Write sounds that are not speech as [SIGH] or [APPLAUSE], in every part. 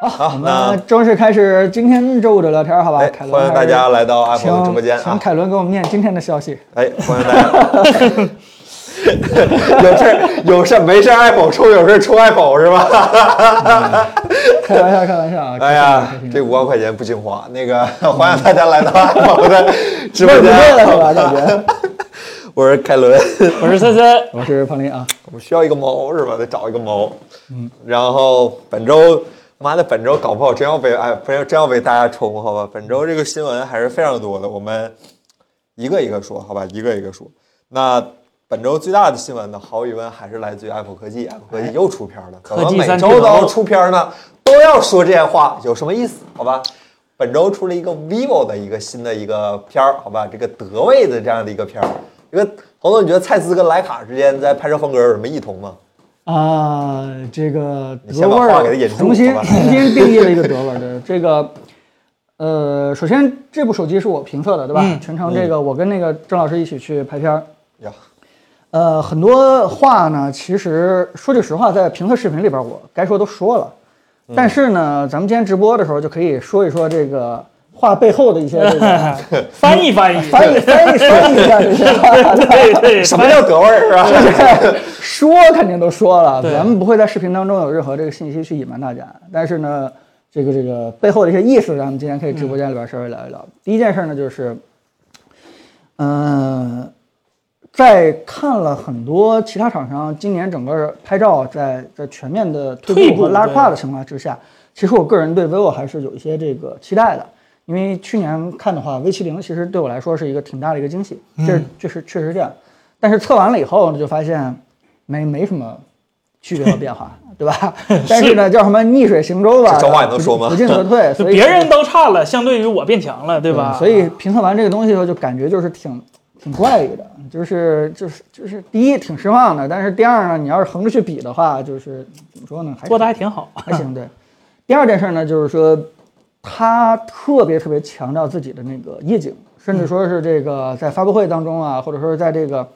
好，那那正式开始今天周五的聊天，好吧？哎，凯欢伦迎大家来到还是 iPhone 的直播间请请啊！凯伦给我们念今天的消息。哎，欢迎大家。 [LAUGHS] 有事儿有事儿没事儿 iPhone 充，有事儿充 iPhone 是吧？开玩笑，开玩 [LAUGHS] 笑啊！哎呀开玩笑，这五万块钱不经花。那个，欢迎大家来到 iPhone 的直播问不间。对了是吧？[LAUGHS] 大哥，我是凯伦，我是森森，我是彭林啊。我需要一个猫是吧？得找一个猫。嗯，然后本周，妈的，本周搞不好真要被哎，不要真要被大家冲，好吧？本周这个新闻还是非常多的，我们一个一个说，好吧？一个一个说。那本周最大的新闻呢，毫无疑问还是来自于 Apple 科技，Apple 科技又出片了，怎么哎科技每三周巨头都要出片呢？都要说这些话，有什么意思？好吧？本周出了一个 vivo 的一个新的一个片儿，好吧？这个德味的这样的一个片儿，因为红总，你觉得蔡司跟莱卡之间在拍摄风格有什么异同吗？啊，这个你德先把味话给它儿引住重新好吧重新定义了一个德味儿的这个，呃，首先这部手机是我评测的，对吧？嗯全程这个我跟那个郑老师一起去拍片儿，呀，呃，很多话呢，其实说句实话，在评测视频里边儿我该说都说了，但是呢，咱们今天直播的时候就可以说一说这个话背后的一些这个翻 [LAUGHS] 译翻译，翻译翻译翻译一下这些话。对 [LAUGHS] 对，什么叫德味儿啊 [LAUGHS] 是吧？说肯定都说了，对咱们不会在视频当中有任何这个信息去隐瞒大家。但是呢，这个这个背后的一些意思，咱们今天可以直播间里边稍微聊一聊。第一件事呢，就是，嗯、在看了很多其他厂商今年整个拍照在在全面的退退步和步拉对胯的情况之下，其实我个人对 vivo 还是有一些这个期待的。因为去年看的话，V 7 0其实对我来说是一个挺大的一个惊喜，这嗯确实确实这样。但是测完了以后呢，就发现没没什么区别和变化，[LAUGHS] 对吧？但是呢，叫什么逆水行舟吧，这话你能说吗不进不进则 [LAUGHS] 退，就所以别人都差了，相对于我变强了，对对吧？啊所以评测完这个东西以后，就感觉就是挺挺怪异的，就是就是就是第一挺失望的，但是第二呢，你要是横着去比的话，就是怎么说呢，还是做的还挺好，还行，对。第二件事呢，就是说他特别特别强调自己的那个夜景，甚至说是这个在发布会当中啊，或者说是在这个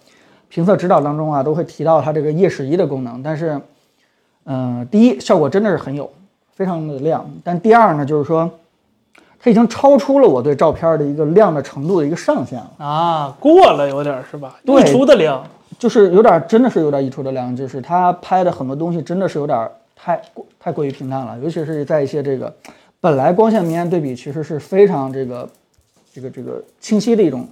评测指导当中啊，都会提到它这个夜视仪的功能。但是，嗯、第一效果真的是很有，非常的亮。但第二呢，就是说它已经超出了我对照片的一个亮的程度的一个上限了。啊，过了有点儿是吧？哎对溢出的量，就是有点儿真的是有点儿溢出的量，就是他拍的很多东西真的是有点儿太过太过于平淡了，尤其是在一些这个本来光线明暗对比其实是非常这个这个这个清晰的一种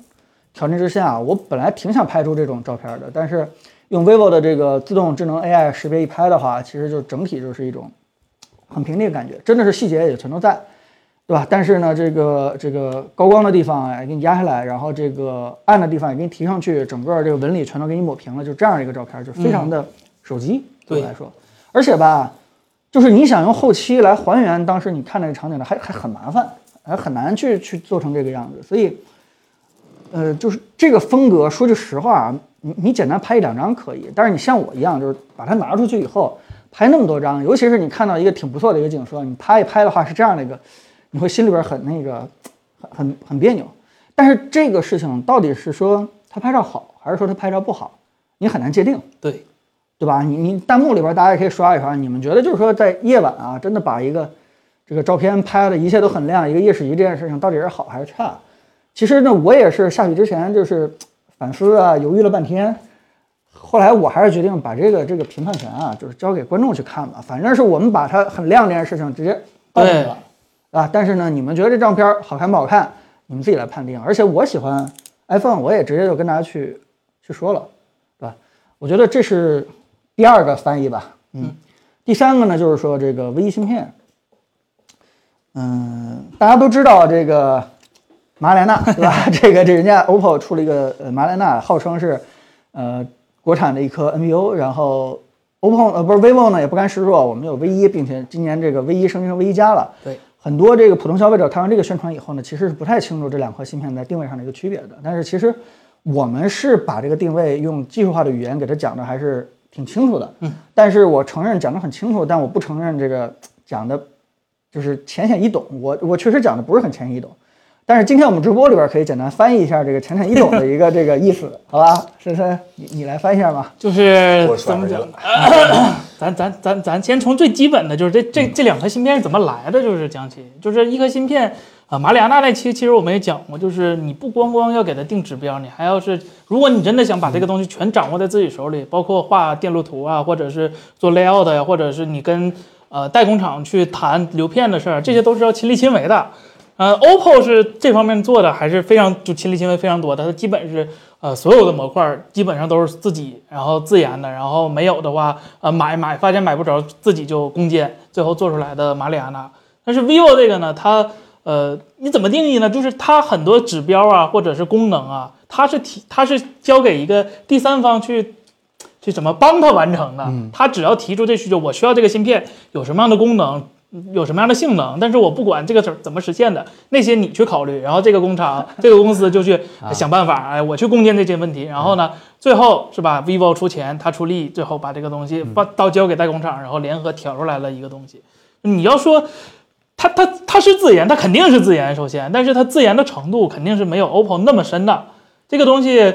条件之下，我本来挺想拍出这种照片的，但是用 vivo 的这个自动智能 AI 识别一拍的话，其实就整体就是一种很平的感觉，真的是细节也全都在，对吧？但是呢，这个这个高光的地方哎给你压下来，然后这个暗的地方也给你提上去，整个这个纹理全都给你抹平了，就这样一个照片，就非常的手机、对我来说，而且吧，就是你想用后期来还原当时你看那个场景的，还还很麻烦，还很难去去做成这个样子，所以。呃，就是这个风格，说句实话啊，你你简单拍一两张可以，但是你像我一样，就是把它拿出去以后拍那么多张，尤其是你看到一个挺不错的一个景色，你拍一拍的话是这样的一个，你会心里边很那个，很很很别扭。但是这个事情到底是说他拍照好，还是说他拍照不好，你很难界定。对，对吧？你你弹幕里边大家也可以刷一刷，你们觉得就是说在夜晚啊，真的把一个这个照片拍的一切都很亮，一个夜视仪这件事情到底是好还是差？其实呢，我也是下去之前就是反思啊，犹豫了半天，后来我还是决定把这个这个评判权啊，就是交给观众去看吧，反正是我们把它很亮这件事情直接放进去了。啊，但是呢，你们觉得这照片好看不好看，你们自己来判定。而且我喜欢 iPhone，我也直接就跟大家去去说了，对吧？我觉得这是第二个翻译吧。嗯，第三个呢，就是说这个 V 1芯片，嗯，大家都知道这个马莱纳，对吧？这个这人家 OPPO 出了一个呃马莱纳，号称是呃国产的一颗 NPU，然后 OPPO 呃不是 vivo 呢也不甘示弱，我们有 V 1并且今年这个 V 1升级成 V 1加了。对，很多这个普通消费者看完这个宣传以后呢，其实是不太清楚这两颗芯片在定位上的一个区别的。但是其实我们是把这个定位用技术化的语言给它讲的还是挺清楚的。嗯，但是我承认讲的很清楚，但我不承认这个讲的就是浅显易懂。我我确实讲的不是很浅显易懂。但是今天我们直播里边可以简单翻译一下这个浅显易懂的一个这个意思，好吧？深深，你你来翻译一下吧。就是我怎甩么出去讲了？。咱咱咱咱先从最基本的，就是这这这两颗芯片是怎么来的，就是讲起，就是一颗芯片啊、呃马里亚纳那期其实我们也讲过，就是你不光光要给它定指标，你还要是，如果你真的想把这个东西全掌握在自己手里，包括画电路图啊，或者是做 layout 呀、或者是你跟呃代工厂去谈流片的事儿，这些都是要亲力亲为的。呃，OPPO 是这方面做的还是非常就亲力亲为非常多的，它基本是呃所有的模块儿基本上都是自己然后自研的，然后没有的话呃买买发现买不着自己就攻坚，最后做出来的马里亚纳。但是 vivo 这个呢，它呃你怎么定义呢？就是它很多指标啊或者是功能啊，它是提它是交给一个第三方去。去怎么帮它完成的？它只要提出这需求，我需要这个芯片有什么样的功能，有什么样的性能，但是我不管这个怎怎么实现的，那些你去考虑，然后这个工厂、这个公司就去想办法，哎，我去攻坚这些问题，然后呢，最后是吧？vivo 出钱，他出力，最后把这个东西把到交给代工厂，然后联合挑出来了一个东西。你要说。它它它是自研，它肯定是自研，首先，但是它自研的程度肯定是没有 OPPO 那么深的。这个东西，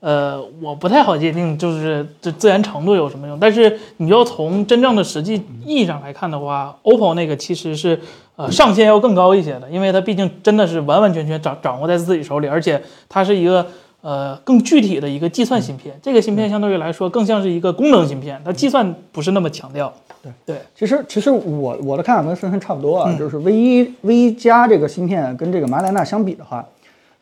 呃，我不太好界定，就是这自然程度有什么用。但是你要从真正的实际意义上来看的话，OPPO 那个其实是呃上限要更高一些的，因为它毕竟真的是完完全全掌掌握在自己手里，而且它是一个呃更具体的一个计算芯片。这个芯片相对于来说更像是一个功能芯片，它计算不是那么强调。对对，其实其实我我的看法跟森森差不多嗯啊，就是 V 一 V 一加这个芯片跟这个马里亚纳相比的话，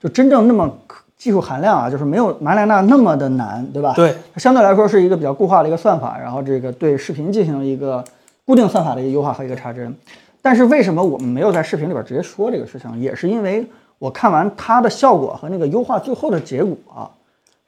就真正那么可技术含量啊，就是没有马里亚纳那么的难，对吧？对，它相对来说是一个比较固化的一个算法，然后这个对视频进行了一个固定算法的一个优化和一个插针。但是为什么我们没有在视频里边直接说这个事情，也是因为我看完它的效果和那个优化最后的结果、啊，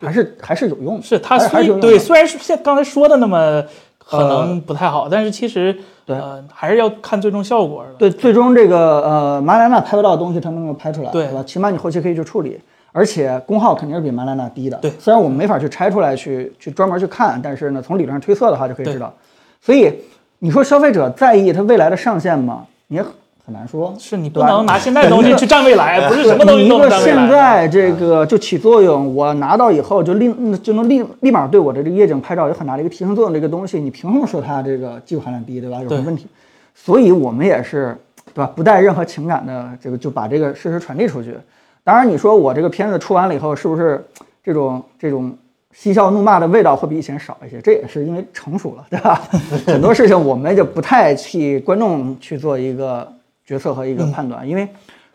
还是还是有用的，是它还还是有虽用对的虽然是像刚才说的那么可能不太好，但是其实对呃还是要看最终效果的。对，最终这个呃马里亚纳拍不到的东西，它能够拍出来，对吧？起码你后期可以去处理，而且功耗肯定是比马里亚纳低的。对虽然我们没法去拆出来去去专门去看，但是呢，从理论上推测的话就可以知道。所以你说消费者在意它未来的上限吗？你也很很难说。是你不对啊吧能拿现在的东西去占未来，不是什么东你西一都能个占未现来。嗯在这个就起作用，我拿到以后就立就能立立马对我的这个夜景拍照有很大的一个提升作用。这个东西，你凭什么说它这个技术含量低，对吧？有什么对问题？所以我们也是，对吧？不带任何情感的这个就把这个事实传递出去。当然，你说我这个片子出完了以后，是不是这种这种嬉笑怒骂的味道会比以前少一些？这也是因为成熟了，对吧？很多事情我们就不太替观众去做一个决策和一个判断，因为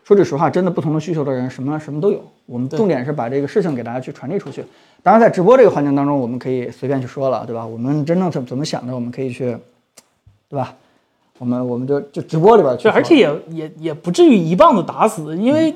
说句实话，真的不同的需求的人，什么什么都有。我们重点是把这个事情给大家去传递出去。当然，在直播这个环境当中，我们可以随便去说了，对吧？我们真正怎么怎么想的，我们可以去，对吧？我们我们就就直播里边去对，说，而且也也也不至于一棒子打死，因为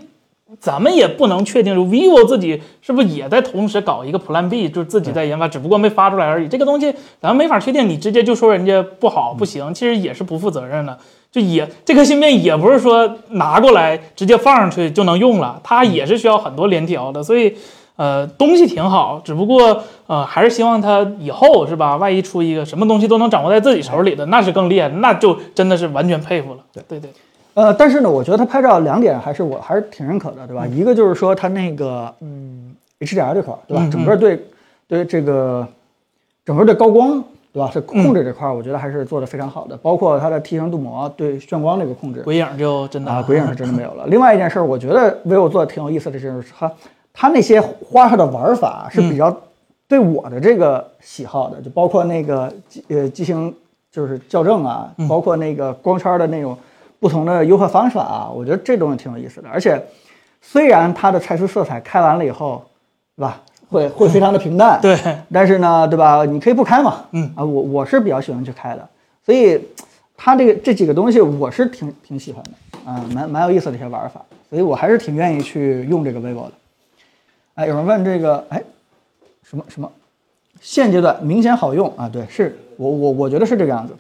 咱们也不能确定说 vivo 自己是不是也在同时搞一个 Plan B，就是自己在研发，只不过没发出来而已。这个东西咱们没法确定，你直接就说人家不好不行，其实也是不负责任的。就也这颗芯片也不是说拿过来直接放上去就能用了，它也是需要很多联调的，所以。呃，东西挺好，只不过呃，还是希望它以后是吧？万一出一个什么东西都能掌握在自己手里的，那是更厉害，那就真的是完全佩服了。对对对。呃，但是呢，我觉得他拍照两点还是我还是挺认可的，对吧？嗯一个就是说他那个嗯 HDR 这块儿，对吧？嗯嗯整个对对这个整个对高光，对吧？是控嗯制这块儿，我觉得还是做的非常好的，包括它的梯形镀膜对眩光这个控制鬼影就真的啊，鬼影是真的没有了。另外一件事儿，我觉得 vivo 做的挺有意思的，就是它它那些花哨的玩法是嗯比较对我的这个喜好的，就包括那个机呃机型就是校正啊，嗯包括那个光圈的那种不同的优化方法啊，我觉得这东西挺有意思的。而且虽然它的蔡司色彩开完了以后，对吧？会会非常的平淡，对，但是呢，对吧？你可以不开嘛，嗯啊，我我是比较喜欢去开的，所以它这个这几个东西我是挺挺喜欢的啊，蛮蛮有意思的一些玩法，所以我还是挺愿意去用这个 vivo 的。哎，有人问这个，哎，什么什么？现阶段明显好用啊，对，是我我我觉得是这个样子，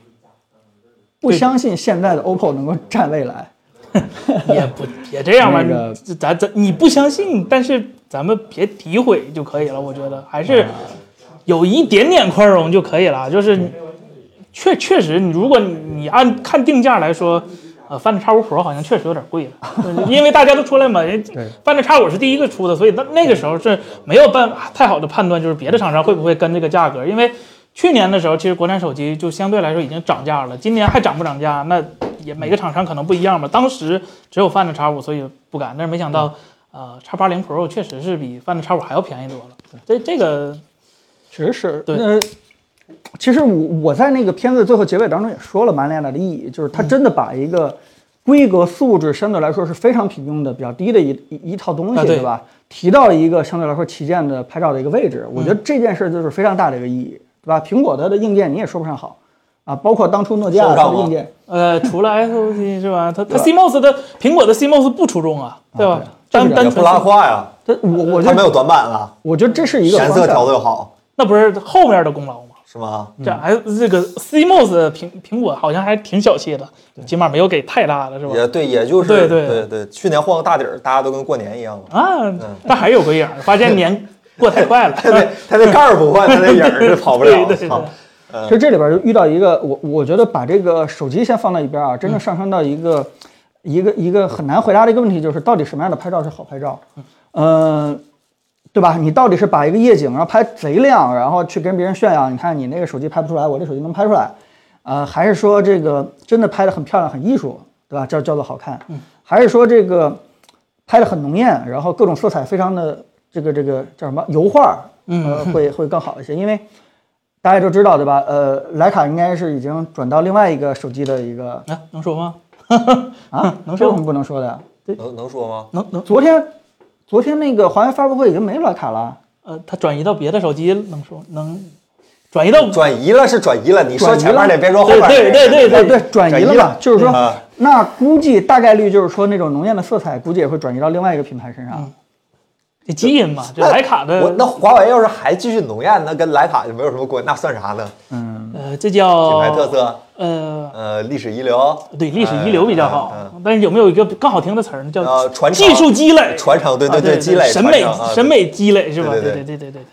不对相信现在的 OPPO 能够占未来。 [LAUGHS] 也不别这样吧，那个你咱咱你不相信，但是咱们别诋毁就可以了。我觉得还啊是有一点点宽容就可以了。就是你确确实，你如果你你按看定价来说，呃，Find X5 Pro 好像确实有点贵 [LAUGHS] 了，因为大家都出来嘛，人 Find X5 是第一个出的，所以那那个时候是没有办法太好的判断，就是别的厂商会不会跟这个价格，因为去年的时候，其实国产手机就相对来说已经涨价了，今年还涨不涨价？那也每个厂商可能不一样吧。当时只有 Find X5，所以不敢，但是没想嗯到，呃，X80 Pro 确实是比 Find X5 还要便宜多了。这这个确实是。对那其实我我在那个片子最后结尾当中也说了马里亚纳的意义，就是它真的把一个规格素质相对来说是非常平庸的、比较低的一一一套东西，啊对对吧？提到了一个相对来说旗舰的拍照的一个位置，嗯我觉得这件事就是非常大的一个意义，对吧？苹果它的硬件你也说不上好啊，包括当初诺基亚说不它上的吗硬件， [LAUGHS] 呃，除了 SOC 是吧？它啊它 CMOS 的苹果的 CMOS 不出众啊，对吧？对单这个单也纯不拉花哎呀，它我我觉它没得有短板了，我觉得这是一个颜方色向调的又好，那不是后面的功劳吗？是吗？这 S 这个 CMOS 苹苹果好像还挺小气的，起码没有给太大的是吧？也对，也就是对对对对去年换个大底儿，大家都跟过年一 [LAUGHS] 样了。啊，嗯但还是有个影儿，发现年 [LAUGHS] 过太快 [LAUGHS] 了。他那他那盖儿不换，他那影儿是跑不了。对对对操其实这里边就遇到一个，我我觉得把这个手机先放到一边啊，真嗯正上升到一个、一个一个很难回答的一个问题，就是到底什么样的拍照是好拍照？嗯、对吧？你到底是把一个夜景，然后拍贼亮，然后去跟别人炫耀，你看你那个手机拍不出来，我这手机能拍出来，呃，还是说这个真的拍的很漂亮、很艺术，对吧？叫叫做好看，嗯还是说这个拍的很浓艳，然后各种色彩非常的这个这个叫什么油画，嗯呃，会会更好一些，因为。大家都知道对吧？呃，徕卡应该是已经转到另外一个手机的一个 [LAUGHS] 啊，能说吗？啊，能这说有吗什么不能说的呀？能能说吗？能能，昨天，昨天那个华为发布会已经没徕卡了，呃，它转移到别的手机能说能转移到转移了是转移了，你说转移了前面那别说后对面那个。对对对对对哎对，转移了转移嘛了，就是说嗯，那估计大概率就是说那种浓艳的色彩，估计也会转移到另外一个品牌身嗯上。这基因嘛，这那徕卡我的那华为要是还继续浓艳，那跟徕卡就没有什么关，那算啥呢？嗯，呃，这品牌特叫色，呃。呃，历史遗留，哦对历史遗留比较好嗯嗯，但是有没有一个更好听的词儿呢？叫呃传承技术积累，传承，对啊对对，积累审美传承啊对审美积累是吧？对对对对对对对对。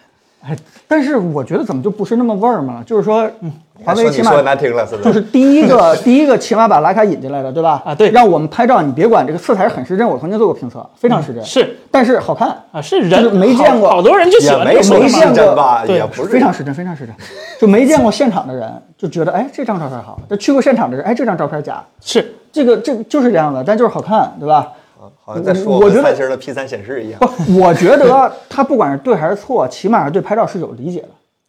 但是我觉得怎么就不是那么味儿嘛？就是说，嗯华嗯为说起你码说的难听了，是不？就是是第一 [LAUGHS] 个第一个起码把徕卡引进来的，对吧？啊对让我们拍照，你别管这个色彩很失真，我曾经做过评嗯测，非常失真，是但是好看。啊，是就是人没见过好好多人就喜也欢没这说种没是见过真吧，对也不是非常失真，非常失真，就没见过现场的人就觉得，哎，这张照片好；这去过现场的人，哎，这张照片假。是这个这就是这样的，但就是好看，对吧？ [LAUGHS] 好像在说我们觉得三星的 P 3显示一样。不，我觉得他不管是对还是错，起码是对拍照是有理解的。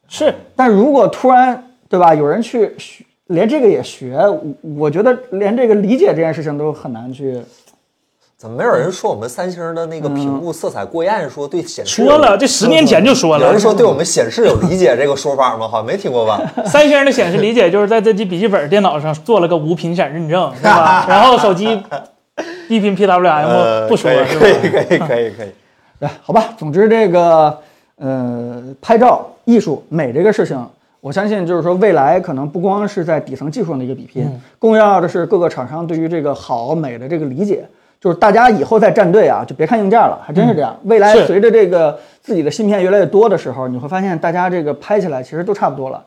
是，但如果突然，对吧，有人去学，连这个也学，我我觉得连这个理解这件事情都很难去。怎么没有人说我们三星的那个屏幕色彩过艳，说对显示嗯说了，这十年前就说有了人。说对我们显示有理解这个说法吗？ [LAUGHS] 好像没听过吧？ [LAUGHS] 三星的显示理解就是在这机笔记本电脑上做了个无频闪认证，是 [LAUGHS] 吧？然后手机低频 PWM 呃，不说可了，以是可以吧？可以可以可以。对，哎好吧，总之这个呃，拍照、艺术、美这个事情，我相信就是说未来可能不光是在底层技术上的一个比拼，更重要的是各个厂商对于这个好美的这个理解。就是大家以后再站队啊，就别看硬件了，还真是这样。未来是随着这个自己的芯片越来越多的时候，你会发现大家这个拍起来其实都差不多了。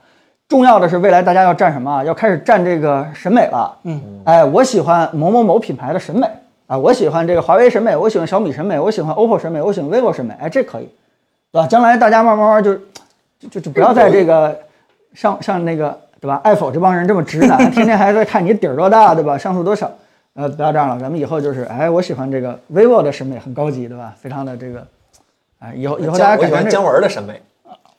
重要的是未来大家要站什么啊？要开始站这个审美了。嗯，哎，我喜欢某某某品牌的审美啊，我喜欢这个华为审美，我喜欢小米审美，我喜欢 OPPO 审美，我喜欢 vivo 审美，哎，这可以，对吧？将来大家慢慢慢慢就就就就不要在这个像像那个对吧？爱否这帮人这么直男，天天还在看你底儿多大，对吧？像素多少？呃，不要这样了，咱们以后就是，哎，我喜欢这个 vivo 的审美很高级，对吧？非常的这个，哎，以后以后姜大家我改喜成欢这姜个，文的审美，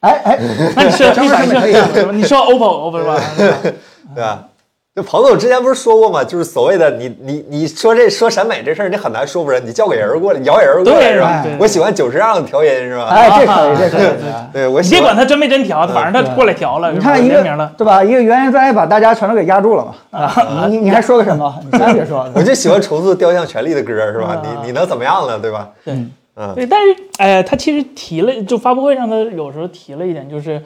哎哎，那 [LAUGHS] 你说姜你文反审美可以应是吧？你说 OPPO 不是吧？是吧嗯对吧？就彭总之前不是说过吗？就是所谓的你你你说这说审美这事儿，你很难说不人，你叫个人儿过来，摇人儿过来对是吧对对？我喜欢九十让调音是啊吧？哎，这可以，这可以。对吧对，我你喜别欢管他真没真调，反正他过来调了，嗯你是吧看一联个名了。对吧？一个原研灾把大家全都给压住了嘛。啊，你你还说个什么？你先别说了。我就喜欢重塑雕像权力的歌儿是啊吧？嗯你你能怎么样呢？对吧？对，嗯对，但是呃，他其实提了，就发布会上他有时候提了一点，就是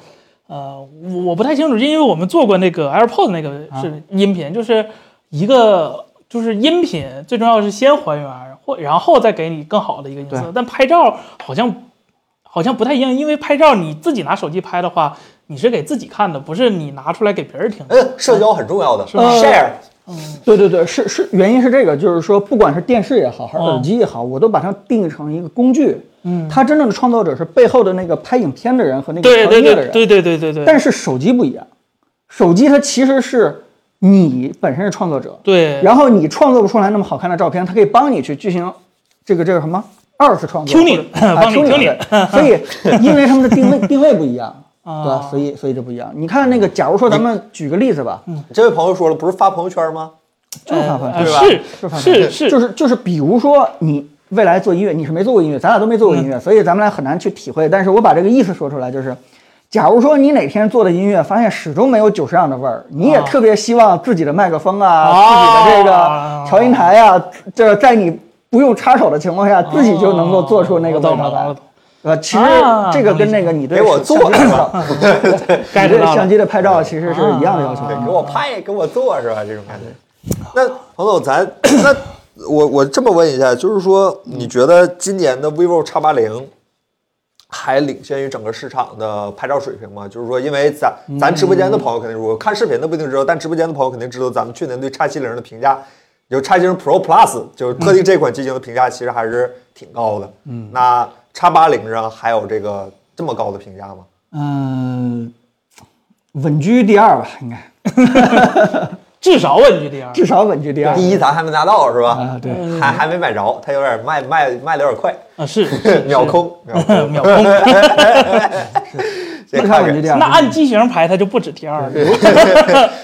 呃，我我不太清楚，因为我们做过那个 AirPods 那个是音频，就是一个就是音频最重要是先还原，或然后再给你更好的一个音色，但拍照好像好像不太一样，因为拍照你自己拿手机拍的哎话，你是给自己看的，不是你拿出来给别人听的。嗯，社交很重要的吗，share 对对对，是是，原因是这个，就是说，不管是电视也好，还是哦耳机也好，我都把它定义成一个工具。嗯，它真正的创作者是背后的那个拍影片的人和那个对调对音乐对的人。对对对对对，但是手机不一样，手机它其实是你本身是创作者，对然后你创作不出来那么好看的照片，它可以帮你去进行这个这个什么二次创作，听你或者 [LAUGHS] 帮啊你听听你的对所以因为他们的定 [LAUGHS] 位定位不一样，对吧？啊所以所以就不一样。你看那个，假如说咱们举个例子吧，这位朋友说了，不是发朋友圈吗？就是发朋友嗯呃圈，对吧是发是朋友圈是是，就是就是，比如说你未来做音乐，你是没做过音乐，咱俩都没做过音嗯乐，所以咱们俩很难去体会。但是我把这个意思说出来，就是，假如说你哪天做的音乐发现始终没有九十样的味儿，你也啊特别希望自己的麦克风啊，啊自己的这个调音台啊，这在你不用插手的情况下，自己就能够做出那个啊我味道懂了，懂来了。懂呃，其实啊这个跟那个你对给我做相机的是拍吧 [LAUGHS] 照， ，get 你对到相了。啊机的拍照其实是一样的要求。对，给我拍，给我做是吧？这种感觉。那彭总，咱 [CLEARS THROAT] 那我我这么问一下，就是说，你觉得今年的 vivo X 八零还领先于整个市场的拍照水平吗？就是说，因为咱咱直播间的朋友肯定如果看视频的不一定知道，但直播间的朋友肯定知道，咱们去年对 X 七零的评价，有 X 七零 Pro Plus，就是特定这款机型的评价其实还是挺高的。嗯，那 X 八零上还有这个这么高的评价吗？嗯，稳居第二吧，应该。至少稳居第二。至少稳居第二。第一咱还没拿到是吧？啊对还还没买着，它有点卖卖卖的有点快，[LAUGHS] 啊，是是。秒空，秒空嗯 [LAUGHS] 秒空。先至看少稳看居第二。那按机型排，它就不止第二了，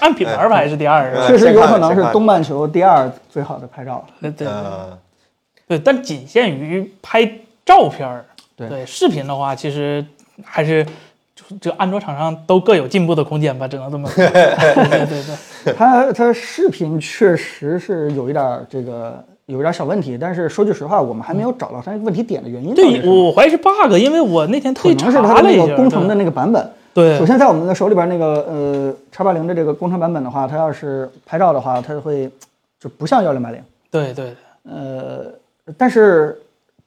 [LAUGHS] 按品牌排是第二，是吧？确实有可能是东半球第二最好的拍照了。对对呃，对，但仅限于拍照片儿。对视频的话，其实还是就这安卓厂商都各有进步的空间吧，只能 [LAUGHS] 这么说。对对对，它它视频确实是有一点儿这个有一点儿小问题，但是说句实话，我们还没有找到它问题点的原因到底是对什对么。我怀疑是 bug，因为我那天特可意能查是它的了那一个下，工程的那个版本。对首先在我们的手里边那个呃叉八零的这个工程版本的话，它要是拍照的话，它会就不像幺零八零，对对对，呃，但是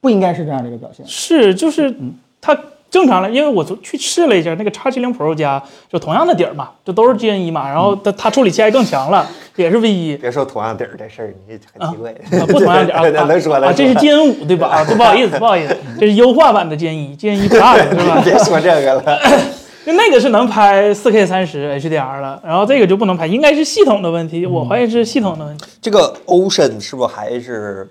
不应该是这样的一个表现。是就是嗯它正常了，因为我昨去试了一下那个叉七零 Pro 加，就同样的底儿嘛，就都是 G N 一嘛，然后嗯它它处理器还更强了，也是 V [LAUGHS] 一。别说同样底儿这事儿，你很奇怪。啊， [LAUGHS] 不同样点啊，对对能说啊啊，能这是说嗯 GN 五对吧？啊，对，不好意思，不好意思，这是优化版的 GN 一，GN 一 Plus 是吧？ [LAUGHS] 别说这个了，就那个是能拍 4K 三十 HDR 了，然后这个就不能拍，应该是系统的问题，嗯我怀疑是系统的问题。这个 Ocean 是不是还是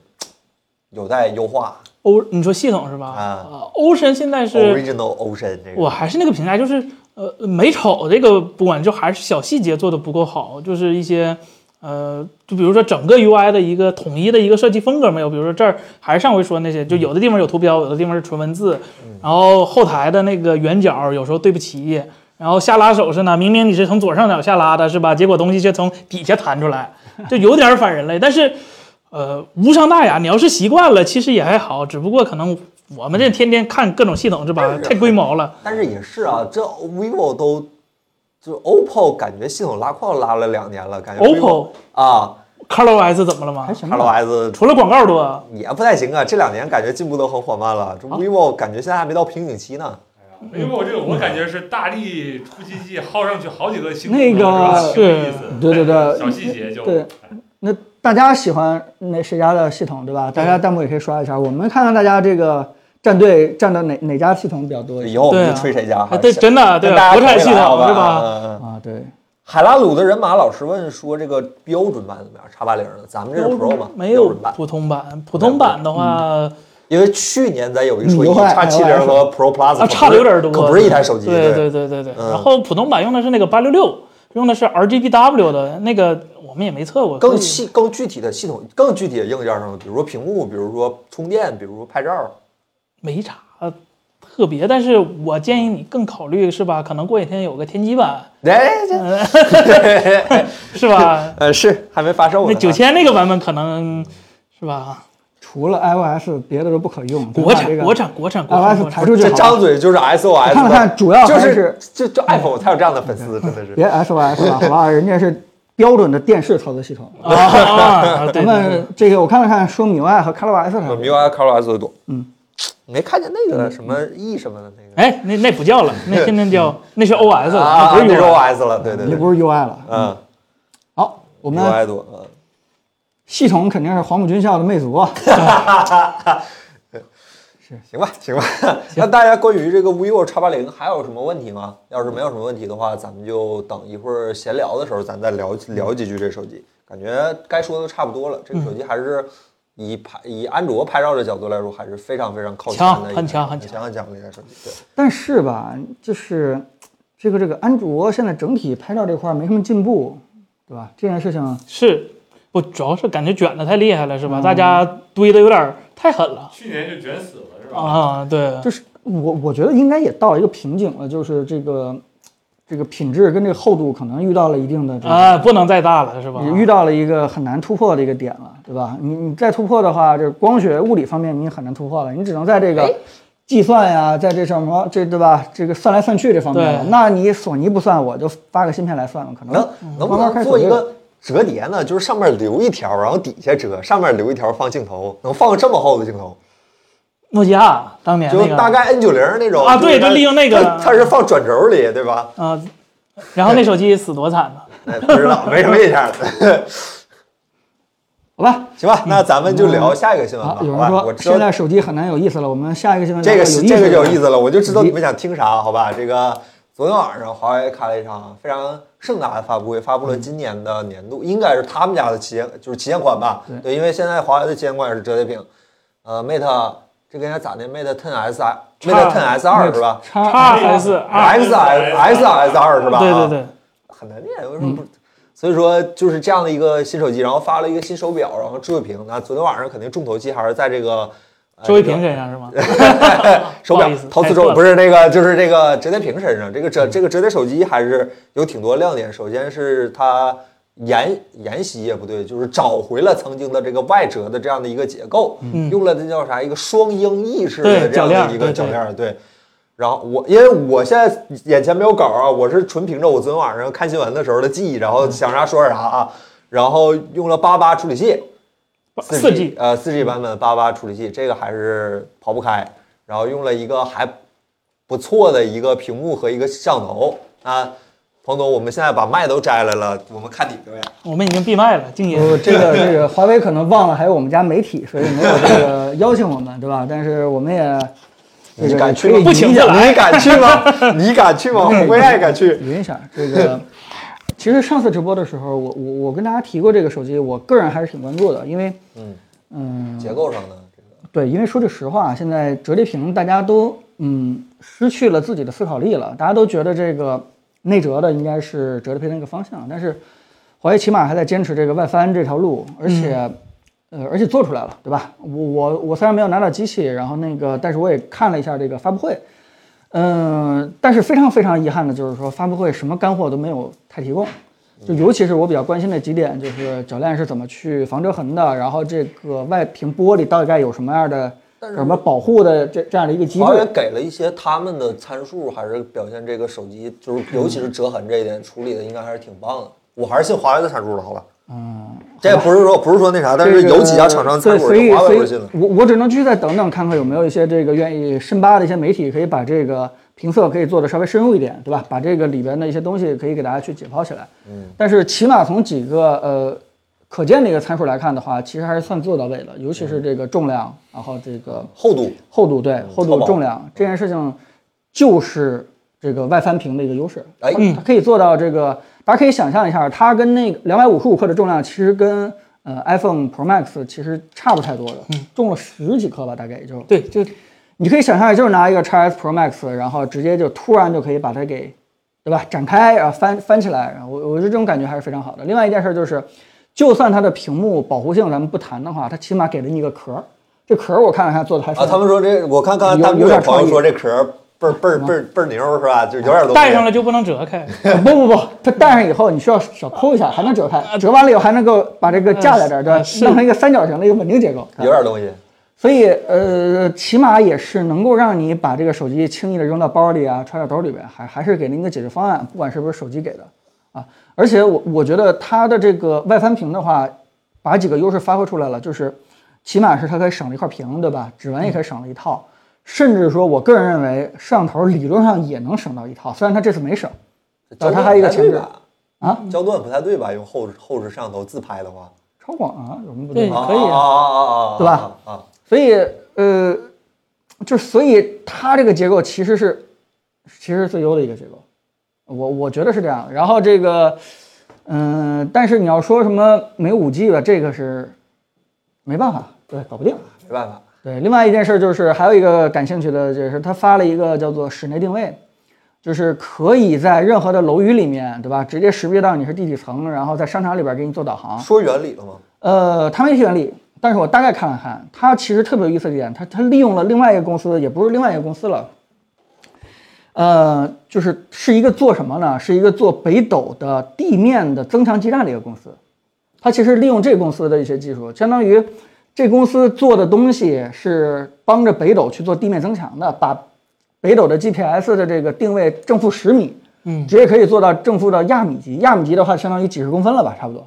有待优化欧，你说系统是吧？啊哦呃，Ocean 现在是， ？Original Ocean 这我个还是那个评价，就是呃，美丑这个不管，就还是小细节做的不够好，就是一些。呃，就比如说整个 UI 的一个统一的一个设计风格没有，比如说这儿还是上回说那些，就有的地方有图标，有的地方是纯文字，然后后台的那个圆角有时候对不齐，然后下拉手势呢，明明你是从左上角下拉的是吧？结果东西却从底下弹出来，就有点反人类。但是，呃，无伤大雅，你要是习惯了，其实也还好，只不过可能我们这天天看各种系统是吧，太龟毛了。但是也是啊，这 vivo 都就 OPPO 感觉系统拉胯拉了两年了，感觉 vivo- OPPO 啊 ColorOS 怎么了吗还？行吧。 ，HelloS 除了广告多，也不太行啊，这两年感觉进步都很缓慢啊了。这 vivo 感觉现在还没到瓶颈期呢。因为我这个我感觉是大力出奇迹，耗上去好几个星那个是吧挺有意思哎对对对小细节就哎对那大家喜欢那谁家的系统对吧？大家弹幕也可以刷一下，我们看看大家这个站队站的哪哪家系统比较多一以些后我对们啊就吹谁家哈哎，对，真的对跟大，家国产系口统语来好是吧？吧？嗯嗯嗯啊？对，海拉鲁的人马老师问说，这个标准版怎么样？叉八零的，咱们这是 Pro 嘛？没标有准版，嗯普通版，普通版的话，因为去年咱有一说你一，又换叉七零和 Pro Plus 可嗯啊，不是差的有点多，可不是一台手机。对对对对对。嗯然后普通版用的是那个八六六，用的是 RGBW 的那个，我们也没测过。更所以细、更具体的系统、更具体的硬件上的，比如说屏幕，比如说充电，比如说拍嗯照。没啥特别，但是我建议你更考虑是吧？可能过几天有个天玑版哎， [LAUGHS] 这？是吧 [LAUGHS] 呃是还没发售呢。那九千那个版本可能是吧？除了 iOS 别的都不可用，国咱把这产个国产国产国啊产 iOS 国排产，出去这好了张嘴就是 SOS，看了看主要就还是是嗯就就 iPhone 才有这样的粉丝，真的是。别 SOS 了，好吧？ [LAUGHS] 人家是标准的电视操作系统。啊啊啊！ [LAUGHS] 咱对对对们这个我看了看，说 MIUI 和 ColorOS 上呃 MIUI Color S 的多。嗯，没看见那个什么 E 什么的那个。哎，那那不叫了，那现在叫那是 OS 了，啊，那不是那是 UI。 OS 了，对对也啊对。不是 UI 了。嗯，好，我有们爱朵啊，系统肯定是黄埔军校的魅族 [LAUGHS] 啊。行吧，行吧。 [LAUGHS] 那大家关于这个 vivo X 八零还有什么问题吗？要是没有什么问题的话，咱们就等一会儿闲聊的时候，咱再聊聊几句这手机。感觉该说的差不多了，这个手机还是以拍以安卓拍照的角度来说，还是非常非常靠前强的一台，很强很很强很强的一台手机。对，但是吧，就是这个这个安卓现在整体拍照这块儿没什么进步，对吧？这件事情是不主要是感觉卷的太厉害了，是吧？大家堆的有点儿太狠了去年就卷死了是哦吧？啊，对，就是我我觉得应该也到一个瓶颈了，就是这个这个品质跟这个厚度可能遇到了一定的这个啊，不能再大了，是吧？你遇到了一个很难突破的一个点了，对吧？你你再突破的话，就是光学物理方面你很难突破了，你只能在这哎个计算呀，在这什么这对吧？这个算来算去这方面了。对那你索尼不算，我就发个芯片来算了，可能能能不嗯慢慢能开始做一这个折叠呢？就是上面留一条，然后底下折，上面留一条放镜头，能放这么厚的镜头？诺基亚当年就那个大概 N 九零那种啊对就是它就利用那个它它是放转轴里，对吧？啊，然后那手机死多惨呢？哎，不知道，没什么印象了。 [LAUGHS] 好吧？行吧，那咱们就聊下一个新闻吧。好，嗯好有人吧，我说知现道在手机很难有意思了，我们下一个新闻这个有这个有的意思了，我就知道你们想听啥，好吧？这个昨天晚上华为开了一场非常盛大的发布会，发布了今年的年度，应该是他们家的旗舰，就是旗舰款吧？对对，因为现在华为的旗舰款也是折叠屏，呃，Mate 这个应该咋的？Mate 10 S 2 Mate 10 S 二是吧叉叉 S 二， ？X S X S 二是吧？啊对对对，很难念，为什么不？所以说就是这样的一个新手机，然后发了一个新手表，然后智慧屏。那昨天晚上肯定重头戏还是在这个、呃、周一平身上是吗？手不好表意思陶瓷手猜错表了嗯不是那个，就是这个折叠屏身上，这个折这个折叠手机还是有挺多亮点。首先是它沿沿袭也不对，就是找回了曾经的这个外折的这样的一个结构，嗯用了那叫啥一个双鹰翼式的对这样的铰链一个对铰对链儿，对。然后我因为我现在眼前没有稿啊，我是纯凭着我昨天晚上看新闻的时候的记忆，然后想啥说啥啊，然后用了八八处理器，四 G 呃四 G 版本八八处理器，这个还是跑不开。然后用了一个还不错的一个屏幕和一个摄像头啊。彭总，我们现在把麦都摘来了，我们看你表演。我们已经闭麦了，静音。不，这个这个华为可能忘了还有我们家媒体，所以没有这个邀请我们，对吧？但是我们也这你个敢可去吗？以不请影自响来你敢去吗？ [LAUGHS] 你敢去吗？对我也敢去。云一下这个。其实上次直播的时候，我我我跟大家提过这个手机，我个人还是挺关注的，因为嗯嗯，结构上呢，这个对，因为说句实话，啊现在折叠屏大家都嗯失去了自己的思考力了，大家都觉得这个内折的应该是折叠屏的一个方向，但是华为起码还在坚持这个外翻这条路，而且、呃而且做出来了，对吧？我我我虽然没有拿到机器，然后那个但是我也看了一下这个发布会，嗯、但是非常非常遗憾的就是说发布会什么干货都没有太提供。就尤其是我比较关心的几点，就是铰链是怎么去防折痕的，然后这个外屏玻璃大概有什么样的但是什么保护的这这样的一个机华为制。给了一些他们的参数，还是表现这个手机，就是尤其是折痕这一点处理的，应该还是挺棒的。我还是信华为的参数了，好吧？嗯，这不是说不是说那啥，但是这个有几家厂商参对，数所以华所为以不是信了。我我只能去再等等看看有没有一些这个愿意深扒的一些媒体可以把这个评测可以做的稍微深入一点，对吧？把这个里边的一些东西可以给大家去解剖起来。嗯，但是起码从几个呃可见的一个参数来看的话，其实还是算做到位了，尤其嗯是这个重量，然后这个。厚度，厚度对嗯超厚度薄重量这件事情，就是这个外翻屏的一个优势。哎它它可以做到这个，大家可以想象一下，它跟那个两百五十五克的重量，其实跟呃 iPhone Pro Max 其实差不太多的，嗯重了十几克吧，大概也就。对，就你可以想象，就是拿一个 x S Pro Max，然后直接就突然就可以把它给，对吧？展开，然后翻翻起来，然后我我觉得这种感觉还是非常好的。另外一件事就是，就算它的屏幕保护性咱们不谈的话，它起码给了你一个壳儿，这壳儿我看了看做的还啊，算他们说这，我看刚才有弹幕有点朋友创意嗯说这壳儿倍儿倍儿倍儿倍儿牛是吧？就有点东西。戴上了就不能折开，哎啊不不不，它戴上以后，你需要小抠一下，还能折开，折完了以后还能够把这个架在这儿，对吧？呃是弄成一个三角形的一个稳定结构。有点东西。所以呃，起码也是能够让你把这个手机轻易的扔到包里啊，揣到兜里边，还还是给您一个解决方案，不管是不是手机给的啊。而且我我觉得它的这个外翻屏的话，把几个优势发挥出来了，就是起码是它可以省了一块屏，对吧？指纹也可以省了一套，甚至说我个人认为摄像头理论上也能省到一套，虽然它这次没省。胶啊片它还有一个前置感啊，焦段不太对吧？用后置后置摄像头自拍的话，超广啊，有什么不对对吗？啊可以啊啊啊啊啊，对吧？啊，所以呃，就所以它这个结构其实是其实是最优的一个结构，我我觉得是这样。然后这个嗯、但是你要说什么没五 G 吧，这个是没办法，对，搞不定。没办法，对，另外一件事就是还有一个感兴趣的，就是他发了一个叫做室内定位，就是可以在任何的楼宇里面，对吧？直接识别到你是第几层，然后在商场里边给你做导航。说原理了吗？呃，它没提原理，但是我大概看了看，它其实特别有意思的一点，它它利用了另外一个公司，也不是另外一个公司了，呃，就是是一个做什么呢？是一个做北斗的地面的增强基站的一个公司，它其实利用这公司的一些技术，相当于这公司做的东西是帮着北斗去做地面增强的，把北斗的 GPS 的这个定位正负十米，嗯直接可以做到正负到亚米级，亚米级的话相当于几十公分了吧，差不多。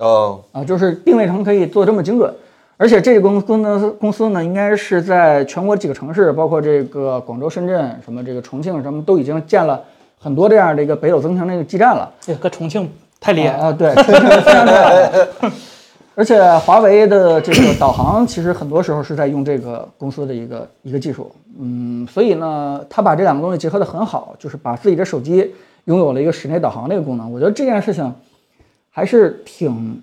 哦，啊，就是定位成可以做这么精准。而且这个公公司公司呢，应该是在全国几个城市，包括这个广州、深圳、什么这个重庆什么，都已经建了很多这样的一个北斗增强那个基站了。这个重庆太厉害了，啊，对，非常非常厉害。 [LAUGHS] 而且华为的这个导航，其实很多时候是在用这个公司的一个一个技术，嗯，所以呢，他把这两个东西结合得很好，就是把自己的手机拥有了一个室内导航这个功能。我觉得这件事情还是挺，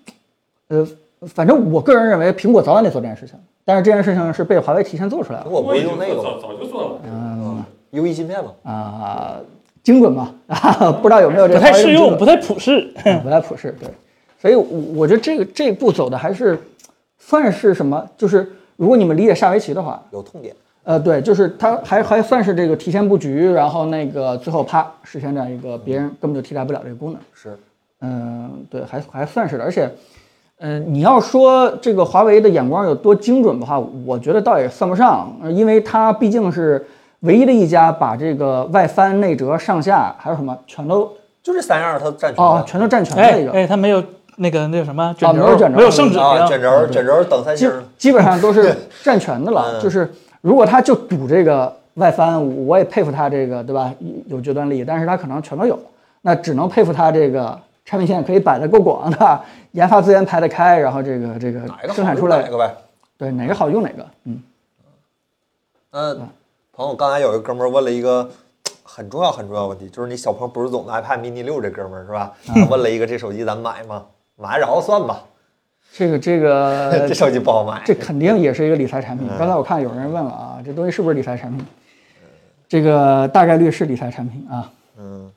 呃，反正我个人认为苹果早晚得做这件事情，但是这件事情是被华为提前做出来了苹。果不是已经用那个做吗早早就做了，嗯？UE 芯片吗？啊、精准嘛， [LAUGHS] 啊，不知道有没有这不个太华为这适么精用，准不太普适。啊不太普适，对。所以我，我觉得这个这一步走的还是算是什么？就是如果你们理解下围棋的话，有痛点，呃，对，就是它还还算是这个提前布局，然后那个最后啪实现这样一个别人根本就替代不了这个功能。是嗯，对，还还算是的。而且，嗯、你要说这个华为的眼光有多精准的话，我觉得倒也算不上，呃因为它毕竟是唯一的一家把这个外翻、内折、上下还有什么全都就这三样，它占全哦了。全都占全哎的一个。哎，它没有那个那个什么卷没有卷轴没有圣旨啊，卷令，轴，嗯卷轴等三星基儿，基本上都是占全的了。嗯就是如果他就赌这个外翻，我也佩服他这个，对吧？有决断力，但是他可能全都有，那只能佩服他这个产品线可以摆得够广的，研发资源排得开，然后这个这个哪一个好生产出哪来个，呗？对哪个好用哪个。嗯，那朋友刚才有一个哥们儿问了一个很重要很重要的问题，就是你小鹏不是总的 iPad mini 六这哥们儿是吧？嗯他问了一个这手机咱买吗？买然后算吧，这个 [LAUGHS] 这个这手机不好买。呃这肯定也是一个理财产品。刚才我看有人问了啊，这东西是不是理财产品？这个大概率是理财产品啊。嗯，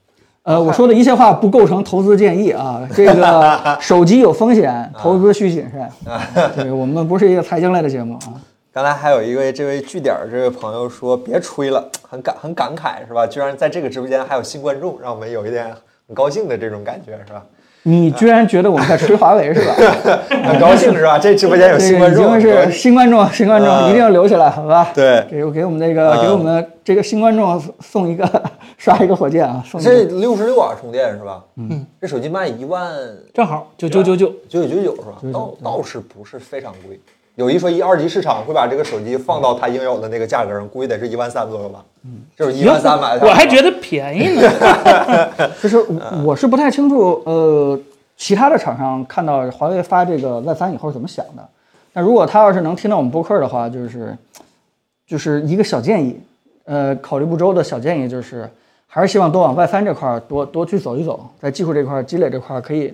呃，我说的一切话不构成投资建议啊。这个手机有风险，投资需谨慎。对，我们不是一个财经类的节目啊。刚才还有一位这位据点儿这位朋友说别吹了，很感很感慨是吧？居然在这个直播间还有新观众，让我们有一点很高兴的这种感觉是吧？你居然觉得我们在吹华为是吧？很高兴是吧？这直播间有这新个观已众，经是新观众，新观众嗯一定要留起来，好吧？对给我给我们那个嗯给我们这个新观众送一个 [LAUGHS] 刷一个火箭啊，送一这个。六十六瓦充电是吧？嗯，这手机卖一万正好九九九九。九九九九是吧？倒倒是不是非常贵。有一说一，二级市场会把这个手机放到它应有的那个价格上，估计得是一万三左右吧。嗯，就是一万三买的。我还觉得便宜 [LAUGHS] 呢。其实我我是不太清楚，呃，其他的厂商看到华为发这个 Y 三以后是怎么想的。那如果他要是能听到我们播客的话，就是就是一个小建议，呃，考虑不周的小建议就是，还是希望多往 Y 三这块儿多多去走一走，在技术这块儿积累这块儿可以，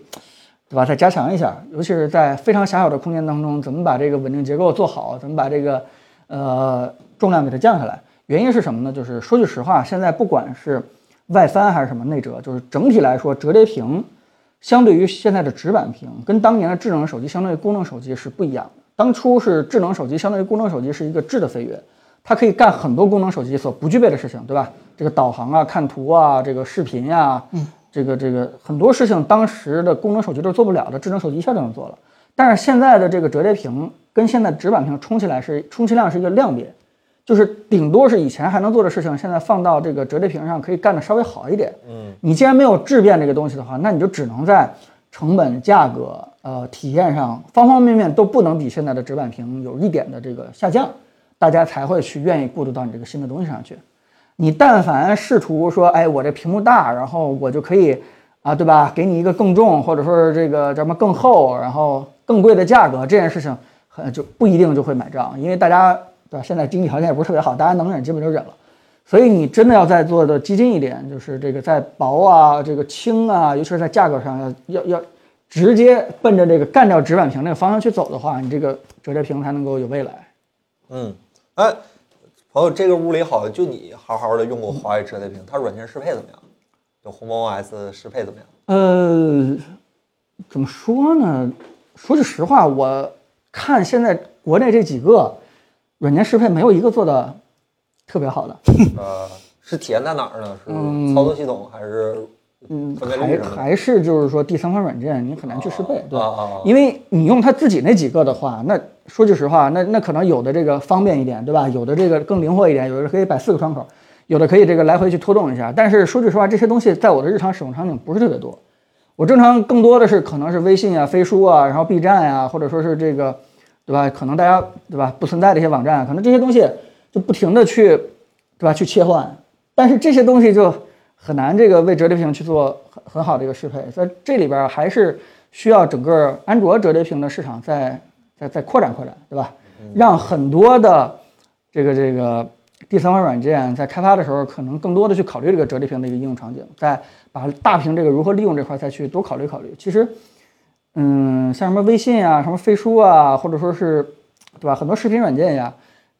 对吧？再加强一下，尤其是在非常狭小的空间当中，怎么把这个稳定结构做好，怎么把这个呃重量给它降下来。原因是什么呢？就是说句实话，现在不管是外翻还是什么内折，就是整体来说折叠屏相对于现在的直板屏，跟当年的智能手机相对于功能手机是不一样的。当初是智能手机相对于功能手机是一个质的飞跃，它可以干很多功能手机所不具备的事情，对吧？这个导航啊、看图啊、这个视频呀、嗯，这个这个很多事情当时的功能手机都做不了的，智能手机一下就能做了。但是现在的这个折叠屏跟现在直板屏充其来是充其量是一个量变，就是顶多是以前还能做的事情，现在放到这个折叠屏上可以干得稍微好一点。嗯，你既然没有质变这个东西的话，那你就只能在成本、价格、呃体验上方方面面都不能比现在的直板屏有一点的这个下降，大家才会去愿意过渡到你这个新的东西上去。你但凡试图说，哎，我这屏幕大，然后我就可以啊，对吧？给你一个更重，或者说是这个咱们更厚，然后更贵的价格，这件事情很就不一定就会买账，因为大家对吧？现在经济条件也不是特别好，大家能忍基本就忍了。所以你真的要再做的激进一点，就是这个在薄啊、这个轻啊，尤其是在价格上要要要直接奔着这个干掉直板屏这个方向去走的话，你这个折叠屏才能够有未来。嗯，哎，朋友，这个屋里好像就你好好的用过华为折叠屏，它软件适配怎么样？就鸿蒙 OS 适配怎么样？呃，怎么说呢？说句实话，我看现在国内这几个软件适配，没有一个做的特别好的。呃，是体现在哪儿呢？是嗯操作系统还是嗯，分辨率还什么的？还是就是说第三方软件，你很难去适配，对啊吧？啊啊因为你用它自己那几个的话，那说句实话，那那可能有的这个方便一点，对吧？有的这个更灵活一点，有的可以摆四个窗口，有的可以这个来回去拖动一下。但是说句实话，这些东西在我的日常使用场景不是特别多。我正常更多的是可能是微信啊、飞书啊，然后 B 站啊，或者说是这个，对吧？可能大家对吧不存在的一些网站，可能这些东西就不停的去，对吧？去切换，但是这些东西就很难这个为折叠屏去做很很好的一个适配，所以这里边还是需要整个安卓折叠屏的市场再再再扩展扩展，对吧？让很多的这个这个第三方软件在开发的时候，可能更多的去考虑这个折叠屏的一个应用场景，再把大屏这个如何利用这块再去多考虑考虑。其实，嗯，像什么微信啊、什么飞书啊，或者说是对吧，很多视频软件呀，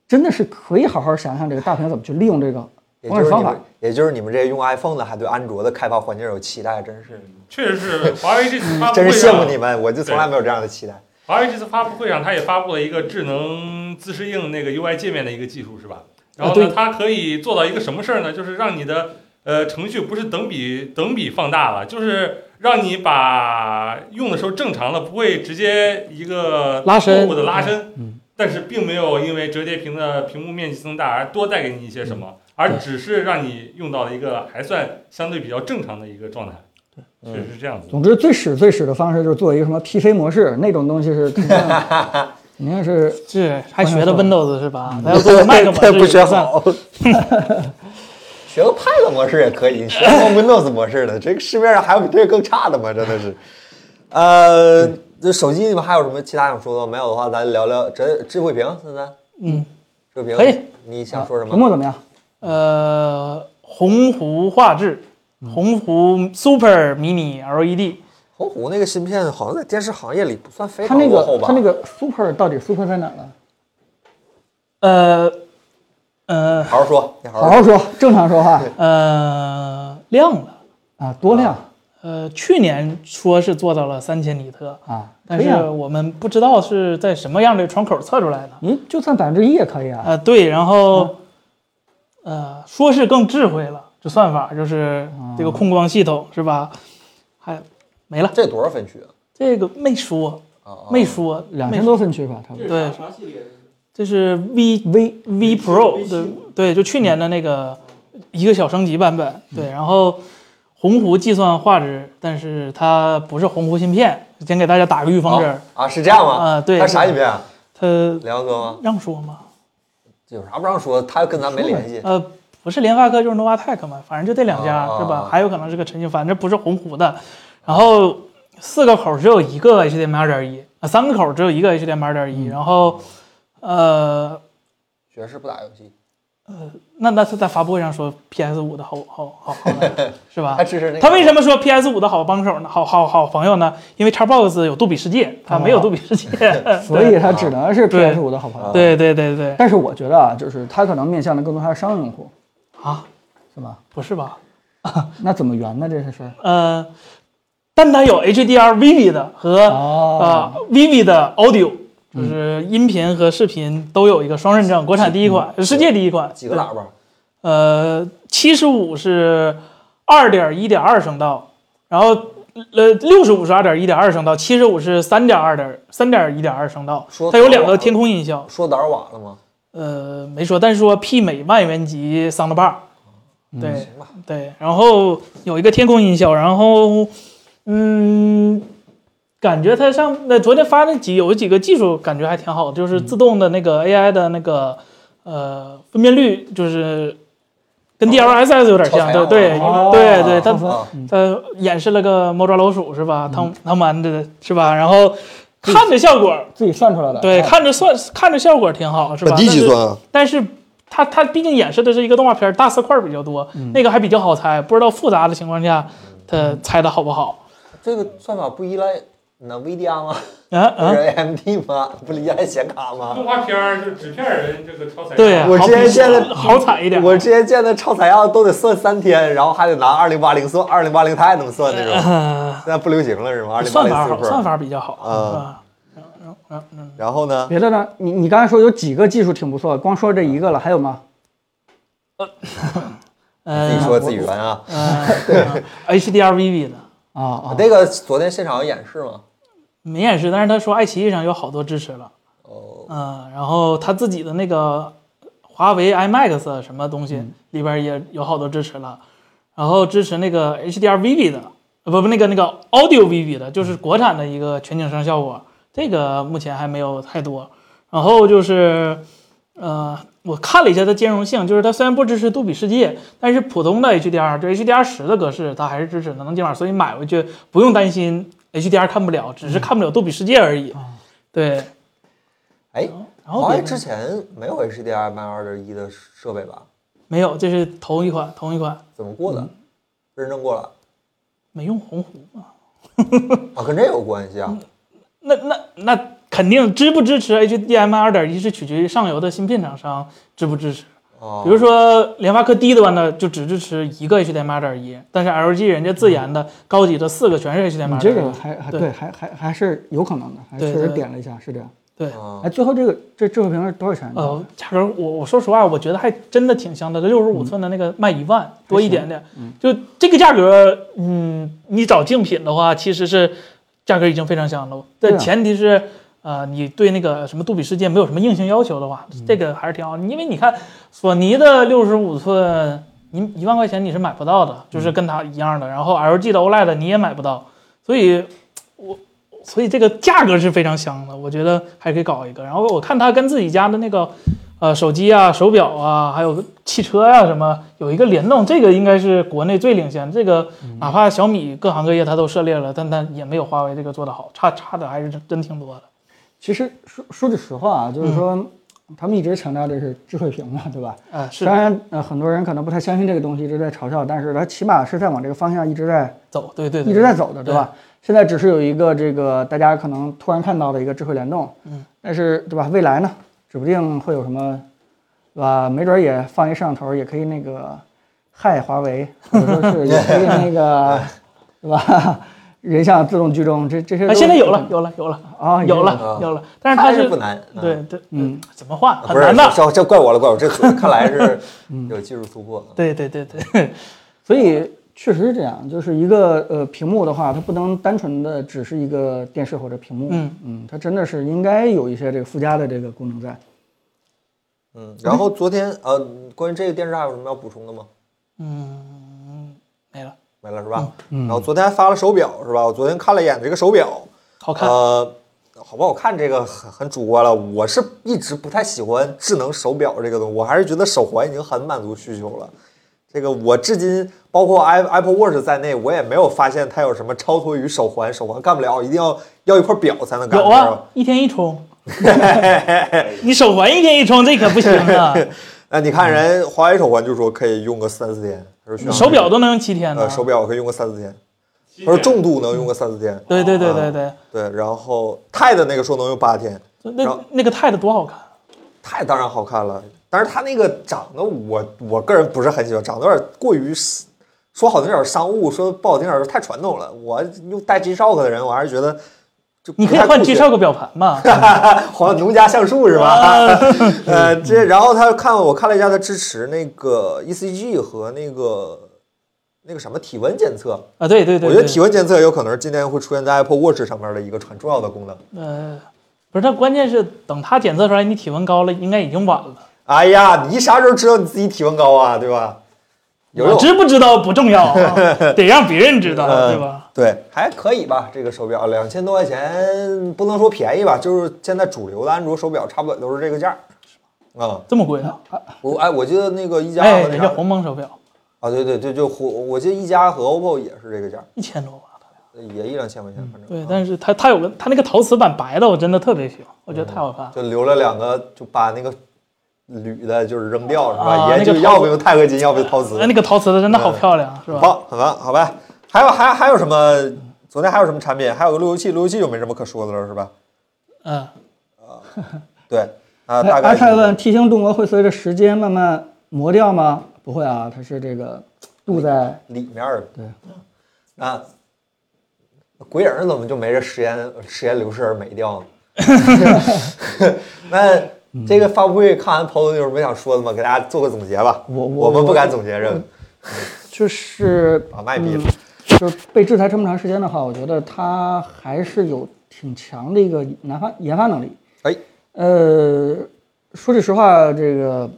真的是可以好好想想这个大屏怎么去利用这个也方就式是方你法们。，也就是你们这些用 iPhone 的，还对安卓的开发环境有期待，真是，确实是华为这次发布会真上，是羡慕你们，我就从来没有这样的期待。华为这次发布会上，它也发布了一个智能自适应那个 UI 界面的一个技术，是吧？然后呢啊对，它可以做到一个什么事儿呢？就是让你的呃程序不是等比等比放大了，就是让你把用的时候正常了，不会直接一个拉伸错误的拉伸。嗯但是并没有因为折叠屏的屏幕面积增大而多带给你一些什么，而只是让你用到了一个还算相对比较正常的一个状态。确实是这样子。总之，最屎最屎的方式就是做一个什么 PC 模式那种东西是肯定 [LAUGHS] 肯定是是还没学的错 Windows 是吧？嗯他要做 [LAUGHS] 个 Mac 模式不学也算了。好， [LAUGHS] 学个 Pad 模式也可以，学个 Windows 模式的，这个市面上还有比这个更差的吗？真的是，呃，这手机你们还有什么其他想说的吗？没有的话，咱聊聊这智慧屏，森森，嗯，智慧屏可以，啊你想说什屏幕么？啊怎么样？呃，鸿鹄画质，嗯鸿鹄 Super Mini E LED，鸿鹄那个芯片好像在电视行业里不算非它常那落后个吧？它那个 Super 到底 Super 在哪了？呃呃好好说，你好好好说。好说，正常说话呃亮了。啊，多亮呃，去年说是做到了三千尼特，啊，但可以是啊，我们不知道是在什么样的窗口测出来的。你嗯就算百分之一也可以啊。啊，对，然后，呃，说是更智慧了，这算法就是这哦个控光系统是吧？还没了，这多少分区啊？这个没说，啊啊没说，两没千说，多分区吧，差不多。对，啥系列？这是 V V V Pro，对对，就去年的那个一个小升级版本，对，嗯然后鸿鹄计算画质，但是它不是鸿鹄芯片，先给大家打个预防针儿，啊，是这样吗？啊对它啥芯片啊？它联发科吗？让说吗？有啥不让说？它跟咱没联系。呃，不是联发科就是 Novatec 嘛，反正就这两家、哦是哦吧哦？还有可能是个陈芯，反正不是鸿鹄的。然后四个口只有一个 HDMI 二点一，啊，三个口只有一个 HDMI 二嗯点一。然后，呃，学士不打游戏，那那他在发布会上说 PS 五的好好 [LAUGHS] 好好呢是吧它？支持那个。他为什么说 PS 五的好帮手呢？好好好朋友呢？因为 Xbox 有杜比世界，它没有杜比世 [LAUGHS] 界，所以它只能是对 PS 五的好哦朋友。对对对对但是我觉得啊，就是它可能面向的更多还是商用用户，啊，是吧？不是吧？那怎么圆呢？这是事儿。呃，但它有 HDR Vivi 的和哦啊 Vivi 的 Audio，就是音频和视频都有一个双认证，国产第一款，世界第一款。几个喇叭？呃，七十五是二点一点二声道，然后呃六十五是二点一点二声道，七十五是三点二点三点一点二声道说，它有两个天空音效。说达尔瓦了吗？呃，没说，但是说媲美万元级 Soundbar。对，行吧，对，然后有一个天空音效，然后嗯，感觉它上那昨天发那几有几个技术感觉还挺好，就是自动的那个 AI 的那个呃分辨率，就是跟 DLSS 有点超像，采对样对啊对对，它超采啊它演示了个猫抓老鼠是吧？汤汤姆的是吧？然后看着效果，自己算出来的。对，啊看着算看着效果挺好是吧？本地但计是算啊，但是它它毕竟演示的是一个动画片儿，大色块儿比较多，那个还比较好猜，不知道复杂的情况下它猜的好不好。这个算法不依赖 NVIDIA 吗？啊不啊是，AMD 吗？不是依赖显卡吗动？画片儿就是纸片人这个超啊采样对，啊我好之前比见的好踩一点，我之前见的超采样都得算三天，然后还得拿二零八零算，二零八零太能算那种，呃现在不流行了是吗？二零八算零法好，算 Super。法比较好嗯啊。嗯嗯嗯，然后呢？别的呢？你你刚才说有几个技术挺不错，光说这一个了，还有吗？自己呃说自己圆啊。 [LAUGHS] 呃 HDRVB 的啊哦啊，那个昨天现场有演示吗？没演示，但是他说爱奇艺上有好多支持了，哦，嗯，然后他自己的那个华为 iMac 什么东西里边也有好多支持了，然后支持那个 HDRVB 的，呃不不那个那个 Audio VB 的，就是国产的一个全景声效果，这个目前还没有太多。然后就是，呃，我看了一下它兼容性，就是它虽然不支持杜比世界，但是普通的 HDR 就 HDR 十的格式它还是支持的，能解码，所以买回去不用担心 HDR 看不了，只是看不了杜比世界而已。对，哎，哦然后好别像的之前没有 HDR 版二点一的设备吧？没有，这是头一款，同一款怎么过的？嗯认证过了没用鸿鹄嘛？啊？跟这有关系啊？嗯那那那肯定支不支持 HDMI 二点一是取决于上游的芯片厂商支不支持。哦，比如说联发科低端的就只支持一个 HDMI 二点一，但是 LG 人家自研的高级的四个全是 HDMI 你二这点个一。还还对对，还还还是有可能的，还对确实对点了一下，是这样。对，啊哎，最后这个这智慧屏是多少钱？呃，价格我我说实话，我觉得还真的挺香的。六十五寸的那个卖一万多一点点，就这个价格，嗯，你找竞品的话，其实是价格已经非常香了。对啊但前提是，呃，你对那个什么杜比世界没有什么硬性要求的话，嗯这个还是挺好。因为你看索尼的六十五寸，你一万块钱你是买不到的，就是跟它一样的。然后 LG 的 OLED 你也买不到，所以所以这个价格是非常香的，我觉得还可以搞一个。然后我看它跟自己家的那个，呃，手机啊、手表啊，还有汽车呀、什么有一个联动，这个应该是国内最领先。这个哪怕小米各行各业它都涉猎了，但它也没有华为这个做得好，差差的还是真真挺多的。其实说说句实话嗯啊，就是说他们一直强调这是智慧屏嘛，对吧？呃，哎是啊虽然呃很多人可能不太相信这个东西，一直在嘲笑，但是它起码是在往这个方向一直在走，对对对，一直在走的，对吧？现在只是有一个这个大家可能突然看到的一个智慧联动，嗯，但是对吧？未来呢，指不定会有什么，对吧？没准儿也放一摄像头，也可以那个害华为，或者说是也可以那 [LAUGHS] 个，对吧？人像自动居中，这这些哎，都现在有了，有了，有了啊，有也了，有了，但是它是是不难，嗯啊对对，嗯，怎么换很不是难的，嗯这这怪我了，怪我这 [LAUGHS] 看来是有技术突破。对对对对， [LAUGHS] 所以确实是这样，就是一个呃屏幕的话，它不能单纯的只是一个电视或者屏幕，嗯它真的是应该有一些这个附加的这个功能在。嗯，然后昨天呃，关于这个电视还有什么要补充的吗？没了，没了是吧？嗯然后昨天还发了手表是吧？我昨天看了一眼这个手表，好看，呃，好不好看这个很很主观了。我是一直不太喜欢智能手表这个东西，我还是觉得手环已经很满足需求了。这个我至今包括 i Apple Watch 在内，我也没有发现它有什么超脱于手环，手环干不了，一定要要一块表才能干。有你知道吗啊，一天 [LAUGHS] 一充， [LAUGHS] 你手环一天一充，这可不行 [LAUGHS] 啊！那你看人华为手环就说可以用个三四天，他说需要手表都能用七天呢呃。手表可以用个三四天，七他说点重度能用个三四天，对对对对对，对，啊然后钛的那个说能用八天，然那后那个 Tide 多好看，钛当然好看了，但是它那个长得我我个人不是很喜欢，长得有点过于说好听点儿商务，说不好听点儿太传统了。我用戴 G Shock 的人，我还是觉得就你可以不太换酷 G 炫 Shock 表盘 [LAUGHS] 嘛？好像农家橡树是啊吧？ [LAUGHS] 呃，这然后他看我看了一下，他支持那个 ECG 和那个那个什么体温监测。啊，对对对，我觉得对体温监测有可能是今天会出现在 Apple Watch 上面的一个很重要的功能。呃，不是，它关键是等它检测出来你体温高了，应该已经晚了。哎呀，你啥时候知道你自己体温高啊？对吧？有我用。知不知道不重要 [LAUGHS] 啊，得让别人知道，嗯对吧？对，还可以吧，这个手表两千多块钱，不能说便宜吧，就是现在主流的安卓手表差不多也都是这个价儿。啊，这么贵呢？我哎，我记得那个一加哎，和人那家啥鸿蒙手表啊，对对对，就火，我记得一加和 OPPO 也是这个价，一千多吧，大概也一两千块钱，反正嗯对啊，但是它它有个它那个陶瓷版白的，我真的特别喜欢，我觉得太好看了。就留了两个，就把那个铝的就是扔掉是吧？啊研究那个陶要不就钛合金，要不就陶瓷哎，，那个陶瓷的真的好漂亮，是很吧？棒很棒，嗯好吧？还有还还有什么？昨天还有什么产品？还有个路由器，路由器就没什么可说的了是吧？嗯，对啊，哎大概是，iPad 问梯形镀膜会随着时间慢慢磨掉吗？不会啊，它是这个镀在里面儿的对啊。鬼影儿怎么就没这实验实验流逝而没掉呢？ [LAUGHS] 嗯那这个发布会看完，朋友有什么想说的吗？给大家做个总结吧。我我我们不敢总结这个 [LAUGHS] 就是啊，卖逼了。嗯就是被制裁这么长时间的话，我觉得它还是有挺强的一个研发研发能力。哎，呃，说句实话，这个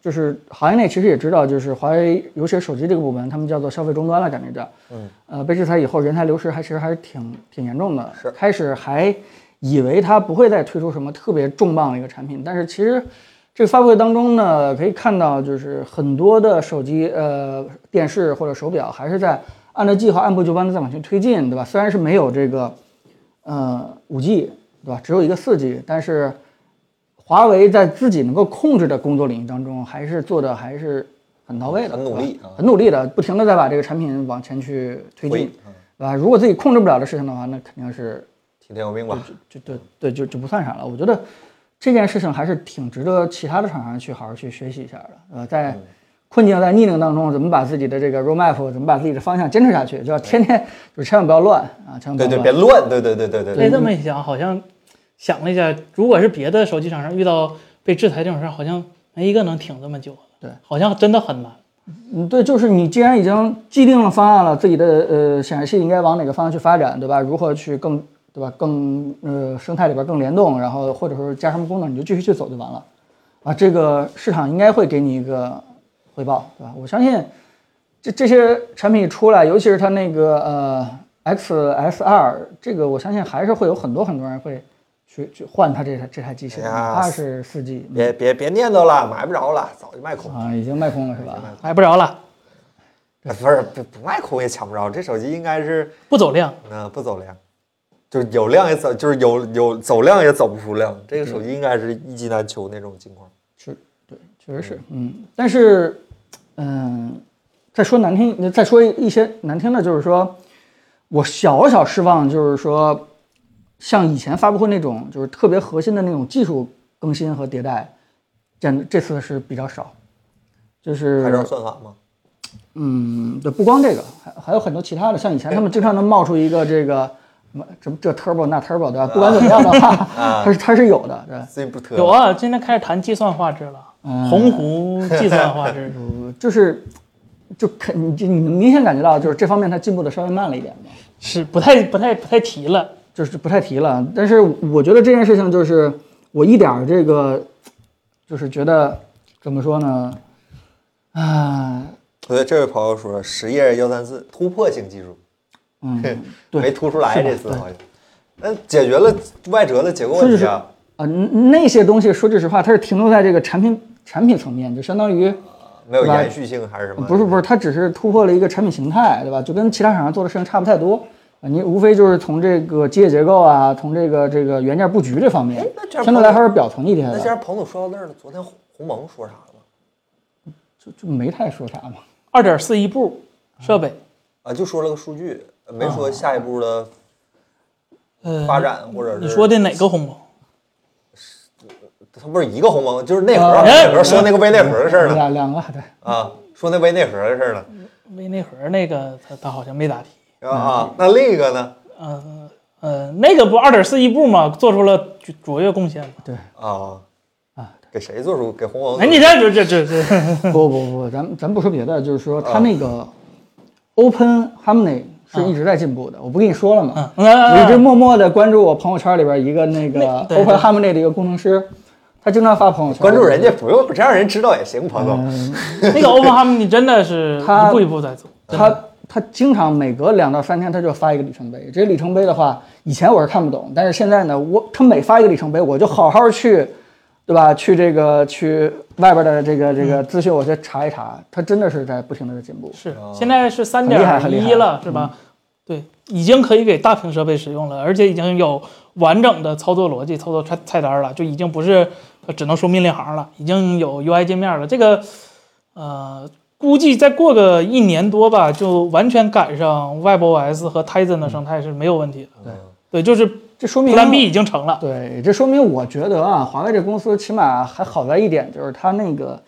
就是行业内其实也知道，就是华为，尤其是手机这个部门，他们叫做消费终端了，感觉叫，嗯，呃，被制裁以后，人才流失还其实还是挺挺严重的。是开始还以为它不会再推出什么特别重磅的一个产品，但是其实这个发布会当中呢，可以看到就是很多的手机、呃电视或者手表还是在按照计划按部就班的在往前推进，对吧？虽然是没有这个呃五 G，对吧？只有一个四 G，但是华为在自己能够控制的工作领域当中，还是做的还是很到位的，很努力对吧啊很努力的，不停的在把这个产品往前去推回进，对吧？如果自己控制不了的事情的话，那肯定是听天由命吧。就对对就就不算啥了。我觉得这件事情还是挺值得其他的厂商去好好去学习一下的。呃，嗯在困境在逆境当中，怎么把自己的这个 roadmap，怎么把自己的方向坚持下去，就要天天就是千万不要乱啊，千万不对要对，别乱。乱。对对对对对被哎这么一想，好像想了一下，如果是别的手机厂商遇到被制裁这种事儿，好像没一个能挺这么久的。对，好像真的很难。嗯，对，就是你既然已经既定了方案了，自己的呃显示器应该往哪个方向去发展，对吧？如何去更对吧？更呃生态里边更联动，然后或者说加什么功能，你就继续去走就完了。啊，这个市场应该会给你一个回报，对吧？我相信这这些产品一出来，尤其是它那个呃 XS 二，这个我相信还是会有很多很多人会去去换它这台这台机器的，哎呀哪怕是四 G 别别别念叨了，买不着了，早就卖空了。啊，已经卖空了是吧？买不着了，嗯不是不不卖空也抢不着，这手机应该是不走量。嗯、不走量，就是有量也走，就是有有走量也走不出量。这个手机应该是一机难求那种情况。是，对，确实是，嗯，但是，嗯、再说难听，再说一些难听的，就是说，我小小失望，就是说，像以前发布会那种，就是特别核心的那种技术更新和迭代，这这次是比较少，就是拍照算法吗？嗯，对，不光这个，还还有很多其他的，像以前他们经常能冒出一个这个什么什么这 turbo 那 turbo 对吧？不管怎么样的话， [LAUGHS] 它是它是有的，对。嗯最近不特有啊，今天开始谈计算画质了，鸿鹄计算 [LAUGHS] 画质。就是就肯就你能明显感觉到，就是这方面它进步的稍微慢了一点嘛，是不太不太不太提了。就是不太提了。但是我觉得这件事情就是我一点儿这个就是觉得怎么说呢，啊，我觉得这位朋友说实业幺三四突破性技术，嗯，[LAUGHS] 对没突出来是吧这次好像。那解决了外折的结构问题啊，啊、那些东西说句实话，它是停留在这个产品产品层面，就相当于。没有是吧延续性还是什么？不是不是，它只是突破了一个产品形态，对吧？就跟其他厂商做的事情差不太多。啊你无非就是从这个机械结构啊，从这个这个元件布局这方面哎那这样，相对来说是表层一些那既的，然彭总说到那儿了，昨天鸿鸿蒙说啥了吗？就就没太说啥嘛。二点四一步设备，啊，就说了个数据，没啊说下一步的呃，发展或者是你说的哪个鸿蒙？它不是一个鸿蒙，就是内核啊嗯啊，内核说那个微内核的事儿呢两两个对， [LAUGHS] 啊，说那微内核的事儿呢微内核那个，他他好像没咋提。啊嗯啊，那另一个呢嗯呃，那个不二点四一步嘛，做出了卓卓越贡献嘛。啊啊，给谁做出给鸿蒙？哎，你这这 [LAUGHS] 这这这，不不不，咱咱不说别的，就是说啊它那个 Open Harmony 是一直在进步的。我不跟你说了吗？啊嗯嗯我一直嗯默默的关注我朋友圈里边一个那个那对 Open 对 Harmony 的一个工程师，他经常发朋友圈。关注人家不用，这让人知道也行，彭总。嗯，那个欧盟他们，你真的是他一步一步在做。他他经常每隔两到三天他就发一个里程碑，这里程碑的话，以前我是看不懂，但是现在呢，我他每发一个里程碑，我就好好去对吧？去这个去外边的这个这嗯个资讯，我去查一查，它真的是在不停的进步。是哦，现在是三厉害点很厉一害嗯了，是吧？对，已经可以给大屏设备使用了，而且已经有完整的操作逻辑、操作菜菜单了，就已经不是呃只能说命令行了，已经有 UI 界面了。这个，呃，估计再过个一年多吧，就完全赶上 WebOS 和 Tizen 的生态是没有问题的。对对，就是这说明 Plan B 已经成了。对，这说明我觉得啊，华为这公司起码还好在一点，就是它那个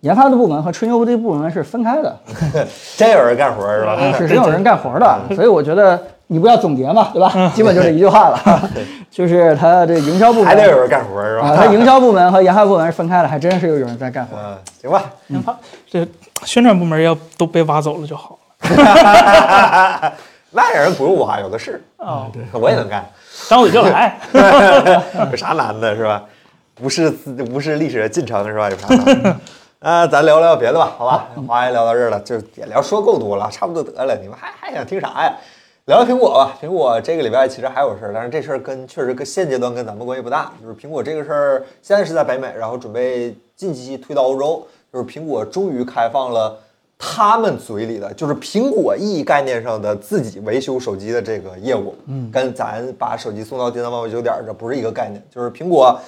研发的部门和吹牛的部门是分开的， [LAUGHS] 真有人干活是吧？是真有人干活的。所以我觉得你不要总结嘛，对嗯吧？基本就这一句话了， [LAUGHS] 就是它这营销部门 [LAUGHS] 还得有人干活是啊，它吧？营销部门和研发部门是分开的，还真是有人在干活。 [LAUGHS] 嗯，行吧， [LAUGHS] 研发这宣传部门要都被挖走了就好那有人不用挖，有的是，了嗯啊，我也能干，张嘴就来。 [LAUGHS] [LAUGHS] 有啥难的是吧？不是不是历史的进程是吧？有啥难的？那咱聊聊别的吧，好吧？华为聊到这儿了，就也聊说够多了，差不多得了。你们还还想听啥呀？聊聊苹果吧。苹果这个礼拜其实还有事儿，但是这事儿跟确实跟现阶段跟咱们关系不大。就是苹果这个事儿，现在是在北美，然后准备近期推到欧洲。就是苹果终于开放了他们嘴里的，就是苹果意义概念上的自己维修手机的这个业务，嗯，跟咱把手机送到第三方维修点儿这不是一个概念。就是苹果，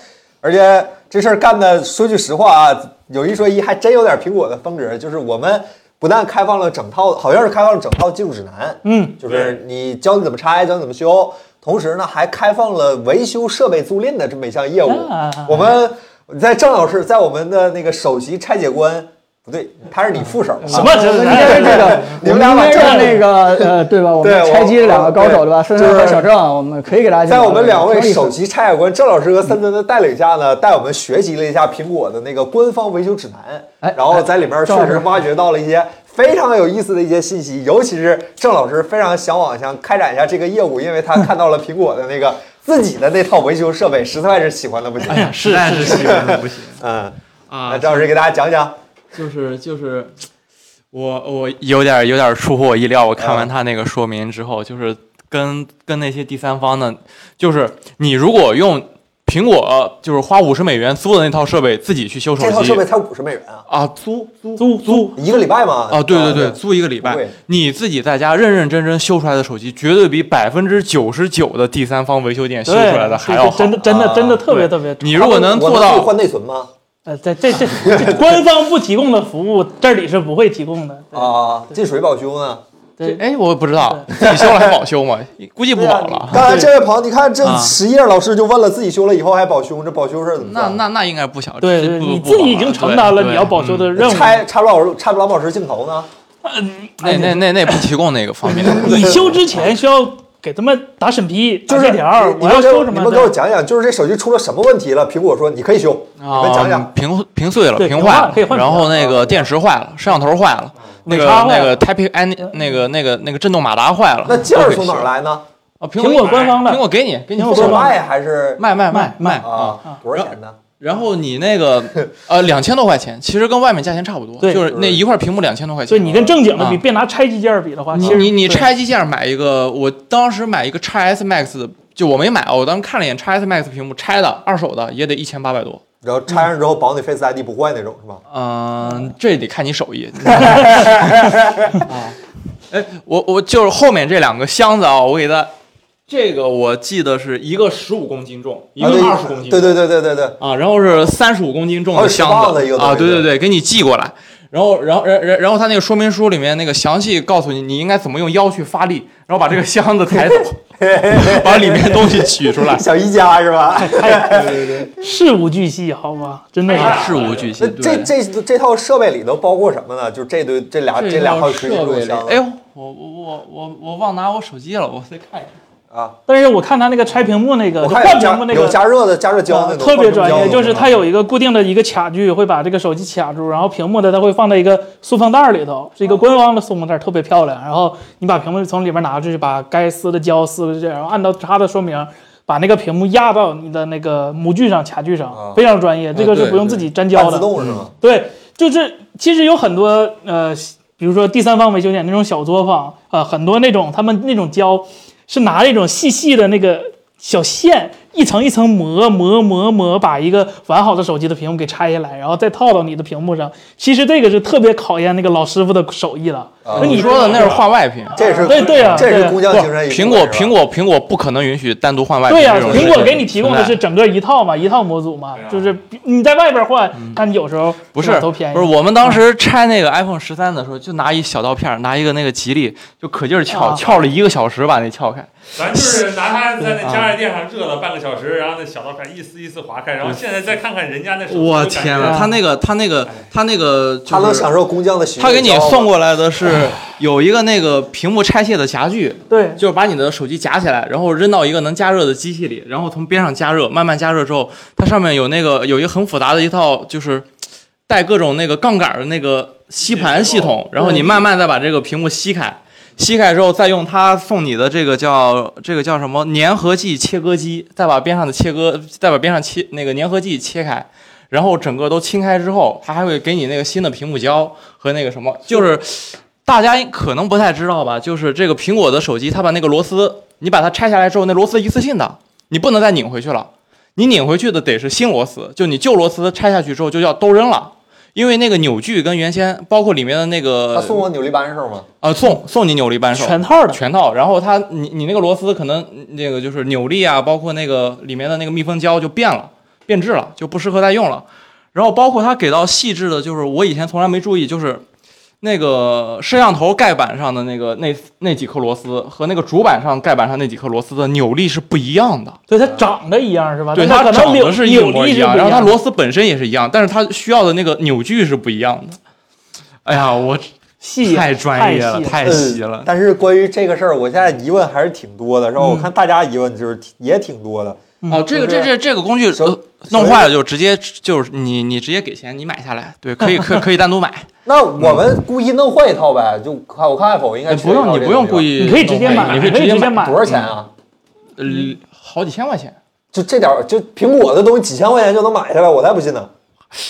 而且这事儿干的，说句实话啊，有一说一，还真有点苹果的风格。就是我们不但开放了整套，好像是开放了整套技术指南，嗯，就是你教你怎么拆，教你怎么修，同时呢还开放了维修设备租赁的这么一项业务啊。我们在郑老师在我们的那个首席拆解官。不对，他是你副手啊，什么我们应该是这个，你们俩我把应该正让那个呃，对吧？我对们我拆机这两个高手，我对吧？对森森就和是小郑，我们可以给大家在我们两位首手席拆解官郑老师和森森的带领下呢，带我们学习了一下苹果的那个官方维修指南哎，然后在里面确实挖掘到了一些非常有意思的一些信息，尤其是郑老师非常向往想开展一下这个业务，因为他看到了苹果的那个自己的那套维修设备，实在是喜欢的不行。哎实在是喜欢的不行 [LAUGHS] 嗯，那啊，郑老师给大家讲讲，就是就是，我我有点有点出乎我意料。我看完他那个说明之后，就是跟跟那些第三方的，就是你如果用苹果就是花五十美元租的那套设备自己去修手这套设备机才五十美元啊，啊，租租租租，一个礼拜嘛。啊，对对对，租一个礼不拜贵，你自己在家认认真真修出来的手机，绝对比百分之九十九的第三方维修店修出来对，的还要好。啊真的真的真的特别对特别。你如果能我做自己到换内存吗？呃，这这这这官方不提供的服务，这里是不会提供的。啊，进水保修呢？对，哎，我不知 [LAUGHS] 道自己修了还保修吗？估计不对啊保了。刚才这位朋友，你看这啊十页老师就问了，自己修了以后还保修，这保修事儿怎么那办？那那应该不小，嗯对这对，不你不自好己已经对承担了对你要保修的嗯任务，拆插不了插不了保时镜头呢？那那那那不提供那个方面， [LAUGHS] 你修之前需要给他们打审批，就打是这条，你我们要给修我什你么们给我的。讲讲，就是这手机出了什么问题了？苹果说你可以修，你啊，们讲讲。屏屏碎了，对屏屏坏坏了了可以，换然屏后那个电池坏了，摄像头坏了，那个尾插坏那个了 Type N 那个那个那个震动马达坏了，那件儿都可从以哪儿修？来呢？啊，苹苹果买官方的苹果给你给你苹付果是官了方卖还是卖卖卖卖卖啊！啊？多少钱呢？然后你那个呃两千多块钱，其实跟外面价钱差不多，对就是就是那一块屏幕两千多块钱。所以你跟正经的比，啊别拿拆机件儿比的话，你啊其实你你对拆机件买一个，我当时买一个 x S Max 的，就我没买啊，我当时看了一眼 x S Max 屏幕，拆的二手的也得一千八百多。然后拆上之后保你 Face ID 不坏那种是吗？嗯，这得看你手艺。啊，哎，我我就是后面这两个箱子啊，我给它，这个我记得是一个十五公斤重，一个啊对二十公斤重对对对对对对。啊，然后是三十五公斤重还有的10磅箱的一子个东啊，西。对对对，给你寄过来。然后，然后，然然然后他那个说明书里面那个详细告诉你，你应该怎么用腰去发力，然后把这个箱子抬走，把里面东西取出来小一加是 [LAUGHS] 吧？事无巨细，好吧，真的啊是。事无巨细那，这对这这套设备里头包括什么呢？就这堆这俩这俩套号实体设录备里，箱哎呦，我我我我我忘拿我手机了，我再看一下。啊！但是我看呃他那个拆屏幕那个，我就看换有屏幕加那有个，加热的加热胶那啊种，特别专换成胶业，的就是它有一个固定的一个卡具，会把这个手机卡住，然后屏幕的它会放在一个塑封袋儿里头，哦是一个官方的塑封袋儿，特别漂亮。然后你把屏幕从里面拿出去，把该撕的胶撕了去，然后按照它的说明。把那个屏幕压到你的那个模具上、卡具上啊，非常专业。这个是对不用对自己粘嗯半胶自的，动是吗？对，就是其实有很多呃，比如说第三方维修店那种小作坊，呃，很多那种他们那种胶是拿那种细细的那个小线，一层一层磨磨磨磨，把一个完好的手机的屏幕给拆下来，然后再套到你的屏幕上。其实这个是特别考验那个老师傅的手艺了。啊那你说的那是画外屏，这是对对啊这对是啊工匠不精神。苹果苹果苹果不可能允许单独换 [LAUGHS] 外屏对呀、这种事情。苹果给你提供的是存在整个一套嘛，一套模组嘛，就是你在外边换，但有时候啊嗯不是都便宜。嗯不是，我们当时拆那个 iPhone 十三的时候，就拿一小刀片儿，拿一个那个吉利，就可劲儿撬，啊撬了一个小时把那撬开。咱就是拿它在啊那加热垫上热了半个小时，然后那小刀片一丝一丝划开，然后现在再看看人家那手机，我就感觉天啊呐，他那个他那个他那个他就能是哎享受工匠的许他给你送过来的是有一个那个屏幕拆卸的夹具，对，就是把你的手机夹起来，然后扔到一个能加热的机器里，然后从边上加热，慢慢加热之后，它上面有那个有一个很复杂的一套，就是带各种那个杠杆的那个吸盘系统，嗯然后你慢慢再把这个屏幕吸开，吸开之后再用它送你的这个叫这个叫什么粘合剂切割机，再把边上的切割，再把边上切那个粘合剂切开。然后整个都清开之后，它还会给你那个新的屏幕胶和那个什么，就是大家可能不太知道吧，就是这个苹果的手机，它把那个螺丝，你把它拆下来之后，那螺丝一次性的，你不能再拧回去了。你拧回去的得是新螺丝，就你旧螺丝拆下去之后就要都扔了，因为那个扭矩跟原先包括里面的那个他送我扭力扳手吗？呃送送你扭力扳手全套的。全套，然后它你你那个螺丝可能嗯那个就是扭力啊，包括那个里面的那个密封胶就变了，变质了，就不适合再用了。然后包括它给到细致的，就是我以前从来没注意，就是那个摄像头盖板上的那个那那几颗螺丝和那个主板上盖板上那几颗螺丝的扭力是不一样的。对，它长得一样是吧？对，但它啊可能长扭得是一扭模力一是样，不然后它样螺丝本身也是一样，但是它需要的那个扭矩是不一样的。哎呀，我细太专业了，太细太细了。嗯但是关于这个事儿，我现在疑问还是挺多的，是嗯吧？我看大家疑问就是挺也挺多的。哦，这个就这是这这个工具首呃首弄先坏了就直接就是你你直接给钱你买下来，对，可以可以可以单独 [LAUGHS] 买，那我们故意弄坏一套呗，就看我看 Apple 应该缺嗯哎不一套用你这不用东故西意你弄坏，可以直接买，你可以可直以直接接买，吧多少钱啊？呃，好几千块钱，就这点儿，就苹果的东西几千块钱就能买下来，我才不信呢。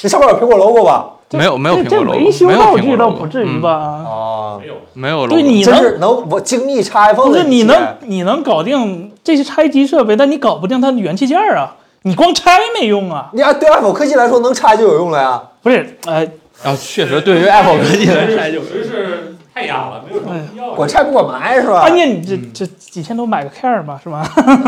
这上面有苹果 logo 吧？没有没有这苹这果 logo，维修没有道苹果具倒 logo，不至于嗯吧？啊没，有。没有 logo，对，你真能是能我精密插 iPhone 不的是机器，你能你能搞定这些拆机设备，但你搞不定它的元器件儿啊！你光拆没用啊！你按对 Apple 科技来说，能插就有用了呀。不是，呃，啊，确实对于 Apple 科技来说，属于是太雅了，没有什么必要。管拆不管埋是吧关？键哦啊你这嗯这几千多买个 care 吧，是吧？ [LAUGHS]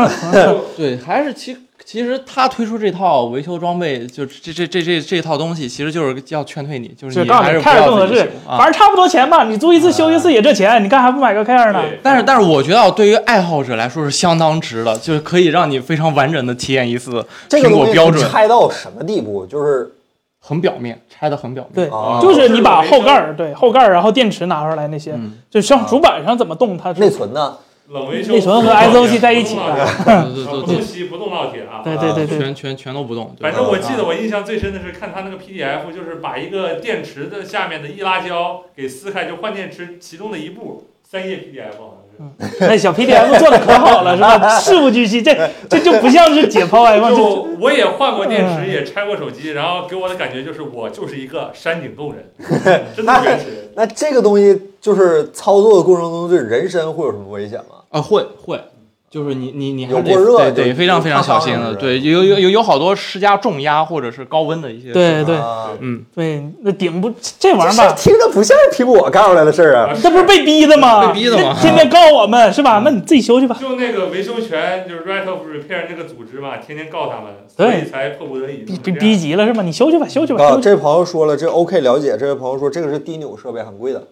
对，还是其其实他推出这套维修装备，就这这这这这套东西，其实就是要劝退你，就 [LAUGHS] 是就你告诉还你是不 care 要更合自己适修，啊反。正差不多钱吧。你租一次修一次也这钱，你干还不买个 care 呢？对但是，但是我觉得对于爱好者来说是相当值的，就是可以让你非常完整的体验一次这个苹东果西标准，拆到什么地步？就是很表面，拆的很表面。对啊，哦就是你把后盖儿对后盖儿，然后电池拿出来那些，嗯，就像主板上怎么动它内是。存呢？冷维修内存和 SOC 在一起不动烙铁不对对对动吸，不动烙铁啊。对对对对，全全全都不动。对反正我记得我印象最深的是看他那个 PDF，就是把一个电池的下面的易拉胶给撕开，就换电池其中的一部，三页 PDF 好像 [LAUGHS] 那小 PDF 做的可好了，是吧？ [LAUGHS] 事无巨细，这这就不像是解剖 iPhone，是。这就我也换过电嗯池，也拆过手机，然后给我的感觉就是我就是一个山顶 [LAUGHS] 洞人，真的原始。那这个东西就是操作的过程中对人身会有什么危险吗？啊，会会，就是你你你还有得过热得就得非常非常小心烫伤的。是吧对，有有有有好多施加重压或者是高温的一些。，对哎对啊嗯，对，那顶不这这玩意事儿儿吧，听着不像是苹果干出来的事儿啊。啊这不是被逼的吗？被逼的吗嗯那天天告我们是吧？那你自己修去吧。就那个维修权，就是 Right of Repair 那个组织嘛，天天告他们，所以才迫不得已逼逼逼急了是吧？你修去吧，修去吧，啊，修去吧。这位朋友说了，这 OK 了解。这位朋友说，这个是低扭设备，很贵的。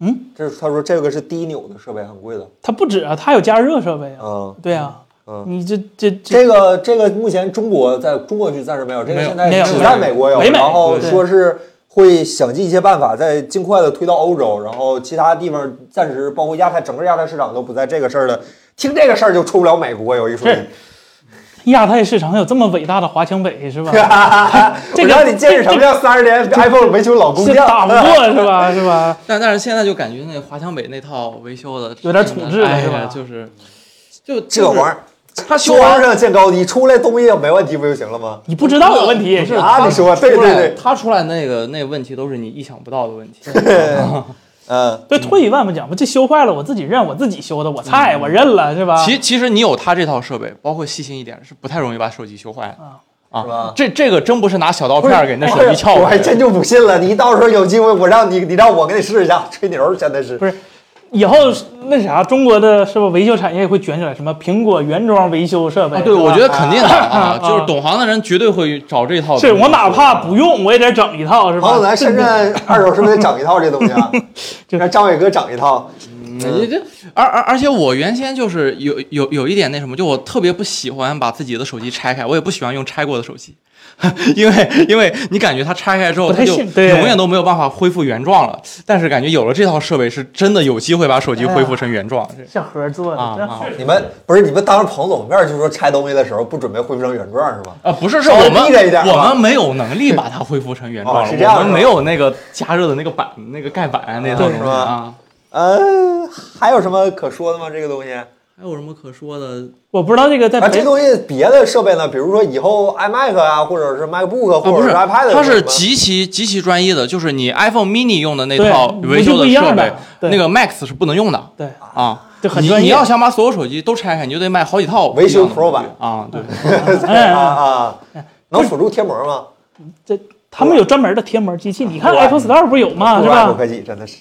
嗯，这是他说这个是低扭的设备，很贵的。它不止啊，它有加热设备啊。嗯，对啊，嗯你这这这这个这个目前中国在中国区暂时没有，这个现在没有只在美国有。没有然后对对说是会想尽一切办法，再尽快的推到欧洲，然后其他地方暂时包括亚太整个亚太市场都不在这个事儿的。听这个事儿就出不了美国，有一说一。 [LAUGHS] 亚太市场有这么伟大的华强 [LAUGHS] 北是吧？这我个让你见识什么叫三十年 iPhone 维修老工这匠， [LAUGHS] 打不过是吧？是吧？但但是现在就感觉那华强北那套维修的有点真的土制了哎是吧呀就是就 [LAUGHS] 这玩意儿，儿，他修修完完上见高低，出来东西没问题不就行了吗？你不知道有问题不是啊他你说对出来对对他出来那个那个问题都是你意想不到的问题。嗯，对，退一万步讲吧，这修坏了我自己认，我自己修的，我菜，我认了，是吧？其其实你有它这套设备，包括细心一点，是不太容易把手机修坏的啊是吧啊。这这个真不是拿小刀片儿给那手机撬哎我还开的，真就不信了。你到时候有机会，我让你，你让我给你试一下，吹牛真的是不。是，以后那啥，中国的是不是维修产业也会卷起来？什么苹果原装维修设备？啊，对，是吧我觉得肯定的啊啊，就是懂行的人绝对会找这套东西。是我哪怕不用，我也得整一套，是朋友，吧？咱深圳二手是不是得整一套这东西 [LAUGHS] 啊？这让张伟哥整一套。嗯你这，而而而且我原先就是有有有一点那什么，就我特别不喜欢把自己的手机拆开，我也不喜欢用拆过的手机， [LAUGHS] 因为因为你感觉它拆开之后，不太它就信对永远都没有办法恢复原状了。但是感觉有了这套设备，是真的有机会把手机恢复成原状。这小盒做的，啊真啊好。你们不是你们当着彭总面就说拆东西的时候不准备恢复成原状是吧？啊，不是，是稍微我们低着一点儿我吧们没有能力把它恢复成原哦状了，是这样我们是吧没有那个加热的那个板、那个盖板那对套东是西吧啊。呃，还有什么可说的吗？这个东西啊，还有什么可说的？我不知道这个在这北东西别的设备呢，比如说以后 iMac 啊，或者是 MacBook，啊，或不者是， iPad，它有什是么极其极其专业的，就是你 iPhone mini 用的那对套不维是修不一样的设备，对那个 Max 是不能用的对，啊。就很你专业。你要想把所有手机都拆开，你就得买好几套维修不一 Pro 样的版啊。对，哎啊啊，能辅助贴膜吗？这他们有专门的贴膜机器，你看对 iPhone Store 不是有吗？是不如爱博吧？科技真的是，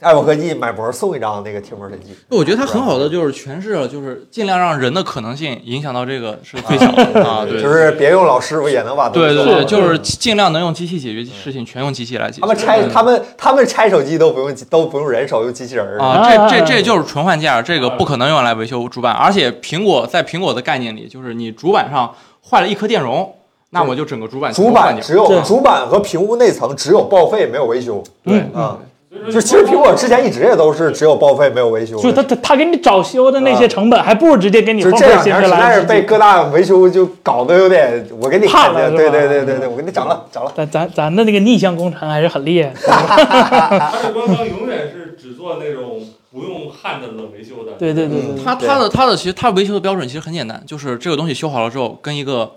爱博科技买膜送一张那个贴膜神器。我觉得它很好的就是诠释了，就是尽量让人的可能性影响到这个是最小的啊。对，就是别用老师傅也能把东西对对做好对，就是嗯尽量能用机器解决事情，全用机器来解决。他们拆他们他们拆手机都不用都不用人手，用机器人儿啊，啊这这啊这就是纯换件儿，这个不可能用来维修主板。而且苹果在苹果的概念里，就是你主板上坏了一颗电容，那我就整个主板全主部换板掉。只有对主板和屏幕内层只有报废没有维修嗯对，啊。所以就说其实苹果之前一直也都是只有报废没有维修的，就他他他给你找修的那些成啊本，还不如直接给你就后这面两新年的实在来是一被起。各大维修就搞得有点，我给你怕看见，了是对吧对对对对，我给你整了整了。咱咱咱的那个逆向工程还是很厉害，它的官方永远是只做那种不用焊的冷维修的。对对对对对，它嗯对它的它的其实它维修的标准其实很简单，就是这个东西修好了之后，跟一个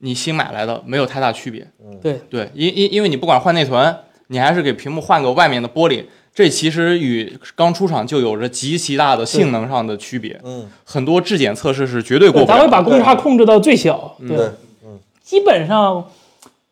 你新买来的没有太大区别。嗯对对，因因因为你不管换内存，你还是给屏幕换个外面的玻璃，这其实与刚出厂就有着极其大的性能上的区别。嗯，很多质检测试是绝对过不咱了会的。把公差控制到最小，嗯对对，，基本上。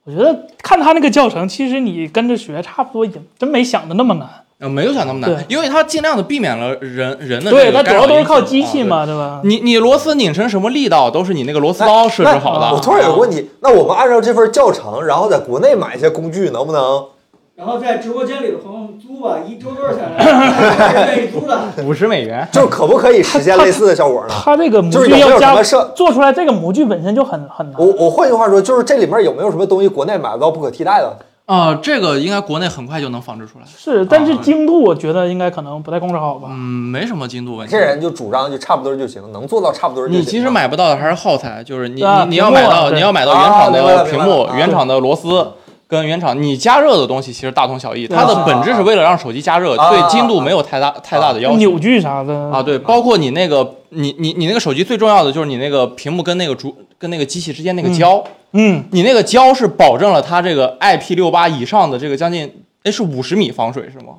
我觉得看他那个教程，其实你跟着学差不多，也真没想的那么难。呃，没有想那么难对，因为它尽量的避免了人人的对，这个它主干扰要都是因素靠机器。啊嘛，对吧对？你你螺丝拧成什么力道，都是你那个螺丝刀设置好那的。我突然有个问题，那我们按照这份教程，然后在国内买一些工具，能不能？然后在直播间里的朋友们租吧，一周多 [LAUGHS] 少钱来？愿意租的，啊五十美元，就可不可以实现类似的效果呢？它这个模就是具有没要有什加么设？做出来，这个模具本身就很很难我。我换句话说，就是这里面有没有什么东西国内买不到、不可替代的？啊，这个应该国内很快就能仿制出来。是，但哦是精度我觉得应该可能不太控制好吧。嗯，没什么精度问题这。人就主张就差不多就行，能做到差不多就行。你其实买不到的还是耗材，就是你啊你你要屏幕买啊到对你要买到原厂啊明白了的明屏白了幕啊、原厂的螺丝跟原厂你加热的东西其实大同小异，它啊的本质是为了让手机加热，啊对精度没有太大太大的要求。扭矩啥哦的啊，对，包括你那个，你你你那个手机最重要的就是你那个屏幕跟那个主跟那个机器之间那个胶，嗯，你那个胶是保证了它这个 IP 六八以上的这个将近，哎是五十米防水是吗？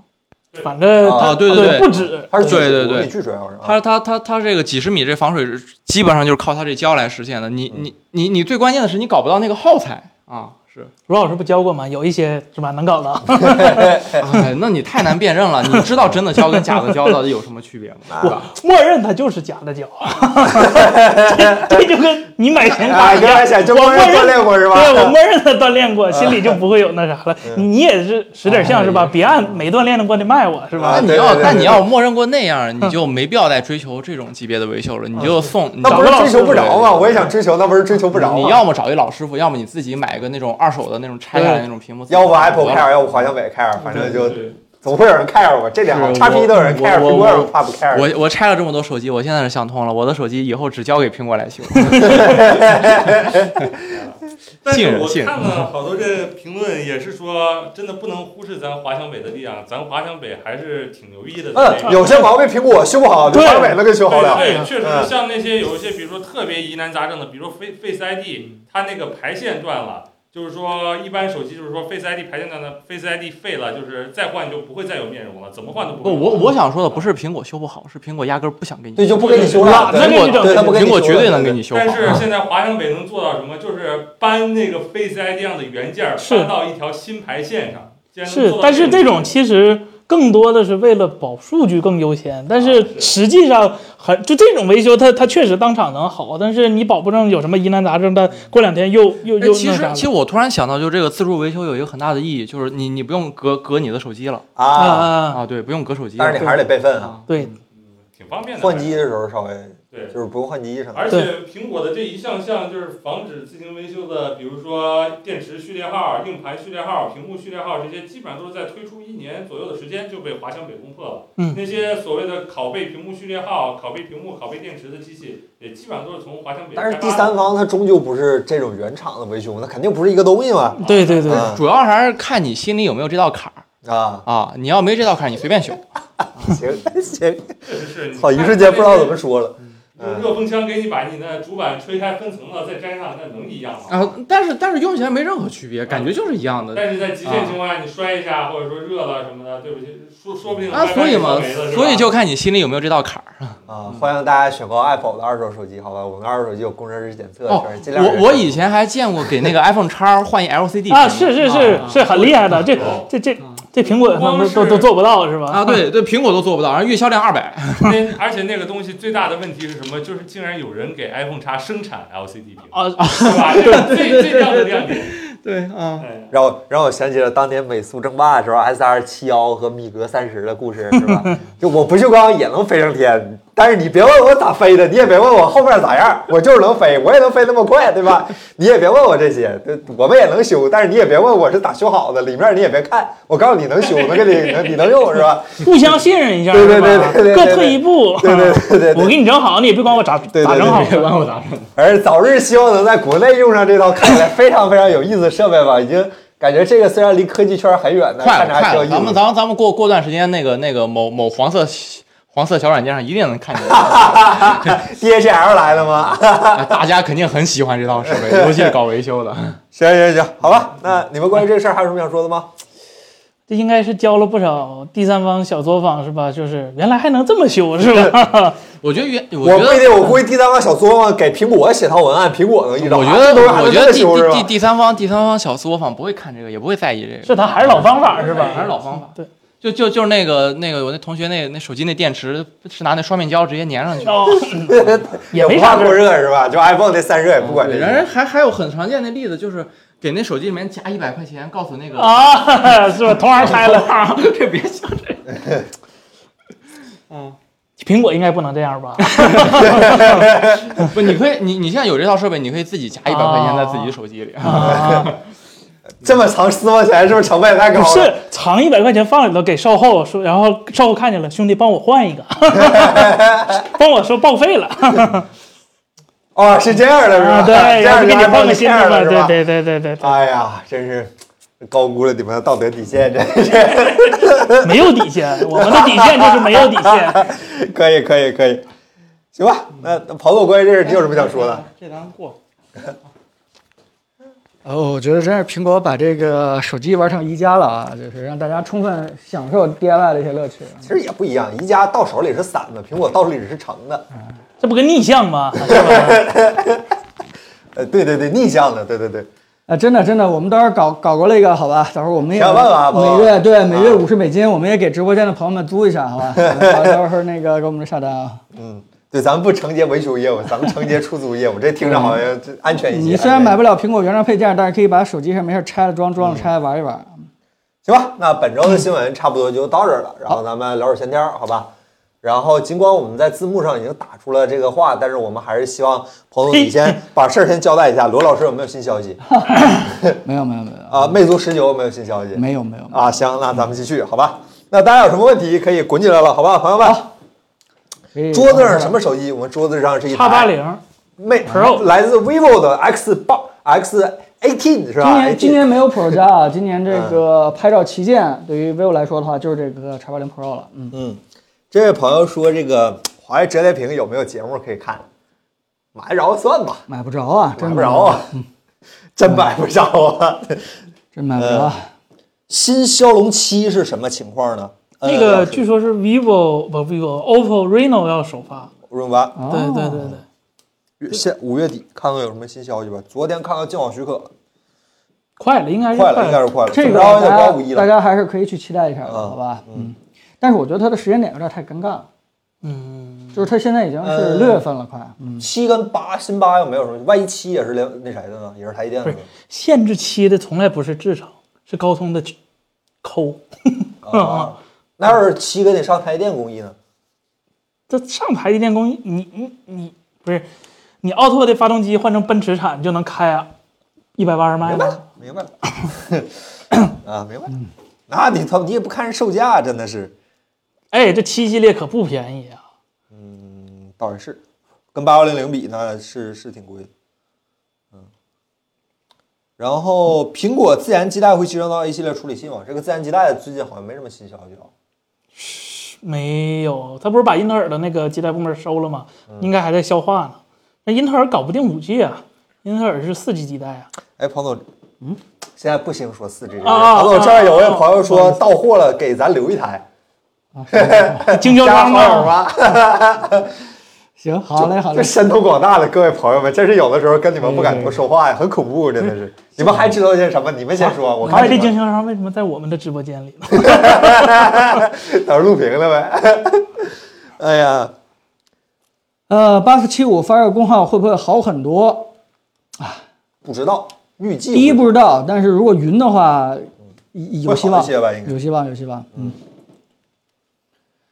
反正它啊对对对不止，它是对对对你拒绝要是啊它它它它这个几十米这防水是基本上就是靠它这胶来实现的。你哦你你你最关键的是你搞不到那个耗材啊，是，罗老师不教过吗？有一些是吧，能搞的。 [LAUGHS] 哎，那你太难辨认了。你知道真的胶跟假的胶到底有什么区别吗？ [LAUGHS] 我默认它就是假的胶， [LAUGHS] 这这就跟你买 [LAUGHS] 显卡啊，一原样来。想就我光默是锻认，炼过是吧？对我默认它锻炼过，心里就不会有那啥了。嗯你也是使点相哎是吧？别按没锻炼的过来卖我是吧？啊那你对要，对那对你要默认过那样，你就没必要再追求这种级别的维修了。你就送，你 [LAUGHS] 那找不个是老追师求不傅着吗？我也想追求，那不是追求不着吗？啊你要么找一老师傅，要么你自己买一个那种二手的那种拆下来对那种屏幕。要不 Apple Care，要不华强北 Care，反正就对总会有人 care 我。这两是行叉 P 都有人我 care，我苹果我有人怕不 care。我我拆了这么多手机，我现在是想通了，我的手机以后只交给苹果 [LAUGHS] 来修。但信是任我信任看 [LAUGHS] 了好多这评论，也是说真的不能忽视咱华强北的力量，咱华强北还是挺牛逼的。在这嗯，一有些毛病苹果修不好，对华为能给修好了。对，对确嗯实像那些有一些，比如说特别疑难杂症的，比如说 Face Face ID，它那个排线断了，就是说一般手机就是说 Face ID 排进量的 Face ID 废了，就是再换就不会再有面容了，怎么换都不不，哦会。我我想说的不是苹果修不好，是苹果压根儿不想给你对，修。就不给你修了。懒得对苹给果你整对他不给你苹果修绝了对能给你修好啊但。啊是现在华强北能做到什么？就是搬那个 Face ID 上的原件儿是搬到一条新排线上。既然能是做，到但是这这一种步其实更多的是为了保数据更优先，但啊是是实际上很就这种维修它，它确实当场能好，但是你保不证有什么疑难杂症，它过两天又又哎又其那啥实，了其实我突然想到，就这个自助维修有一个很大的意义，就是你你不用隔隔你的手机了啊啊，啊，啊，对，不用隔手机了。但是你还是得备份啊。啊，对，挺方嗯便的。换机的时候稍微对，就是不用换机上，而且苹果的这一项项就是防止自行维修的，比如说电池序列号、硬盘序列号、屏幕序列号这些，基本上都是在推出一年左右的时间就被华强北攻破了。嗯那些所谓的拷贝屏幕序列号、拷贝屏幕、拷贝电池的机器，也基本上都是从华强北开发但的。是第三方它终究不是这种原厂的维修，那肯定不是一个东西嘛。对对对，啊主要还是看你心里有没有这道坎儿啊，啊。你要没这道坎儿，你随便修。行行，确实是。好，一瞬间不知道怎么。说了。嗯，热风枪给你把你的主板吹开分层了，再粘上，那能一样吗？啊，但是但是用起来没任何区别，感觉就是一样的。但是在极啊限情况下，你摔一下，或者说热了什么的，对不起，说说不定啊，歪所歪以就嘛没了，是所以吧就看你心里有没有这道坎儿。啊，欢迎大家选购 Apple 的二手手机，好吧？我们的二手手机有工程师检测，哦确实尽量。我我以前还见过给那个 iPhone 叉换一 LCD 啊，屏是是是啊是很厉害的，这哦这这啊这苹果他光们都是都做不到是吧？啊，，对对，苹果都做不到，然后月销量二百。 [LAUGHS] 那而且那个东西最大的问题是什么？就是竟然有人给 iPhone 叉生产 LCD [LAUGHS] 屏，啊是吧？这个最最亮的亮点。对啊，哎让我让我想起了当年美苏争霸的时候，S R 七幺和米格三十的故事，是吧？ [LAUGHS] 就我不锈钢也能飞上天，但是你别问我咋飞的，你也别问我后面咋样，我就是能飞，我也能飞那么快，对吧？ [LAUGHS] 你也别问我这些，对我们也能修，但是你也别问我是咋修好的，里面你也别看，我告诉你能修，能给 [LAUGHS] 你能你能用，是吧？ [LAUGHS] 互相信任一下，对对是吧对对对对各退一步，对对对对对 [LAUGHS] 我给你整好，你也别管我咋对咋整好，别管我咋整。而早日希望能在国内用上这套看起来非常非常有意思的设备吧。已经感觉这个虽然离科技圈很远，但快看着了还快挺有了，意咱们思。咱们咱们过过段时间那个那个某某黄色黄色小软件上一定能 [LAUGHS] 看见， DHL 来了吗？啊大家肯定很喜欢这套设备， [LAUGHS] 尤其是搞维修的。行行行，好吧，嗯那你们关于这个事儿还有什么想说的吗？ [LAUGHS] 这应该是教了不少第三方小作坊是吧？就是原来还能这么修是 [LAUGHS] 吧？我觉得原我我觉不得一定，我估计第三方小作坊给苹果写套文案，苹果能遇到。我觉得啊 [LAUGHS] 都是还我能觉这么得第修是第第吧？第三方第三方小作坊不会看这个，也不会在意这个。是他还是老方法是吧？还是老方法。对，就就就是那个那个我那同学那那手机那电池是拿那双面胶直接 [LAUGHS] 粘上去。哦， [LAUGHS] 也没不啥怕事过儿，嗯热是吧？就 iPhone 那散热也不管这对，个。然后还还有很常见的例子，就是给那手机里面加一百块钱，告诉那个啊，是吧？同行拆 [LAUGHS] 了，这别想这嗯苹果应该不能这样吧？个，不，你可以你你现在有这套设备，你可以自己加一百块钱在自己手机里。 [LAUGHS] 啊，这么藏私房钱是不是成本也 [LAUGHS] 太高不了？是藏一百块钱放里头给售后说，然后售后看见了，兄弟帮我换一个， [LAUGHS] 帮我说报废了，哦，是这样的是吧？啊，对， [LAUGHS] 这然后样给你换个这新样的的吧，是对吧？对对对 [LAUGHS] 对对。哎呀，真是高估了你们的道德底线，这 [LAUGHS] 没有底线，我们的底线就是没有底线。可以可以可以，行吧？那那彭总关于这事儿你有什么想说 [LAUGHS] 的？这咱过。呃，我觉得真是苹果把这个手机玩成宜家了啊，就是让大家充分享受 DIY 的一些乐趣。啊其实也不一样，宜家到手里是散的，苹果到手里是成的。这不跟逆向 [LAUGHS] 吗？是吧呃，对对对，逆向的，对对对。啊，真的真的，我们到时候搞搞过那个，好吧？到时候我们也想办法吧每月对每月啊五十美金，我们也给直播间的朋友们租一下，好 [LAUGHS] 吧？到时候那个给我们下单啊。嗯，对，咱们不承接维修业务，咱们承接出租业务，这听着好像这安全一些。嗯啊你虽然安全一些买不了苹果原装配件，但是可以把手机上没事拆了装，装了拆，玩一啊玩。行吧，那本周的新闻差不多就到这儿了，然后咱们聊会儿闲天儿，好吧？然后尽管我们在字幕上已经打出了这个话，但是我们还是希望彭总你先把事儿先交代一下，罗老师有没有新消息没有没有没有啊？魅族十九有没有新消息？没有没有。啊，行，那咱们继续，好吧？那大家有什么问题可以滚起来了，好吧，朋友们？没有桌子上什么？手机？我们桌子上是一台叉八零魅 Pro 来自 vivo 的 X 八 X eighteen 是吧？今年18今年没有 Pro 加啊，今年这嗯个拍照旗舰对于 vivo 来说的话，就是这个 X80 Pro 了。嗯，嗯，这位朋友说这个华为折叠屏有没有节目可以看？买着算吧，买不着啊，买真不着啊。真买不着啊。真买不嗯着。新骁龙七是什么情况呢？呃那嗯个据说是 vivo 不 vivo，OPPO Reno 要首发。润吧，哦对对对对，月现五月底看看有什么新消息吧。昨天看到建网许可快了，应该是快了，应该是快了，这怎个么着也得大八五一家大了。家还是可以去期待一下的，嗯好吧？嗯。但是我觉得它的时间点有点太尴尬了，嗯，就是它现在已经是呃六月份了，快。嗯。七跟八，新八又没有什么，万一七也是联那谁的呢？也是台积电的呢。限制期的从来不是制程，是高通的抠。啊，那要是七跟得上台积电工艺呢？ [LAUGHS] 这上台积电工艺，你你你不是你奥拓的发动机换成奔驰产你就能开啊一百八十迈明白吗？了，明 [COUGHS] 白了，啊，明白了。那你他你也不看人售价，真的是，哎，这七系列可不便宜啊！嗯，倒也是，跟八幺零零比呢，是是挺贵的，嗯。嗯然后苹果自研基带会集成到 A 系列处理器吗？这个自研基带最近好像没什么新消息啊。没有，他不是把英特尔的那个基带部门收了吗？嗯应该还在消化呢。那英特尔搞不定五 G 啊，英特尔是四 G 基带啊。 [LAUGHS] 哎，彭总，嗯，现在不兴说四 G 啊啊彭总，这儿有位朋友啊啊说啊到货了，给咱留一台，经销加商好友啊，吧。行，好嘞，好嘞这。神通广大的各位朋友们，真是有的时候跟你们不敢多说话呀，很恐怖，真的是。你们还知道些什么？你们先说，我还看有这你经们销商为什么在我们的直播间里呢？ [LAUGHS] 等着录屏了呗。 [LAUGHS] 哎呀，呃，八四七五发热功耗会不会好很多？不知道，预计第一不知道，但是如果云的话，有有希嗯会望好一些吧应，该有希望，有希望。嗯，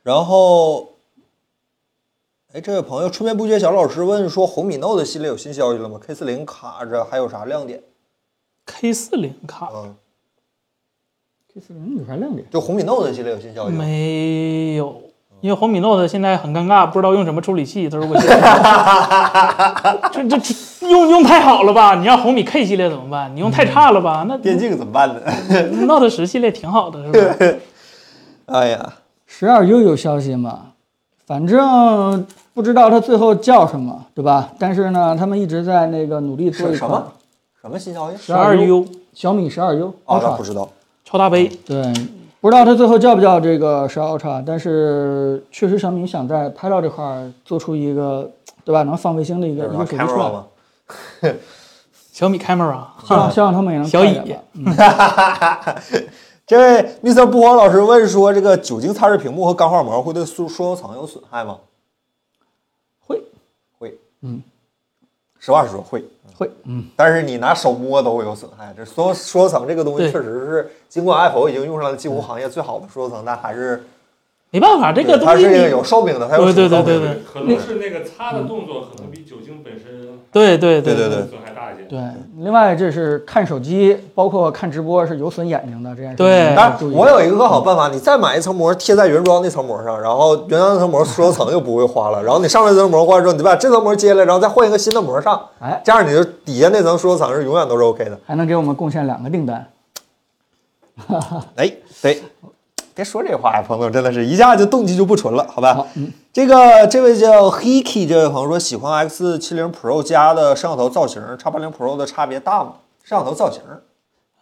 然后，哎，这位朋友春眠不觉晓老师问说，红米 Note 系列有新消息了吗？K 4 0卡着，还有啥亮点？ K 四零卡嗯，这次有啥亮点？就红米 Note 系列有新消息吗？没有，因为红米 Note 现在很尴尬，不知道用什么处理器。他如果现在 [LAUGHS] 这这这用用太好了吧？你让红米 K 系列怎么办？你用太差了吧？那电竞怎么办呢？ Note 十系列挺好的，是 [LAUGHS] 吧？哎呀，十二又有消息吗？反正不知道它最后叫什么，对吧？但是呢，他们一直在那个努力做是一什款么什么新消息？十二 U 小米十二 U 啊，那 Ultra，、不知道。超大杯，对，不知道它最后叫不叫这个十二 Ultra，但是确实小米想在拍照这块儿做出一个，对吧？能放卫星的一个一个手机出来 camera 吧，吗？小米 Camera，希望希望他们也能小快一点野吧嗯这位 Mr. 不慌老师问说，这个酒精擦拭屏幕和钢化膜会对疏疏油层有损害吗？会会，嗯，实话实说会，会，嗯，但是你拿手摸都会有损害。这疏油疏油层这个东西对确实是，尽管 Apple 已经用上了几乎行业最好的疏油层，但还是没办法，这个它东西是一个你有寿命的，它有对对使用寿对命的对可能是那个擦的动作可能比酒精本身对对对对对对损害大一些。对。另外这是看手机，包括看直播是有损眼睛的这件事情，对当大家注然，意。我有一个更好办法，你再买一层膜贴在原装那层膜上，然后原装那层膜疏油层又不会花了，然后你上面这层膜花了之后，你把这层膜揭了，然后再换一个新的膜上，哎，这样你就底下那层疏油层是永远都是 OK 的。还能给我们贡献两个订单。哎，对，别说这话呀，朋友，真的是一下就动机就不纯了，好吧？好嗯这个这位叫 Hiki 这位朋友说，喜欢 X 7 0 Pro 加的摄像头造型，x 8 0 Pro 的差别大吗？摄像头造型，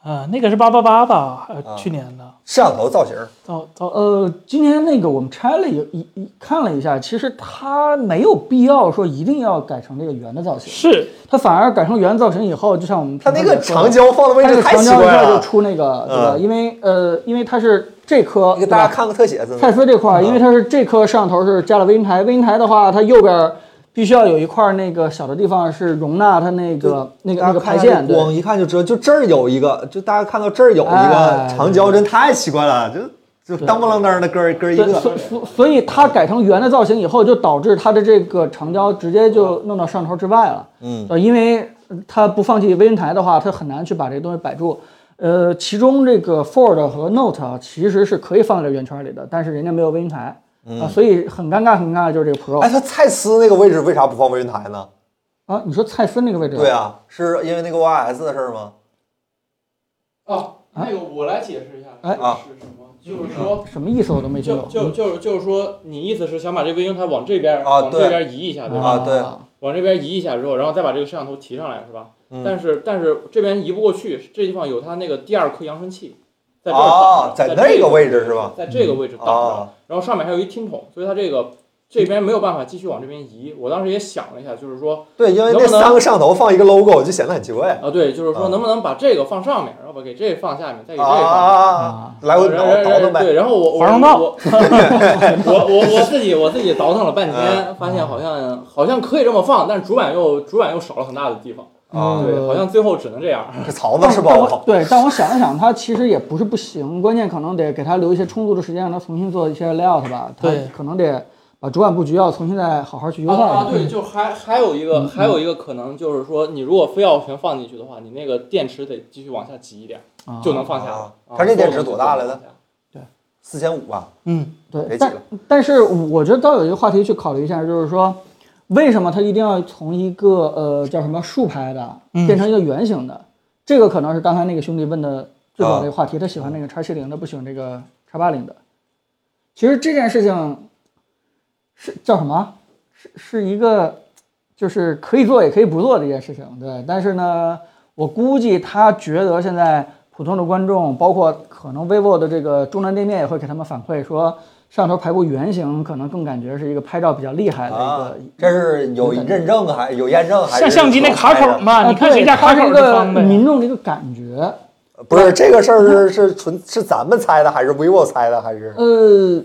啊，那个是八八八吧？啊呃，去年的，摄像头造型，到到呃，今天那个我们拆了一一一看了一下，其实它没有必要说一定要改成这个圆的造型，是它反而改成圆造型以后，就像我们嗯它平那常个说的长，焦放的位它那置个太长奇焦一怪啊下就了，出那个，对吧？嗯因为呃，因为它是这颗，你给对大家吧看个特写，真的嗯蔡。司这块儿，因为它是这颗摄像头是加了微云台，微云台的话，它右边儿必须要有一块儿那个小的地方是容纳它那个那个那个排线，对光一看就知道，就这儿有一个，就大家看到这儿有一个哎长焦，真太奇怪了，就就当不啷当的哥儿哥儿一对，个。所所所以它改成圆的造型以后，就导致它的这个长焦直接就弄到上头之外了。嗯呃，因为它不放弃微云台的话，它很难去把这个东西摆住。呃，其中这个 Ford 和 Note 啊，其实是可以放在这圆圈里的，但是人家没有微云台啊、所以很尴尬，很尴尬，就是这个 Pro 嗯哎，他蔡司那个位置为啥不放微云台呢？啊。你说蔡司那个位置，对啊，是因为那个 YS 的事儿吗？哦，那个我来解释一下，哎啊是什么？就是说，什么意思我嗯都没听嗯就就懂。就是就是说，你意思是想把这个英台往这边啊往对这边移一下，对吧？啊对往这边移一下之后，然后再把这个摄像头提上来，是吧？嗯但是但是这边移不过去，这地方有它那个第二颗扬声器，在这儿哦挡，在着，那这个位置是吧？在这个位置挡着，哦，然后上面还有一听筒，所以它这个这边没有办法继续往这边移。我当时也想了一下，就是说对，因能为那不能三个摄像头放一个 logo 就显得很奇怪。啊，对，就是啊说能不能把这个放上面，然后把给这放下面，再给这啊个放啊上面。啊！啊啊，来回倒然倒腾然呗。啊对，然后我我华容道我我 [LAUGHS] 我我自己我自己倒腾了半啊天，发现好像好像可以这么放，但是主板又主板又少了很大的地方，啊，嗯对，好像最后只能这样。这槽子但是不但好我对，但我想了想，它其实也不是不行，关键可能得给它留一些充足的时间，让它重新做一些 layout 吧。它对可能得把主板布局要重新再好好去优啊化一下。啊，对，就还还有一嗯个还有一个可能就是说，你如果非要全放进去的话，你那个电池得继续往下挤一点，啊就能放下啊了。它这电池所有多大来东西着都能放下？四千五吧，嗯，别挤对，但了。但是我觉得倒有一个话题去考虑一下，就是说，为什么它一定要从一个呃叫什么竖排的嗯变成一个圆形的？这个可能是刚才那个兄弟问的最早啊的一个话题，他喜欢那个叉七零的，不喜欢这个叉八零的。其实这件事情是叫什么？是是一个就是可以做也可以不做的一件事情，对。但是呢，我估计他觉得现在普通的观众，包括可能 vivo 的这个终端店面也会给他们反馈说，摄像头排布圆形可能更感觉是一个拍照比较厉害的一啊个。，这是有认证还有验证还是像相机那卡口嘛，啊你看对谁家它卡是口一就个方呗。民众的一个感觉，不是这个事儿是是纯是咱们猜的还是 vivo 猜的还是？呃，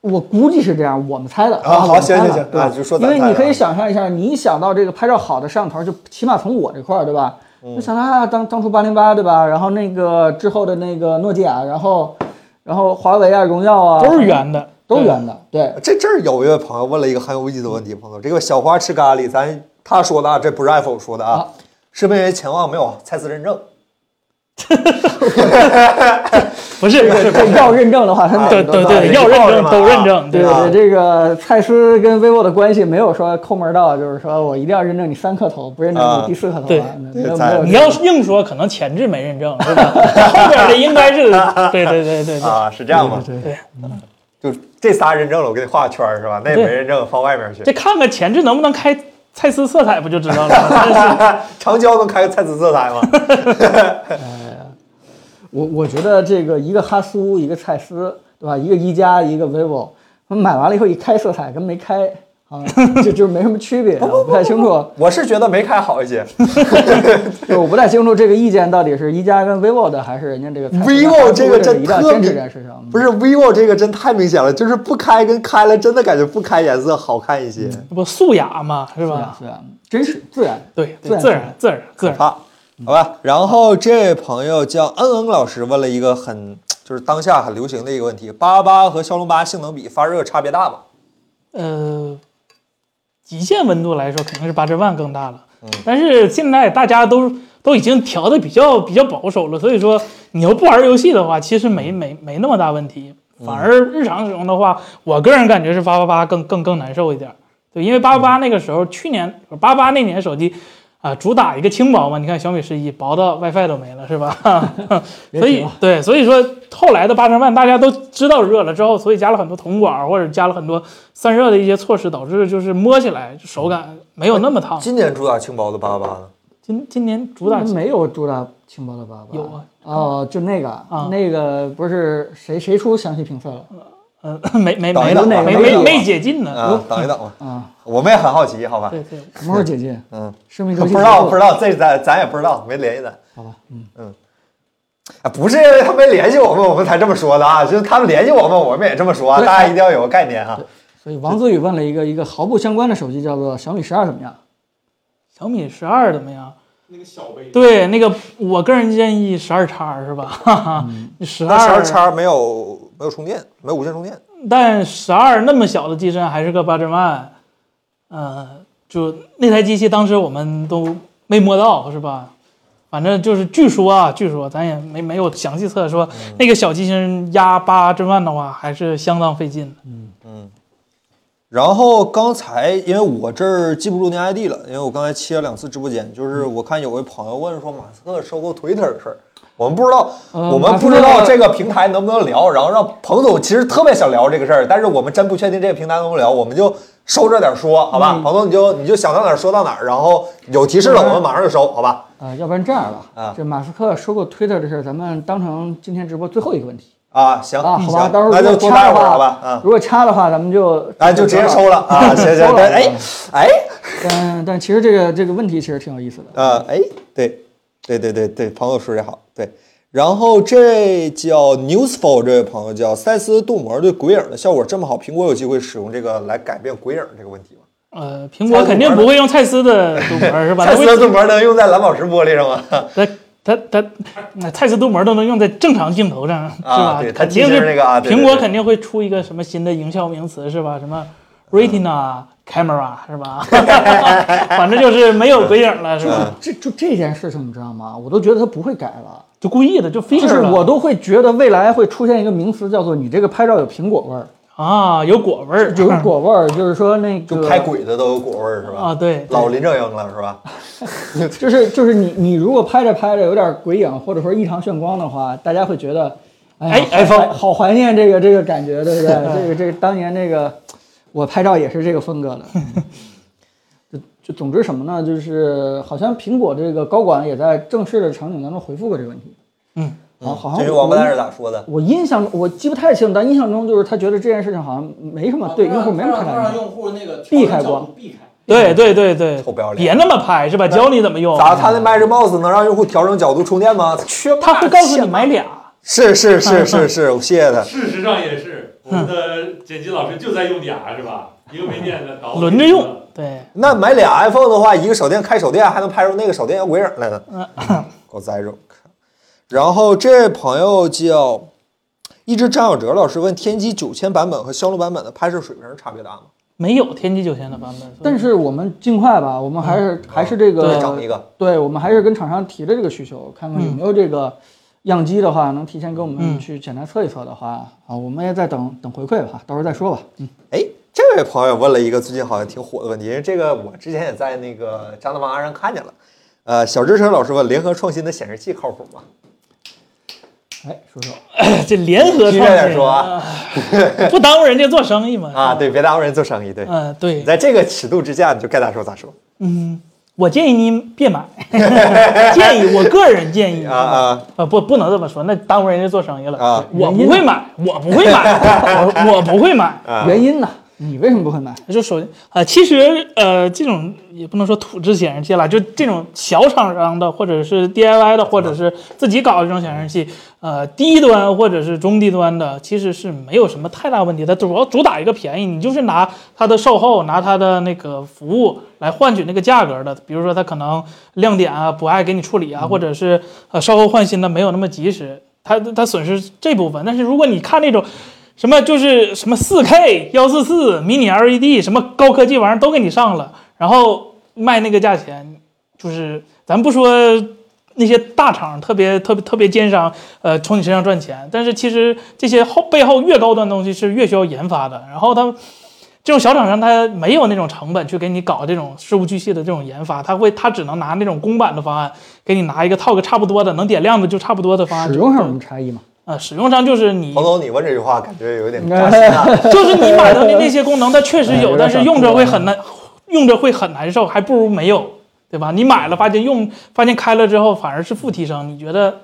我估计是这样，我们猜的啊好我们猜行的行行对吧啊就说咱因为猜的你可啊以想象一下，你一想到这个拍照好的摄像头，就起码从我这块儿，对吧？嗯就想到啊，当当初八零八，对吧？然后那个之后的那个诺基亚，然后然后华为啊、荣耀啊，都是，圆的，都是对。圆的，对。这这儿有一位朋友问了一个很有意思的问题，朋友，这个小花吃咖喱，咱他说的啊，这不是 iPhone 说的啊啊，是因为前望没有蔡司认证。不是，不 [LAUGHS] 是这要认证的话，它哪对个都对能对，要认证都认证，对对啊对，这个蔡司跟 vivo 的关系没有说抠门到，就是说我一定要认证你三颗头，不认证啊你第四颗头对啊，没有蔡没有你要是硬说，可能前置没认证，对吧？后边的应该 [LAUGHS] 是，对对对对对，啊，是这样吗？对对就这仨认证了，我给你画个圈儿是吧？那也没对认证，放外面去。这看看前置能不能开蔡司色彩，不就知道了？长焦能开个蔡司色彩吗？ [LAUGHS] 我我觉得这个一个哈苏，一个蔡司，对吧？一个一加，一个 vivo，他们买完了以后一开色彩跟没开啊， [LAUGHS] 就就没什么区别。我不太清楚，我是觉得没开好一些。就我不太清楚这个意见到底是一加跟 vivo 的，还是人家这个蔡司 vivo 这个这真一定要特坚持这别件事情。不是 vivo 这个真太明显了，就是不开跟开了，真的感觉不开颜色好看一些。这 [LAUGHS] 不素雅嘛，是是吧？自然，真是自然。对，自然自然自然自然，怕，好吧。然后这位朋友叫恩恩老师问了一个很就是当下很流行的一个问题：八八和骁龙八性能比发热差别大吗？呃，极限温度来说，肯定是八至万更大了。但是现在大家都都已经调的比较比较保守了，所以说你要不玩游戏的话，其实没没没那么大问题。反而日常使用的话，我个人感觉是八八八更更更难受一点儿。对，因为八八八那个时候，去年八八那年手机啊、主打一个轻薄嘛，你看小米十一薄到 WiFi 都没了，是吧？ [LAUGHS] 所以对，所以说后来的八千万大家都知道热了之后，所以加了很多铜管儿或者加了很多散热的一些措施，导致就是摸起来手感没有那么烫。今年主打轻薄的八八呢？今今年主打没有主打轻薄的八八，有啊哦，就那个啊那个不是谁谁出详细评测了呃没没等没一了等没等一没等没解禁嗯呢。啊，等一等吧，啊？我们也很好奇，好吧？对对，什么时候解禁？嗯，生命周不期知道，结束不知道，这咱咱也不知道，没联系咱。好吧，嗯，啊，不是因为他没联系我们，我们才这么说的啊，就是他们联系我们，我们也这么说啊，对大家一定要有个概念啊。所以王子宇问了一个一个毫不相关的手机，叫做小米十二怎么样？小米十二怎么样？那个小杯，对，那个我个人建议十二叉是吧？哈哈，十那十二二叉没有没有充电，没有无线充电，但十二那么小的机身还是个八千万，呃，就那台机器当时我们都没摸到，是吧？反正就是据说啊，据说咱也没没有详细测说，嗯那个小机身压八千万的话，还是相当费劲的。然后刚才因为我这儿记不住那 ID 了，因为我刚才切了两次直播间，就是我看有位朋友问说马斯克收购 Twitter 的事儿，我们不知道，呃我们马斯不克知道这个平台能不能聊，然后让彭总其实特别想聊这个事儿，但是我们真不确定这个平台能不能聊，我们就收着点说，好吧？嗯彭总，你就你就想到哪儿说到哪儿，然后有提示了，我们马上就收，好吧？呃，要不然这样吧，啊这马斯克收购 Twitter 的事儿，咱们当成今天直播最后一个问题啊，行，啊，好吧？行到时候那如就果多掐待的会儿，话，好吧？啊，如果掐的话，咱们就哎，就直接收了啊，行 [LAUGHS] 收行，了但哎哎但但其实这个这个问题其实挺有意思的。呃哎，对对对对对，朋友说的好，对。然后这叫 Newsful 这位朋友叫塞斯镀膜对鬼影的效果这么好，苹果有机会使用这个来改变鬼影这个问题吗？呃，苹果肯定不会用蔡司的镀膜儿是吧？ [LAUGHS] 蔡它司会的镀膜能用在蓝宝石玻璃上吗？它它它，那蔡司镀膜都能用在正常镜头上，是吧？啊对，它肯提定示是那个啊，对对苹果对肯定会出一个什么新的营销名词是吧？什么 Retina Camera [LAUGHS] 是吧？反正就是没有鬼影了是嗯吧？这就这件事情你知道吗？我都觉得他不会改了，就故意的就 feature 就是了我都会觉得未来会出现一个名词叫做“你这个拍照有苹果味儿啊，有果味”，儿，有果味儿，就是说那个就拍鬼子都有果味儿是吧？啊，对，老林正英了是吧？就是就是你你如果拍着拍着有点鬼影或者说异常眩光的话，大家会觉得，哎呀哎好 iPhone 好怀念这个这个感觉， [LAUGHS] 对不对？这个这个当年那个我拍照也是这个风格的。就就总之什么呢？就是好像苹果这个高管也在正式的场景当中回复过这个问题。嗯，好，好这像是我王八蛋是咋说的？我印象我记不太清，但印象中就是他觉得这件事情好像没什么对用户没什么太大让影让响。用户哦那个避开光，避开。对对对对臭不要，脸别那么拍是吧？教你怎么用，咋？他那 Magic Mouse 能让用户调整角度充电吗？缺他会告诉你买俩，是是是是是，我谢谢他。事实上也是，我们的剪辑老师就在用俩是吧？一个没电的导嗯轮着用，对。那买俩 iPhone 的话，一个手电开手电，还能拍出那个手电摇鬼影来呢，够栽种。然后这位朋友叫一只张小哲老师问天玑九千版本和骁龙版本的拍摄水平差别大吗？没有天玑九千的版本，但是我们尽快吧，我们还嗯是还是这个再整一个，对，啊我们还是跟厂商提了这个需求，看看有没有这个样机的话，能提前给我们嗯去简单测一测的话，啊，我们也在等等回馈吧，到时候再说吧。哎，这位朋友问了一个最近好像挺火的问题，因为这个我之前也在那个张大妈上看见了。呃，小支持老师问：联合创新的显示器靠谱吗？哎，说说， [LAUGHS] 这联合听创着点新说啊，不耽误人家做生 [LAUGHS] 意嘛。啊，，对，别耽误人做生意。对，嗯、对你，在这个尺度之下，你就该咋说咋说。嗯，我建议你别买， [LAUGHS] 建议我个人建议啊啊，啊，不不能这么说，那耽误人家做生意了啊我不会买，我不会 [LAUGHS] 买，我我不会买。啊原因呢？你为什么不会买？就首先啊、其实呃，这种也不能说土制显示器了，就这种小厂商的，或者是 DIY 的，或者是自己搞的这种显示器，呃，低端或者是中低端的，其实是没有什么太大问题的。它主要主打一个便宜，你就是拿它的售后，拿它的那个服务来换取那个价格的。比如说它可能亮点啊不爱给你处理啊，或者是呃售后换新的没有那么及时，它它损失这部分。但是如果你看那种什么就是什么四 K 幺四四迷你 LED 什么高科技玩意儿都给你上了，然后卖那个价钱，就是咱不说那些大厂特别特别特别奸商，呃，从你身上赚钱，但是其实这些后背后越高端的东西是越需要研发的，然后他们这种小厂商他没有那种成本去给你搞这种事无巨细的这种研发，他会他只能拿那种公版的方案给你拿一个套个差不多的能点亮的就差不多的方案，使用上有什么差异吗？啊、使用上就是你彭总，你问这句话感觉有点扎心啊。 [LAUGHS] 就是你买到的那些功能，它确实哎有有，点但是用着会想很难，用着会很难受，还不如没有，对吧？你买了发现用，发现开了之后反而是负提升，你觉得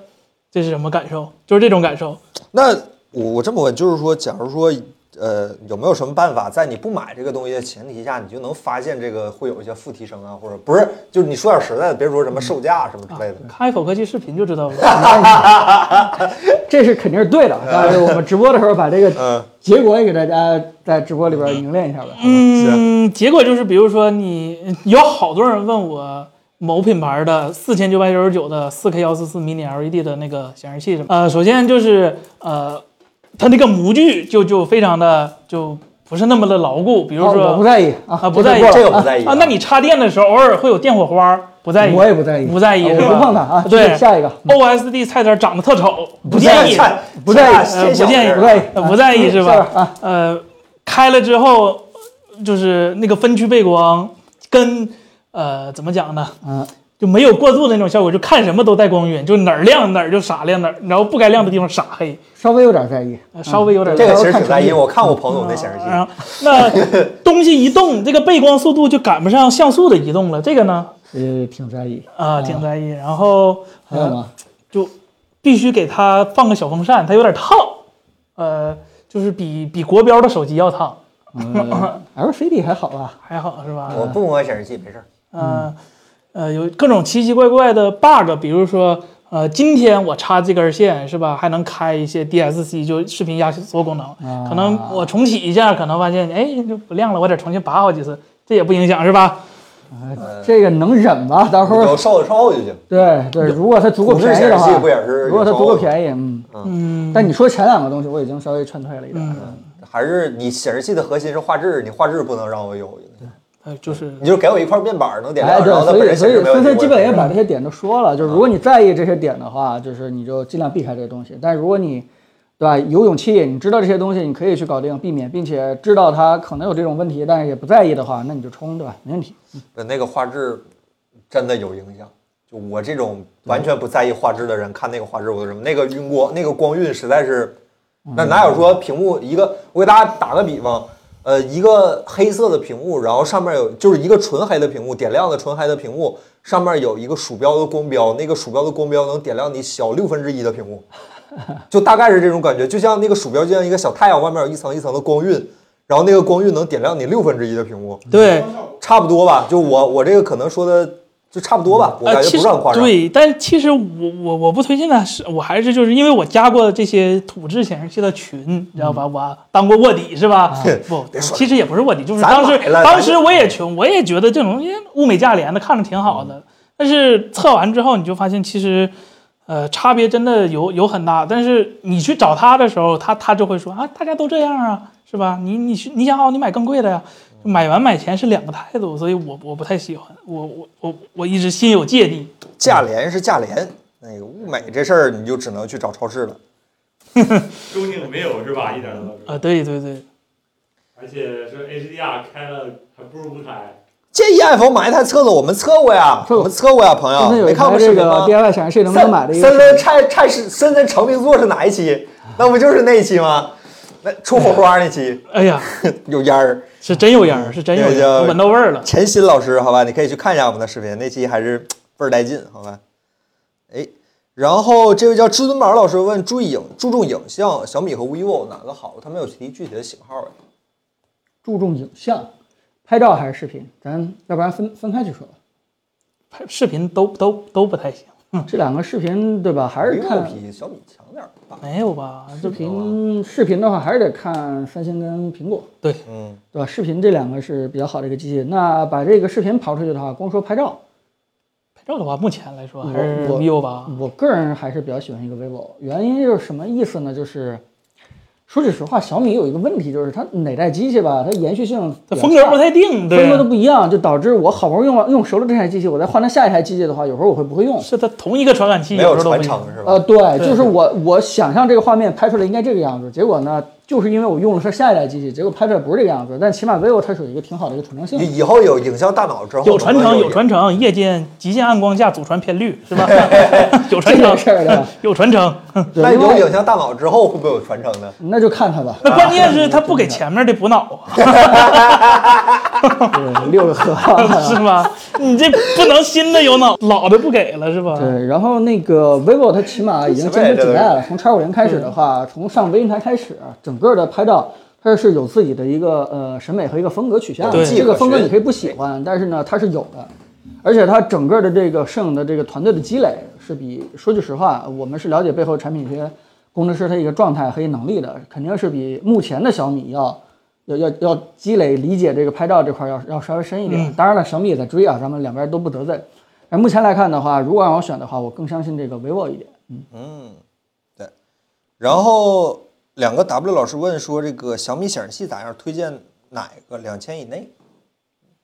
这是什么感受？就是这种感受。那我我这么问，就是说，假如说，呃，有没有什么办法，在你不买这个东西的前提下，你就能发现这个会有一些负提升啊，或者不是？就是你说点实在的，别说什么售价什么之类的。看啊一口科技视频就知 [LAUGHS] 道了。这是肯定是对啊的，但是我们直播的时候把这个嗯，结果也给大家在直播里边凝练一下吧。嗯，结果就是，比如说你有好多人问我某品牌的四千九百九十九的四 K 幺四四 mini LED E 的那个显示器什么，呃，首先就是呃，它那个模具就就非常的就不是那么的牢固，比比如说、我不在意啊，啊不在意这个不在意啊，那你插电的时候偶尔会有电火花儿，不在意。我也不在意，不在意啊我是吧不碰它啊。对下一个 OSD 菜单长得特丑，不建议，菜不在意菜呃先不小建议点儿不在意，呃不在意是吧下边啊，呃，开了之后就是那个分区背光跟呃怎么讲呢？嗯，就没有过度的那种效果，就看什么都带光晕，就哪儿亮哪儿就傻亮，哪儿然后不该亮的地方傻黑，稍微有点在意。呃稍微有点这个要其实看挺在成意，绩我看过彭总那显示器，啊然后那东西移动，这个背光速度就赶不上像素的移动了。这个呢，呃，挺在意。啊，挺在意。然后还有呃，吗？就必须给它放个小风扇，它有点烫，呃，就是比比国标的手机要烫，呃 [LAUGHS] 嗯 LCD 还好吧？还好是吧？我不摸显示器，没事儿。嗯呃，呃，有各种奇奇怪怪的 bug，比如说，呃，今天我插这根线是吧，还能开一些 DSC，就视频压缩功能。啊可能我重启一下，可能发现哎就不亮了，我得重新拔好几次，这也不影响是吧？嗯呃这个能忍吧？到时你候就售后就行。对对，如果它足够不是便宜显的示器话不，也是？如果它足够便宜，嗯。嗯，但你说前两个东西，我已经稍微劝退了一点。嗯，宜，还是你显示器的核心是画质，你画质不能让我有，呃，就是你就给我一块面板儿能点哎，亮，对然，后它所本以身所显示以没问森题。森基本也我把这些点都说了，就是如果你在意这些点的话，就是你就尽量避开这些东西。但如果你对吧有勇气，你知道这些东西，你可以去搞定、避免，并且知道它可能有这种问题，但是也不在意的话，那你就冲，对吧？没问题。对那个画质真的有影响。就我这种完全不在意画质的人，看那个画质我都什么，那个晕光，那个光晕实在是，那哪有说屏幕一个？我给大家打个比方，呃，一个黑色的屏幕，然后上面有就是一个纯黑的屏幕，点亮的纯黑的屏幕，上面有一个鼠标的光标，那个鼠标的光标能点亮你小六分之一的屏幕，就大概是这种感觉，就像那个鼠标就像一个小太阳，外面有一层一层的光晕，然后那个光晕能点亮你六分之一的屏幕，对，差不多吧，就我嗯我这个可能说的就差不多吧，我啊呃，感觉其不实是很夸张。对，但其实我我我不推荐的是，我还是就是因为我加过这些土制显示器的群，你知道吧？我当过卧底 [LAUGHS] 是吧？不，嗯别说了其实也不是卧底，就是咱当时买了嗯咱当时我也穷，我也觉得这种东西物美价廉的，看着挺好的。但是测完之后，你就发现其实，呃，差别真的有有很大。但是你去找他的时候，他他就会说啊，大家都这样啊，是吧？你你去你想好，你买更贵的呀。嗯买完买前是两个态度，所以我我不太喜欢，我我我我一直心有芥蒂。价廉是价廉，那个物美这事儿你就只能去找超市了。究竟没有是吧？一点都没有。嗯啊，对对对，而且是 HDR 开了，还不如不开。建议 iPhone 买一台测测，我们测过呀，测过我们测过呀，朋友森森，有啊没一看台过视这频个吗？ DIY 显示器能不能买的一森个森拆拆是森森成名作是哪一期？那不就是那一期吗？那出火花那期 [LAUGHS] 哎呀，有烟儿，是真有烟儿，是真有烟那儿，个闻到味儿了。陈鑫老师，好吧，你可以去看一下我们的视频，那期还是嘖倍儿带劲，好吧？哎，然后这位叫至尊宝老师问，注意影注重影像，小米和 vivo 哪个好？他没有提具体的型号哎。注重影像，拍照还是视频？咱要不然分分开去说吧。拍视频都都都不太行，这两个视频对吧？还是 vivo 看比小米强点儿吧？没有吧？视啊频。视频的话，还是得看三星跟苹果。嗯，对吧？视频这两个是比较好的一个机器。那把这个视频刨出去的话，光说拍照，拍照的话，目前来说还是我我 vivo 吧。我个人还是比较喜欢一个 vivo。原因就是什么意思呢？就是说句实话，小米有一个问题，就是它哪代机器吧，它延续性它比较风格差不太定，对风格都不一样，就导致我好不容易用完用熟了这台机器，我再换到下一台机器的话，有时候我会不会用。是它同一个传感器，没有有时候传都不一样承是吧？呃，对，对就是我我想象这个画面拍出来应该这个样子，结果呢，就是因为我用了它下一代机器，结果拍出来不是这个样子。但起码 vivo 它是有一个挺好的一个传承性的。以以后有影像大脑之后，有传能不承，能有传承。夜间极限暗光下祖传偏绿是吧？有传这个承事儿的，有传承。对那另有外影像大脑之后会不会有传承呢？那就看它吧。那关键是它不给前面的补脑啊，对，六个核桃 [LAUGHS] 是吗？你这不能新的有脑，老的不给了是吧？对，然后那个 vivo 它起码已经坚持几代了，从 X 五零开始的嗯话，从上微云台开始，整个的拍照它是有自己的一个呃审美和一个风格取向的。对啊这个风格你可以不喜欢，但是呢它是有的，而且它整个的这个摄影的这个团队的积累是比说句实话，我们是了解背后产品这些工程师他一个状态和一个能力的，肯定是比目前的小米要。要要要积累理解这个拍照这块儿要要稍微深一点，当然了，小米也在追啊，咱们两边都不得罪。那目前来看的话，如果让我选的话，我更相信这个 vivo 一点。然后两个 W 老师问说，这个小米显示器咋样？推荐哪个？两千以内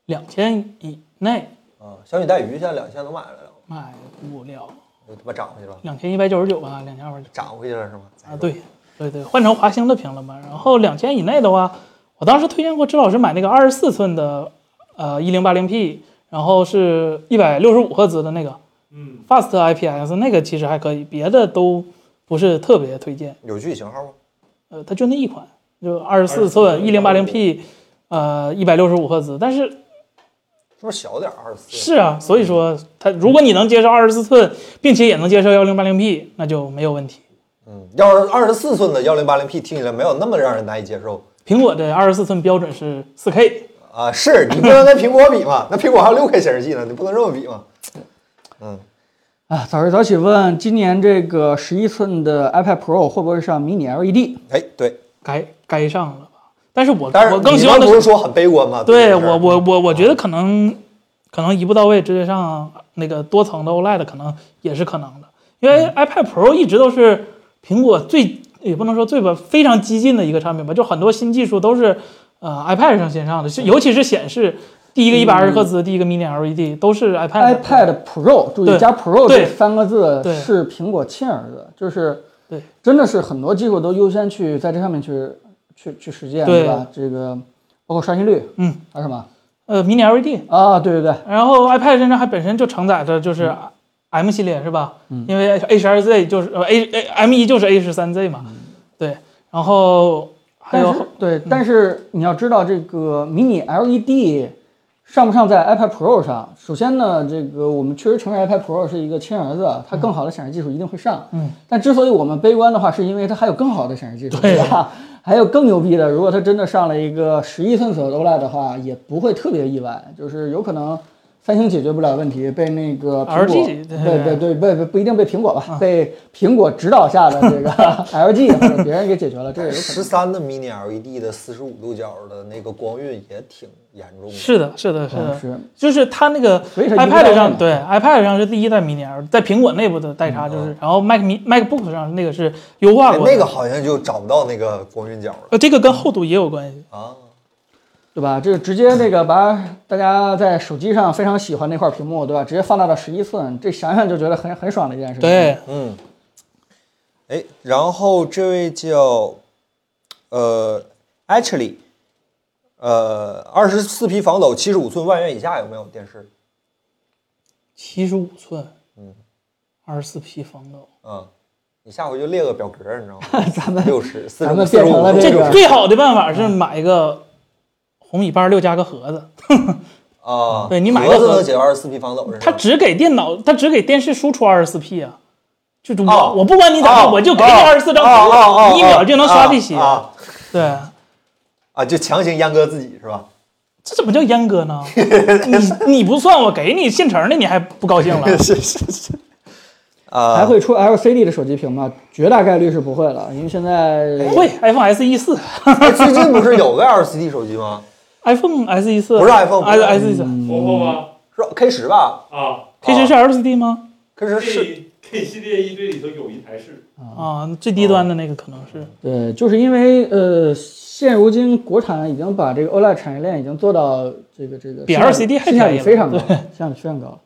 两千以内啊？小米带鱼现在两千能买来了，买不了，又他妈涨回去了，两千一百九十九吧，两千二百九涨回去了是吗？啊，对对对，换成华星的屏了嘛。然后两千以内的话，我当时推荐过支老师买那个二十四寸的，呃，一零八零 P，然后是一百六十五赫兹的那个嗯， Fast IPS 那个其实还可以，别的都不是特别推荐。有具体型号吗？呃，它就那一款，就二十四寸一零八零 P，呃，一百六十五赫兹。但是是不是小点二十四？是啊，所以说它如果你能接受二十四寸，并且也能接受幺零八零 P，那就没有问题。嗯，要是二十四寸的幺零八零 P 听起来没有那么让人难以接受苹果的二十四寸标准是四 K，啊。是你不能跟苹果比嘛？ [LAUGHS] 那苹果还有六 K 显示器呢，你不能这么比嘛？啊，早睡早起问，今年这个十一寸的 iPad Pro 会不会上 Mini LED？哎，对，该该上了吧？但是我但是我更你希望刚的不是是说很悲观吗？对这个事儿嗯我我我我觉得可能可能一步到位直接上那个多层的 OLED 可能也是可能的，因嗯为 iPad Pro 一直都是苹果最也不能说最吧非常激进的一个产品吧，就很多新技术都是呃 iPad 上先上嗯的，是尤其是显示第一个一百二十赫兹，第一个 Mini LED E 都是 iPad 上 iPad Pro，注对意加 Pro 对这三个字对是苹果亲儿子，就是对，真的是很多机构都优先去在这上面去去去实践，对对吧？这个包括刷新率，嗯，还有什么呃 Mini LED，啊？对对对，然后 iPad 身上还本身就承载着就是 M 系列是吧？因为 A 十二 Z 就是呃 A A M 一就是 A 十三 Z 嘛，对。然后还但是嗯有对，但是你要知道这个 Mini LED E 上不上在 iPad Pro 上？首先呢，这个我们确实承认 iPad Pro 是一个亲儿子，它更好的显示技术一定会上。嗯，但之所以我们悲观的话，是因为它还有更好的显示技术，对吧？还有更牛逼的，如果它真的上了一个十一寸左右的 OLED 的话，也不会特别意外，就是有可能。三星解决不了问题，被那个苹果 LG 对嗯对对，被被不一定被苹果吧，被苹果指导下的 [LAUGHS] 这个 LG 或者别人给解决了，这也有可能。十三的 Mini LED 的四十五度角的那个光晕也挺严重的。是的，是的，是嗯的，是就是它那个所以它一个概 iPad 念上嘛对 iPad 上是第一代 Mini LED，在苹果内部的代差就是，然后 Mac Mini MacBook 上那个是优化哎过的，那个好像就找不到那个光晕角了呃这个跟厚度也有关系，啊。对吧？这个直接那个把大家在手机上非常喜欢那块屏幕，对吧？直接放大到十一寸，这想想就觉得很很爽的一件事情。对，嗯，哎，然后这位叫呃 Actually，呃，二十四匹防抖，七十五寸万元以下有没有电视？七十五寸，二十四 P 防抖，嗯，你下回就列个表格，你知道 [LAUGHS] 吗？咱们六十四咱十们四十变成了五这个这最好的办法是买一个红米八十六加个盒子。啊，对你买一个盒子盒能解决二十四匹防抖是它吗？只给电脑，它只给电视输出二十四 P 啊，就我、哦我不管你咋哦样，我就给你二十四张哦哦哦哦图，你一秒就能刷这些。啊啊对，啊，就强行阉割自己是吧？这怎么叫阉割 [LAUGHS] 呢？你你不算，我给你现成的，你还不高兴 [LAUGHS] 了？是是是，啊，还会出 LCD 的手机屏吗？绝大概率是不会了，因为现在会 iPhone SE 四 [LAUGHS] 哎最近不是有个 LCD 手机吗？ ，iPhone SE 四不是 iPhone，不是嗯 i SE 四 OPPO 吗？是 K 十吧啊，K 十是 LCD 哦吗？ ？K 十是，K K 系列一堆里头有一台是，啊，最低端的那个可能嗯是。对，就是因为呃，现如今国产已经把这个 OLED 产业链已经做到这个这个比性价 LCD 还性价便宜比了非常高，对性价比非常高。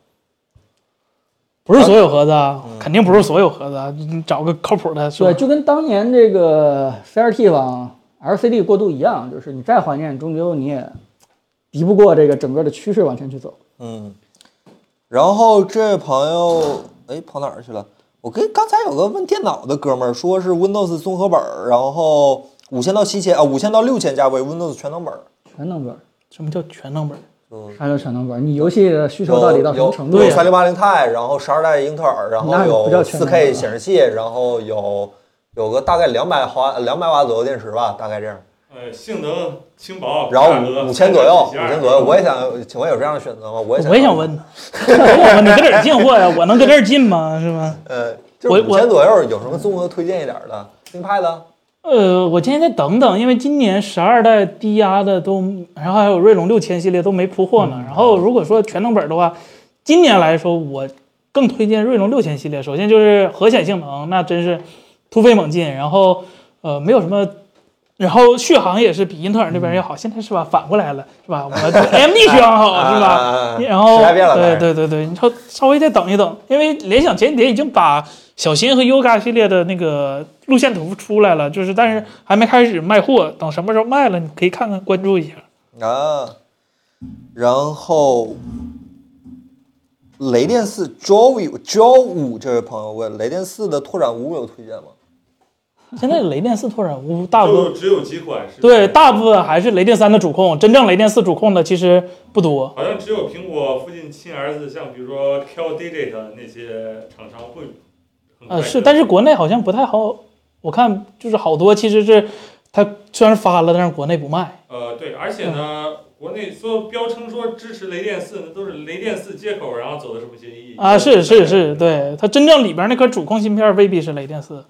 不是所有盒子啊，嗯肯定不是所有盒子啊，你找个靠谱的说对，。就跟当年这个 CRT 往 LCD 过渡一样，就是你再怀念，终究你也敌不过这个整个的趋势往前去走。嗯，然后这位朋友，哎，跑哪儿去了？我跟刚才有个问电脑的哥们儿说是 Windows 综合本儿，然后五千到七千啊，五千到六千价位 Windows 全能本儿，全能本儿，什么叫全能本？啥叫全能本儿？你游戏的需求有到底到什么程度有呀三？零八零 Ti，然后十二代英特尔，然后那不有叫全四能本 K 了显示器，然后有有个大概两百毫两百瓦左右电池吧，大概这样。呃，性能轻薄，然价格后五五千左右，五性价比千左右。我也想，请问有这样的选择吗？我也我也想想，问呢， [LAUGHS] 我你搁哪儿进货呀？我能搁这儿进吗？是吧？呃，就我是五千左右有什么综合推荐一点儿的？新派的？哦呃，我建议再等等，因为今年十二代低压的都，然后还有锐龙六千系列都没铺货呢。然后如果说全能本的话，今年来说我更推荐锐龙六千系列。首先就是核显性能，那真是突飞猛进。然后呃，没有什么，然后续航也是比英特尔那边要好。现在是吧，反过来了是吧？我 AMD 续航好是吧？啊然后时代变了，当对然对对对，你稍稍微再等一等，因为联想前几天已经把小新和 Yoga 系列的那个路线图出来了，就是但是还没开始卖货，等什么时候卖了，你可以看看关注一下。啊啊，然后雷电四 Joy Joy 五这位朋友问，雷电四的拓展五有推荐吗？现在雷电四拓展坞大部就分只有几款是对大部分还是雷电三的主控，真正雷电四主控的其实不多。好像只有苹果附近亲儿子，像比如说 Q Digit 那些厂商会很快呃，的。是，但是国内好像不太好，我看就是好多其实是它虽然发了，但是国内不卖。呃，对，而且呢，国内说标称说支持雷电四，那都是雷电四接口，然后走的什么协议啊，是是是，。对，它真正里边那颗主控芯片未必是雷电四。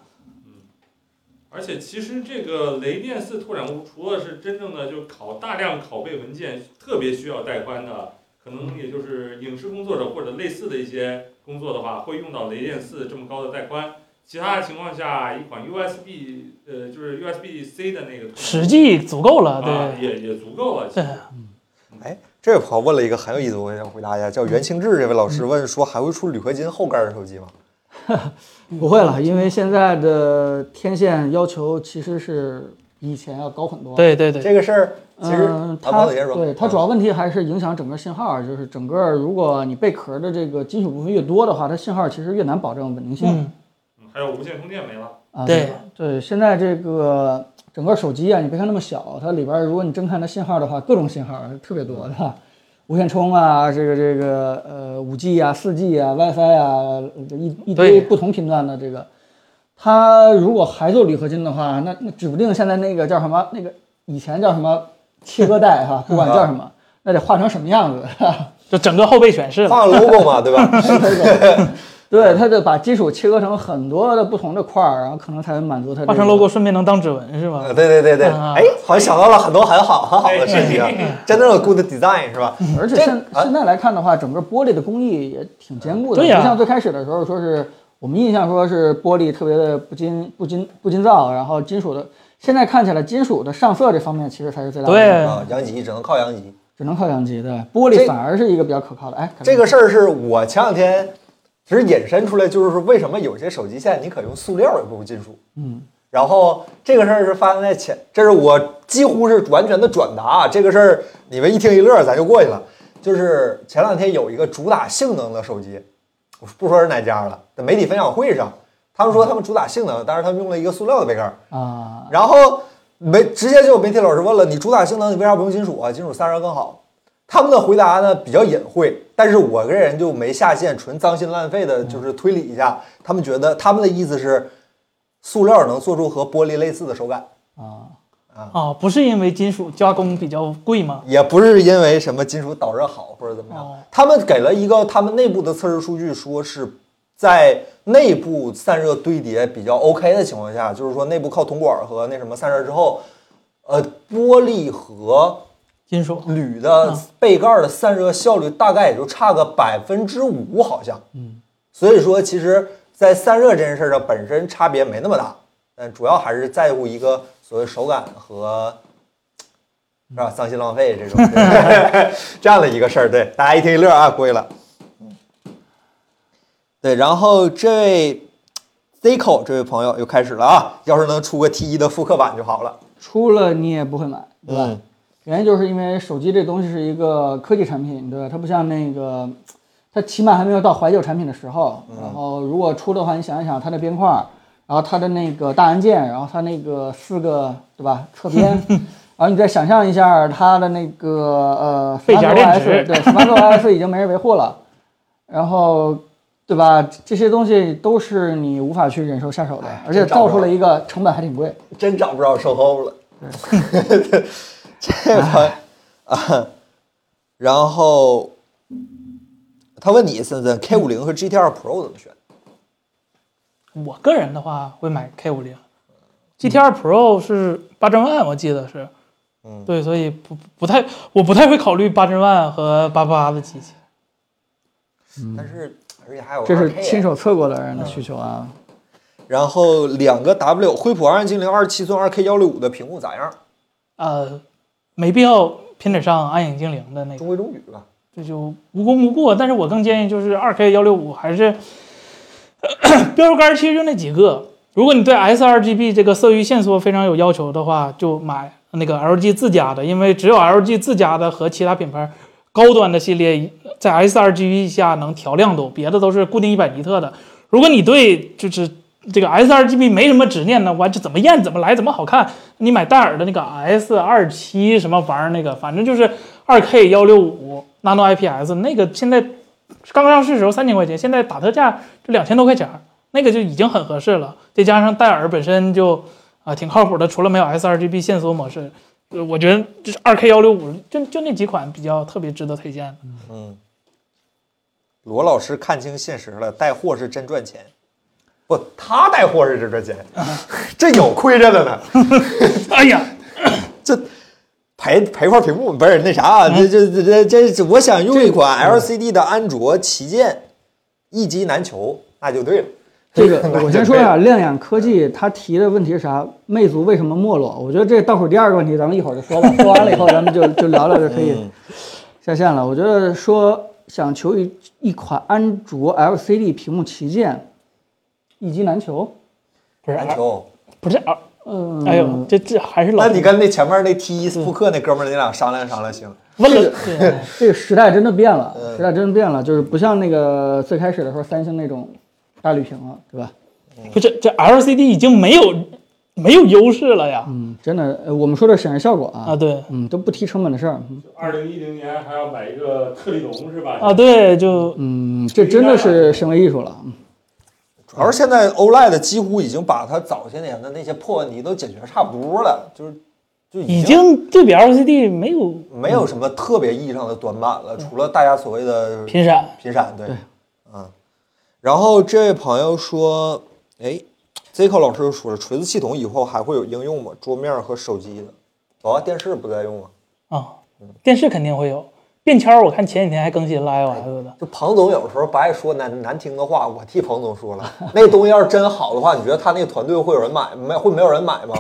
而且其实这个雷电四拓展坞，除了是真正的就拷大量拷贝文件，特别需要带宽的，可能也就是影视工作者或者类似的一些工作的话，会用到雷电四这么高的带宽。其他情况下，一款 USB 呃就是 USB C 的那个拓展坞实际足够了，啊对，也也足够了。其对实这位朋友问了一个很有意思，我也想回答一下，叫袁清志这位老嗯师问说，还会出铝合金后盖的手机吗？不会了，因为现在的天线要求其实是比以前要高很多。，对对对，这个事儿其实嗯，啊王它总先说对它嗯主要问题还是影响整个信号，就是整个如果你贝壳的这个金属部分越多的话，它信号其实越难保证稳定性。嗯。嗯还有无线充电没了，啊，对对，现在这个整个手机啊，你别看那么小，它里边儿如果你真看它信号的话，各种信号儿特别多的，无线充啊，这个这个呃五 G 啊、四 G 啊、WiFi 啊，一一对堆不同频段的这个。它如果还做铝合金的话，那那指不定现在那个叫什么那个以前叫什么切割带 [LAUGHS] 哈、不管叫什么，那得画成什么样子。就整个后备全是 [LAUGHS] 了。放 logo 嘛，对吧？ [LAUGHS] 对，它得把金属切割成很多的不同的块儿，然后可能才能满足它、这个。画成 logo 顺便能当指纹是吧呃？ [LAUGHS] 对对对对，啊哎，好像想到了很多很好很好的事情啊，真的有 good design 是吧？而且这现啊现在来看的话，整个玻璃的工艺也挺坚固的，对呀不像最开始的时候说是我们印象说是玻璃特别的不金不金不金造，然后金属的，现在看起来金属的上色这方面其实才是最大的问题，对，啊，杨吉只能靠杨吉。只能靠阳极，对，玻璃这反而是一个比较可靠的。哎，感觉这个事儿是我前两天只是引申出来，就是说为什么有些手机线你可用塑料也不用金属。嗯，然后这个事儿是发生在前，这是我几乎是完全的转达啊。这个事儿你们一听一乐，咱就过去了。就是前两天有一个主打性能的手机，我不说是哪家了，在媒体分享会上，他们说他们主打性能，但是他们用了一个塑料的杯盖儿。啊，然后没直接就有媒体老师问了，你主打性能，你为啥不用金属啊？金属散热更好。他们的回答呢比较隐晦，但是我个人就没下线，纯脏心烂肺的，就是推理一下，他们觉得他们的意思是，塑料能做出和玻璃类似的手感，啊，不是因为金属加工比较贵吗？也不是因为什么金属导热好或者怎么样哦。他们给了一个他们内部的测试数据，说是在内部散热堆叠比较 OK 的情况下，就是说内部靠铜管和那什么散热之后，呃，玻璃和金属铝的嗯背盖的散热效率大概也就差个百分之五，好像。嗯，所以说其实，在散热这件事儿上本身差别没那么大，但主要还是在乎一个所谓手感和，是吧？丧心浪费这种 [LAUGHS] 这样的一个事儿。对，大家一听一乐啊，过去了。嗯，对，然后这位 Zico 这位朋友又开始了啊，要是能出个 T 一的复刻版就好了。出了你也不会买，对吧？嗯原因就是因为手机这东西是一个科技产品，对吧？它不像那个，它起码还没有到怀旧产品的时候。嗯然后如果出的话，你想一想它的边框，然后它的那个大按键，然后它那个四个对吧侧 [LAUGHS] 边，然后你再想象一下它的那个呃背夹电池 smartOS 对 smartOS 已经没人维护了，然后。对吧？这些东西都是你无法去忍受下手的，而且哎真找造不着出了一个成本还挺贵。真找不着售后 [LAUGHS] 了。这个啊，然后他问你森森 K 五零和 GT 二 Pro 怎么选？我个人的话会买 K 五零，GT 二 Pro 是八千万，我记得是。嗯对，所以不不太，我不太会考虑八千万和八八的机器。但是而且还有嗯这是 2K 亲。手测过的人的需求啊。嗯然后两个 W 惠普 R 精灵二十七寸二 K 幺六五的屏幕咋样？呃，没必要拼得上暗影精灵的那个，中规中矩吧。这就无功无过。但是我更建议就是二 K 幺六五还是 [COUGHS] 咳标杆，其实就那几个。如果你对 sRGB 这个色域线索非常有要求的话，就买那个 LG 自家的，因为只有 LG 自家的和其他品牌高端的系列在 sRGB 下能调亮度，别的都是固定一百尼特的。如果你对就是这个 sRGB 没什么执念呢，我这怎么验怎么来，怎么好看？你买戴尔的那个 S 二七什么玩意儿那个，反正就是二 K 幺六五 Nano IPS 那个，现在刚上市的时候三千块钱，现在打特价就两千多块钱儿，那个就已经很合适了。再加上戴尔本身就啊、挺靠谱的，除了没有 sRGB 线索模式，呃我觉得就是二 K 幺六五就就那几款比较特别值得推荐的。嗯，罗老师看清现实了，带货是真赚钱。不，他带货是真赚 [LAUGHS] 钱，这有亏着的呢。哎呀，赔赔块屏幕不是那啥，啊这嗯这这这这，我想用一款 LCD 的安卓旗舰，一机难求，那就对了。这个 [LAUGHS] 我先说一下，亮眼科技它提的问题是啥？魅族为什么没落？我觉得这倒数第二个问题，咱们一会儿就 [LAUGHS] 说吧。说完了以后，咱们就就聊聊就可嗯以下线了。我觉得说想求一一款安卓 LCD 屏幕旗舰，一机难求。不是难求。不是啊，嗯，哎呦，这这还是老嗯那你跟那前面那踢扑克那哥们儿，你俩商量商量行。问了。对这个时代真的变了，嗯时代真的变了，就是不像那个最开始的时候三星那种大绿屏了，对吧？不是，这 LCD 已经没有没有优势了呀！嗯，真的，呃我们说的是显示效果啊啊，，对嗯，都不提成本的事儿，嗯二零一零年还要买一个特立独是吧？啊，对，就嗯，这真的是行为艺术了，嗯主要是现在 OLED 几乎已经把它早些年的那些破问题都解决差不多了，就是就已经对比 LCD 没有没有什么特别意义上的短板嗯了，除了大家所谓的频闪。频闪，对对，嗯。然后这位朋友说，哎，Zico 老师又说了，锤子系统以后还会有应用吗？桌面和手机的，老、电视不在用啊。啊，电视肯定会有。便签儿，我看前几天还更新了 iOS 的，就彭总有时候不爱说难难听的话，我替彭总说了， [LAUGHS] 那东西要是真好的话，你觉得他那个团队会有人买没？会没有人 [LAUGHS] 买吗？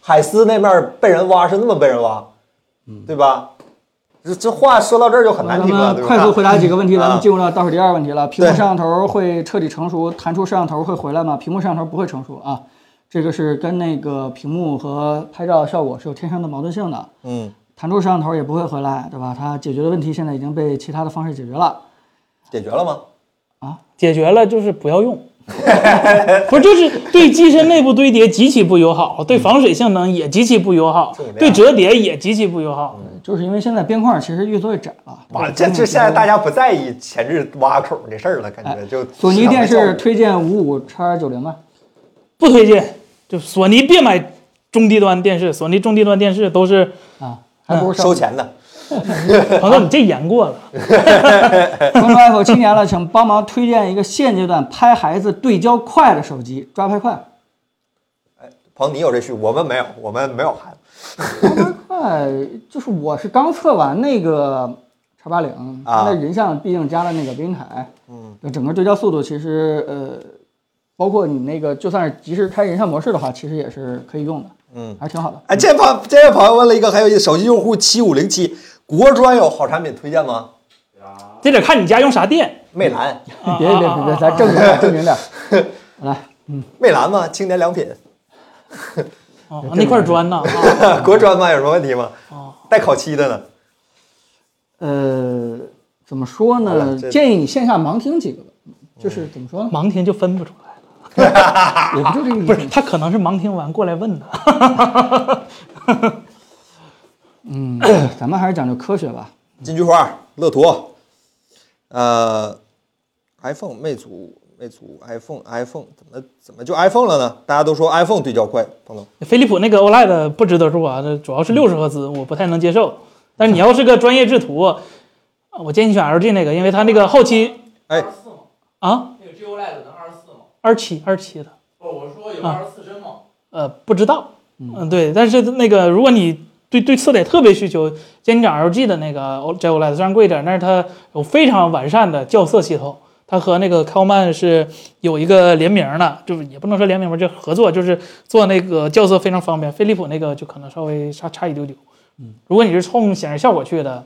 海思那面被人挖是那么被人挖，对吧？这这话说到这儿就很难嗯那听了，咱对吧？们快速回答几个问题，啊咱们进入到倒数第二问题了。屏幕对摄像头会彻底成熟，弹出摄像头会回来吗？屏幕摄像头不会成熟啊，这个是跟那个屏幕和拍照效果是有天生的矛盾性的。嗯，弹出摄像头也不会回来，对吧？它解决的问题现在已经被其他的方式解决了。解决了吗？解决了就是不要用， [LAUGHS] 不是就是对机身内部堆叠极其不友好，对防水性能也极其不友好这个，嗯对折叠也极其不友好。就是因为现在边框其实越做越窄了。完了，这这现在大家不在意前置挖孔这事儿了，感觉就哎索尼电视市场推荐五五叉九零吧。不推荐，就索尼别买中低端电视，索尼中低端电视都是啊，还不如没收上。钱的，朋友你这言过了。官方 iPhone 七年了，请帮忙推荐一个现阶段拍孩子对焦快的手机，抓拍快。彭你有这需，我们没有，我们没有孩子。抓拍快就是我是刚测完那个叉八零，啊它的人像毕竟加了那个北京台，嗯，整个对焦速度其实呃，包括你那个就算是即时开人像模式的话，其实也是可以用的，嗯，还是挺好的。哎，这朋这位朋友问了一个，还有一个手机用户七五零七，国专有好产品推荐吗？这得看你家用啥电。魅蓝，别别别别，咱正经点，正经 [LAUGHS] 点。来，魅蓝吗？青年良品，啊，嗯那块砖呐，啊 [LAUGHS] 嗯国专吗？有什么问题吗？哦带烤漆的呢？呃，怎么说好了呢？这建议你线下盲听几个吧，就是怎么说呢？盲听就分不出来了。啊也不就这个意不思是，。他可能是盲听完过来问的。嗯， [COUGHS] 咱们还是讲究科学吧。金菊花、乐途，呃，iPhone、魅族、魅族、iPhone、iPhone，怎么怎么就 iPhone 了呢？大家都说 iPhone 对焦快，彭总，飞利浦那个 OLED 不值得入啊，这主要是六十赫兹，我不太能接受。但是你要是个专业制图，啊我建议你选 LG 那个，因为它那个后期哎二十四嘛，啊，那个 GOLED 能二十四吗？二七二七的，不，我说有啊二十四帧吗？呃，不知道。嗯，对，但是那个如果你对对色彩特别需求，建议你找 LG 的那个 O- OLED，虽然贵一点，但是它有非常完善的校色系统。它和那个 Kalman 是有一个联名的，就是也不能说联名吧，就合作，就是做那个校色非常方便。飞利浦那个就可能稍微差差一丢丢。嗯，如果你是冲显示效果去的，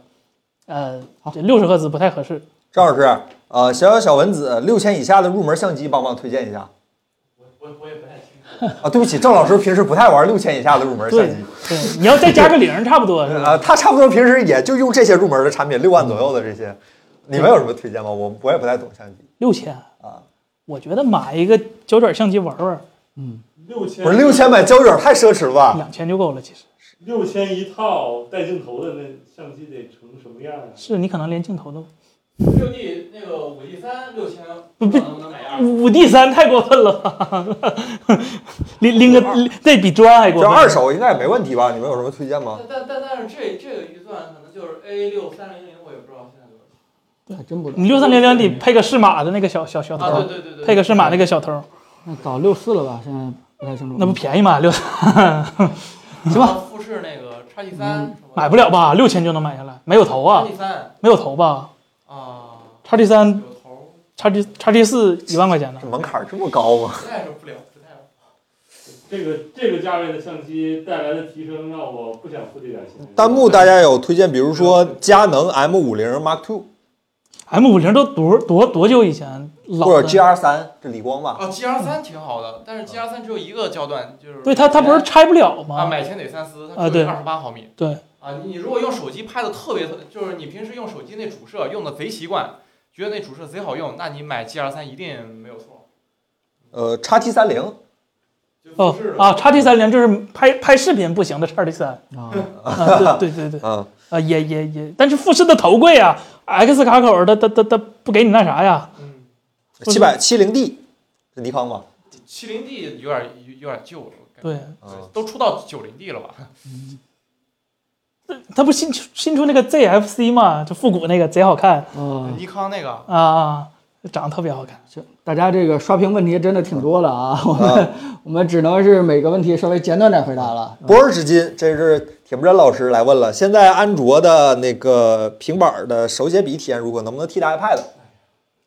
呃，六十赫兹不太合适。张老师，呃，小小小蚊子六千以下的入门相机，帮忙推荐一下。我我也不太清楚。啊，对不起，郑老师平时不太玩六千以下的入门相对机，对，你要再加个零，差不 [LAUGHS] 多是吧？啊，他差不多平时也就用这些入门的产品，六万左右的这些，你们有什么推荐吗？我我也不太懂相机，六千啊，我觉得买一个胶卷相机玩玩，六千不是六千买胶卷太奢侈了吧？两千就够了。其实六千一套带镜头的那相机得成什么样啊？是你可能连镜头都六 D 那个五 D 三六千，不不能买二五 D 三太过分了 [LAUGHS] 吧？拎 [LAUGHS] 拎个这比砖还过就分。二手应该也没问题吧？你们有什么推荐吗？但但但是这这个预算可能就是 A 六三零零，我也不知道现在多少。还真不懂。你六三零零得配个适马的那个小小小头，啊，对对对对，配个适马那个小头，那搞六四了吧？现在不太清楚。嗯那不便宜吗？六什么富士那个叉 T 三，买不了吧？六千就能买下来，没有头叉啊 T，三没有头吧？啊，叉 T 三、有头，叉 T、叉 T 四一万块钱呢这，门槛这么高吗？实在是不了，不太了。这个这个价位的相机带来的提升，让我不想付这点钱。弹幕大家有推荐，比如说佳能 M 五零 Mark Two M 五零都多多多久以前老或者的 GR 三，这理光吧？啊，G R 三挺好的，但是 G R 三只有一个焦段，就是对它它不是拆不啊，了吗？买前得三思，哎啊它只对有二十八毫米。对啊，你你如果用手机拍的特别特，就是你平时用手机那主摄用的贼习惯，觉得那主摄贼好用，那你买 G R 三一定没有错。呃，x T 三零，就哦富士的啊，叉 T 三零就是拍拍视频不行的叉 T 三啊，啊，对对对对嗯，啊，也也也，但是富士的头贵啊，X 卡口的它它它不给你那啥呀，嗯，七百七零 D，是尼康吧？七零 D 有点有有点旧了，我感觉对，嗯，都出到九零 D 了吧？它不新出新出那个 ZFC 嘛，就复古那个贼好看呃，尼康那个啊啊，长得特别好看。行，大家这个刷屏问题真的挺多的啊，我啊们我们只能是每个问题稍微简短点回答了。博尔纸巾，这是铁木真老师来问了，现在安卓的那个平板的手写笔体验如何？能不能替代 iPad？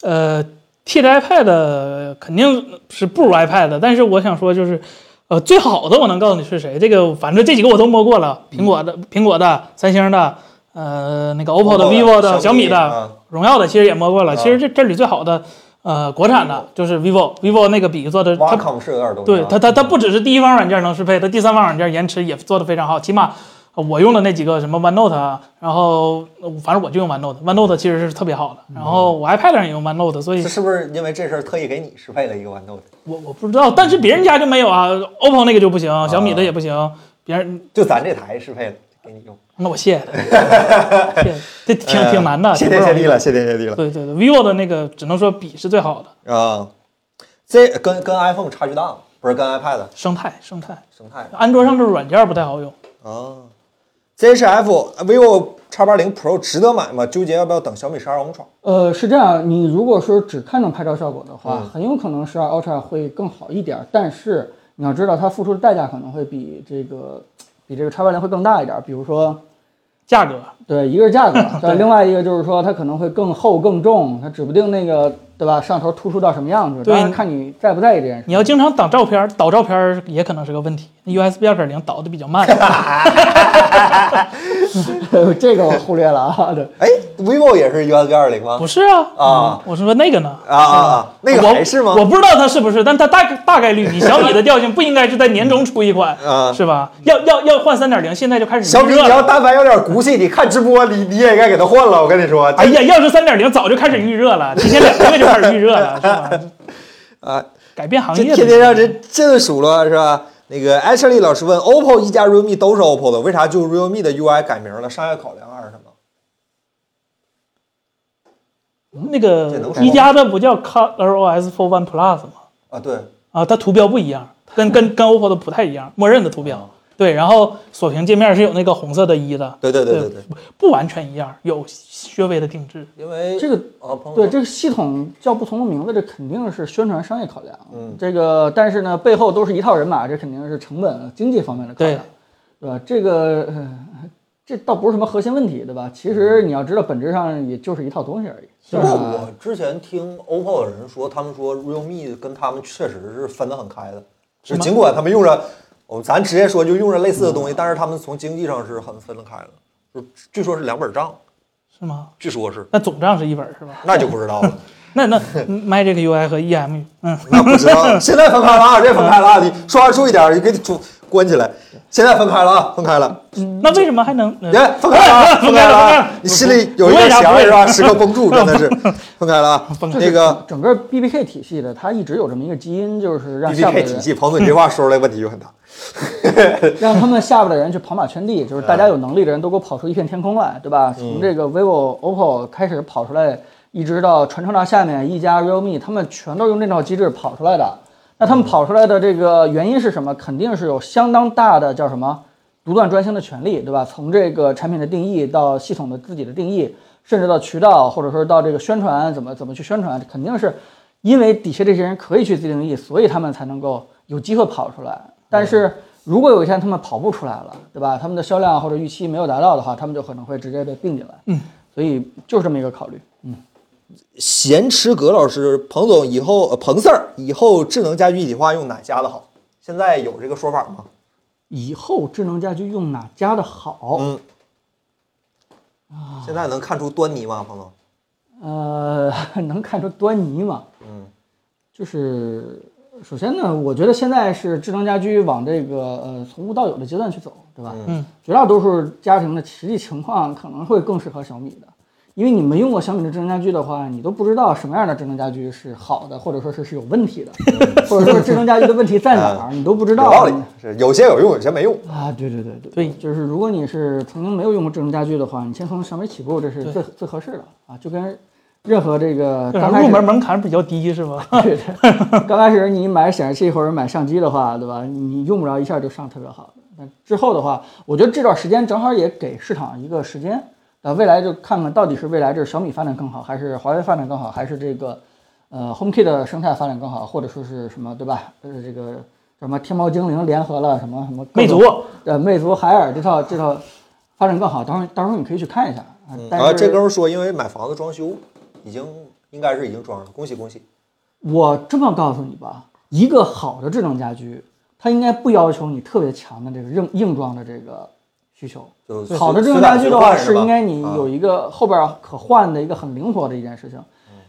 呃，替代 iPad 肯定是不如 iPad 的，但是我想说就是，呃，最好的我能告诉你是谁，这个反正这几个我都摸过了，苹果的、苹果的、三星的，呃，那个 OPPO 的、vivo 的、小米的、啊荣耀的，其实也摸过了。啊其实这这里最好的，呃，国产的就是 vivo，vivo 那个笔做的，它，Wacom 是有点东西啊。对它它它不只是第一方软件能适配，它第三方软件延迟也做得非常好。起码呃我用的那几个什么 OneNote 啊，然后呃反正我就用 OneNote，OneNote 其实是特别好的。然后我 iPad 上也用 OneNote，所以嗯这是不是因为这事儿特意给你适配了一个 OneNote？我我不知道，但是别人家就没有啊，OPPO 那个就不行，小米的啊也不行，别人就咱这台适配了，给你用。那我谢他， [LAUGHS] 谢他这 [LAUGHS] 挺呃挺难的，谢挺天不谢容易地了，。谢天谢地了对对对，vivo 的那个只能说比是最好的啊！这跟跟 iPhone 差距大吗，不是跟 iPad 生态生态，生态安卓上这软件不太好用。啊。ZHF vivo X 八零 Pro 值得买吗？纠结要不要等小米十二 Ultra？呃，是这样，你如果说只看重拍照效果的话，嗯很有可能十二 Ultra 会更好一点儿，但是你要知道，它付出的代价可能会比这个比这个 X 八零会更大一点儿，比如说。价格对，一个是价格，对，另外一个就是说它可能会更厚更重，它指不定那个对吧，上头突出到什么样子，对当然看你在不在意这件事。你要经常挡照片儿，导照片儿也可能是个问题。USB 二点零导的比 [LAUGHS] 较慢， [LAUGHS] 这个我忽略了啊，对，哎，vivo 也是 USB 二零吗不？是啊啊我是说那个呢啊啊啊！ [LAUGHS] 那个嗯我还是吗我？不知道它是不是，但它大大概率，你小米的调性不应该是在年中出一款， [LAUGHS] 啊是吧？要要要换三点零，现在就开始小米，预热你要了。但凡有点骨气，你看直播，你你也应该给它换了。我跟你说，哎呀，要是三点零早就开始预热了，提前两个月就开始预热了，是吧？ [LAUGHS] 啊，改变行这业的天天让人震数了是吧？那个 Ashley 老师问，OPPO 一加 realme 都是 OPPO 的，为啥就 realme 的 UI 改名了？商业考量还是什么？那这能个说吗一加的不叫 ColorOS for One Plus 吗？啊，对，啊，它图标不一样， [LAUGHS] 跟跟跟 OPPO 的不太一样，默认的图标。对，然后锁屏界面是有那个红色的一的，对对对对对，不完全一样，有略微的定制。因为这个啊，朋友对这个系统叫不同的名字，这肯定是宣传商业考量。嗯这个但是呢，背后都是一套人马，这肯定是成本经济方面的考量，对吧？这个、呃这倒不是什么核心问题，对吧？其实嗯你要知道，本质上也就是一套东西而已。不过就是我之前听 OPPO 的人说，他们说 realme 跟他们确实是分得很开的，就尽管他们用着，我咱直接说就用着类似的东西，但是他们从经济上是很分得开的，就据说是两本账，是吗？据说是， [LAUGHS] 那总账是一本儿是吧？那就不知道了。那 [LAUGHS] 那 Magic UI 和 EM，嗯，那不知道，现在分开了 [LAUGHS] 啊，这分开了啊，你刷注意点，你给你主关起来。现在分开了啊，分开了，那为什么还能？呃耶，分开了啊，分分开开了了分开啊了！ [LAUGHS] 你心里有一个不弦会的不会的是吧？时刻绷住，真的是分开了啊分。那个整个 B B K 体系的，它一直有这么一个基因，就是让 B 下 B 边 K 的体人系，彭总，你这话说出来问题就很大。让他们下边的人去跑马圈地，就是大家有能力的人都给我跑出一片天空来，对吧？从这个 vivo、OPPO 开始跑出来，一直到传承到下面一加、realme，他们全都用这套机制跑出来的。那他们跑出来的这个原因是什么？肯定是有相当大的叫什么独断专行的权利，对吧？从这个产品的定义到系统的自己的定义，甚至到渠道，或者说到这个宣传怎么怎么去宣传，肯定是因为底下这些人可以去自定义，所以他们才能够有机会跑出来。但是如果有一天他们跑不出来了，对吧？他们的销量或者预期没有达到的话，他们就可能会直接被并进来。嗯，所以就是这么一个考虑。咸池葛老师，彭总以后，呃彭 Sir 以后智能家居一体化用哪家的好？现在有这个说法吗？以后智能家居用哪家的好？嗯，啊现在能看出端倪吗，彭总？呃， [LAUGHS] 能看出端倪吗？嗯，就是首先呢，我觉得现在是智能家居往这个呃从无到有的阶段去走，对吧？嗯，绝大多数家庭的实际情况可能会更适合小米的，因为你没用过小米的智能家居的话，你都不知道什么样的智能家居是好的，或者说是是有问题的，或者说智能家居的问题在哪儿，你都不知嗯有道。道理，是有些有用，有些没用。啊，对对对对对就是如果你是曾经没有用过智能家居的话，你先从小米起步，这是最最合适的啊，就跟任何这个对刚开始入 [LAUGHS] 门门槛比较低是吧？对对，刚开始你买显示器或者买相机的话，对吧？你用不着一下就上特别好的。那之后的话，我觉得这段时间正好也给市场一个时间，啊，未来就看看到底是未来这小米发展更好，还是华为发展更好，还是这个呃 HomeKit 的生态发展更好，或者说是什么，对吧？呃，这个叫什么天猫精灵联合了什么什么各魅种 [LAUGHS] 族，呃魅族、海尔这套这套发展更好，到时候到时候你可以去看一下。啊但啊，是这哥们说，因为买房子装修，已经应该是已经装了，恭喜恭喜。我这么告诉你吧，一个好的智能家居，它应该不要求你特别强的这个硬硬装的这个需求。就好的智这种能家居的话，是是吧啊应该你有一个后边可换的一个很灵活的一件事情。嗯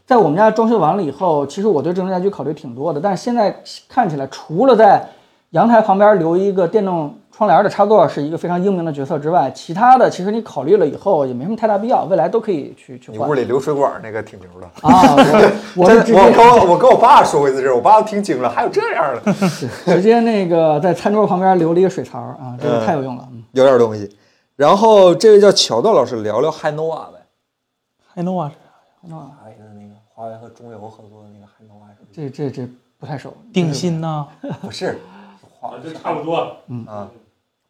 在我们家装修完了以后，其实我对智能家居考虑挺多的，但是现在看起来，除了在阳台旁边留一个电动窗帘的插座是一个非常英明的决策之外，其他的其实你考虑了以后也没什么太大必要，未来都可以去去你换屋里流水管那个挺牛的。啊。 [LAUGHS] 我我真是的直接我跟我我跟我爸说过一次这事，我爸都听惊了，还有这样的， [LAUGHS] 直接那个在餐桌旁边留了一个水槽啊，这个太有用了。嗯， [LAUGHS] 有点东西。然后这位叫乔道老师聊聊 HiNova 呗，还能玩嗯华为的那个华为和中油合作的那个啊 HiNova 是啊这这这不太熟。顶新呐？ [LAUGHS] 不是？华啊，这差不 [LAUGHS] 多。啊，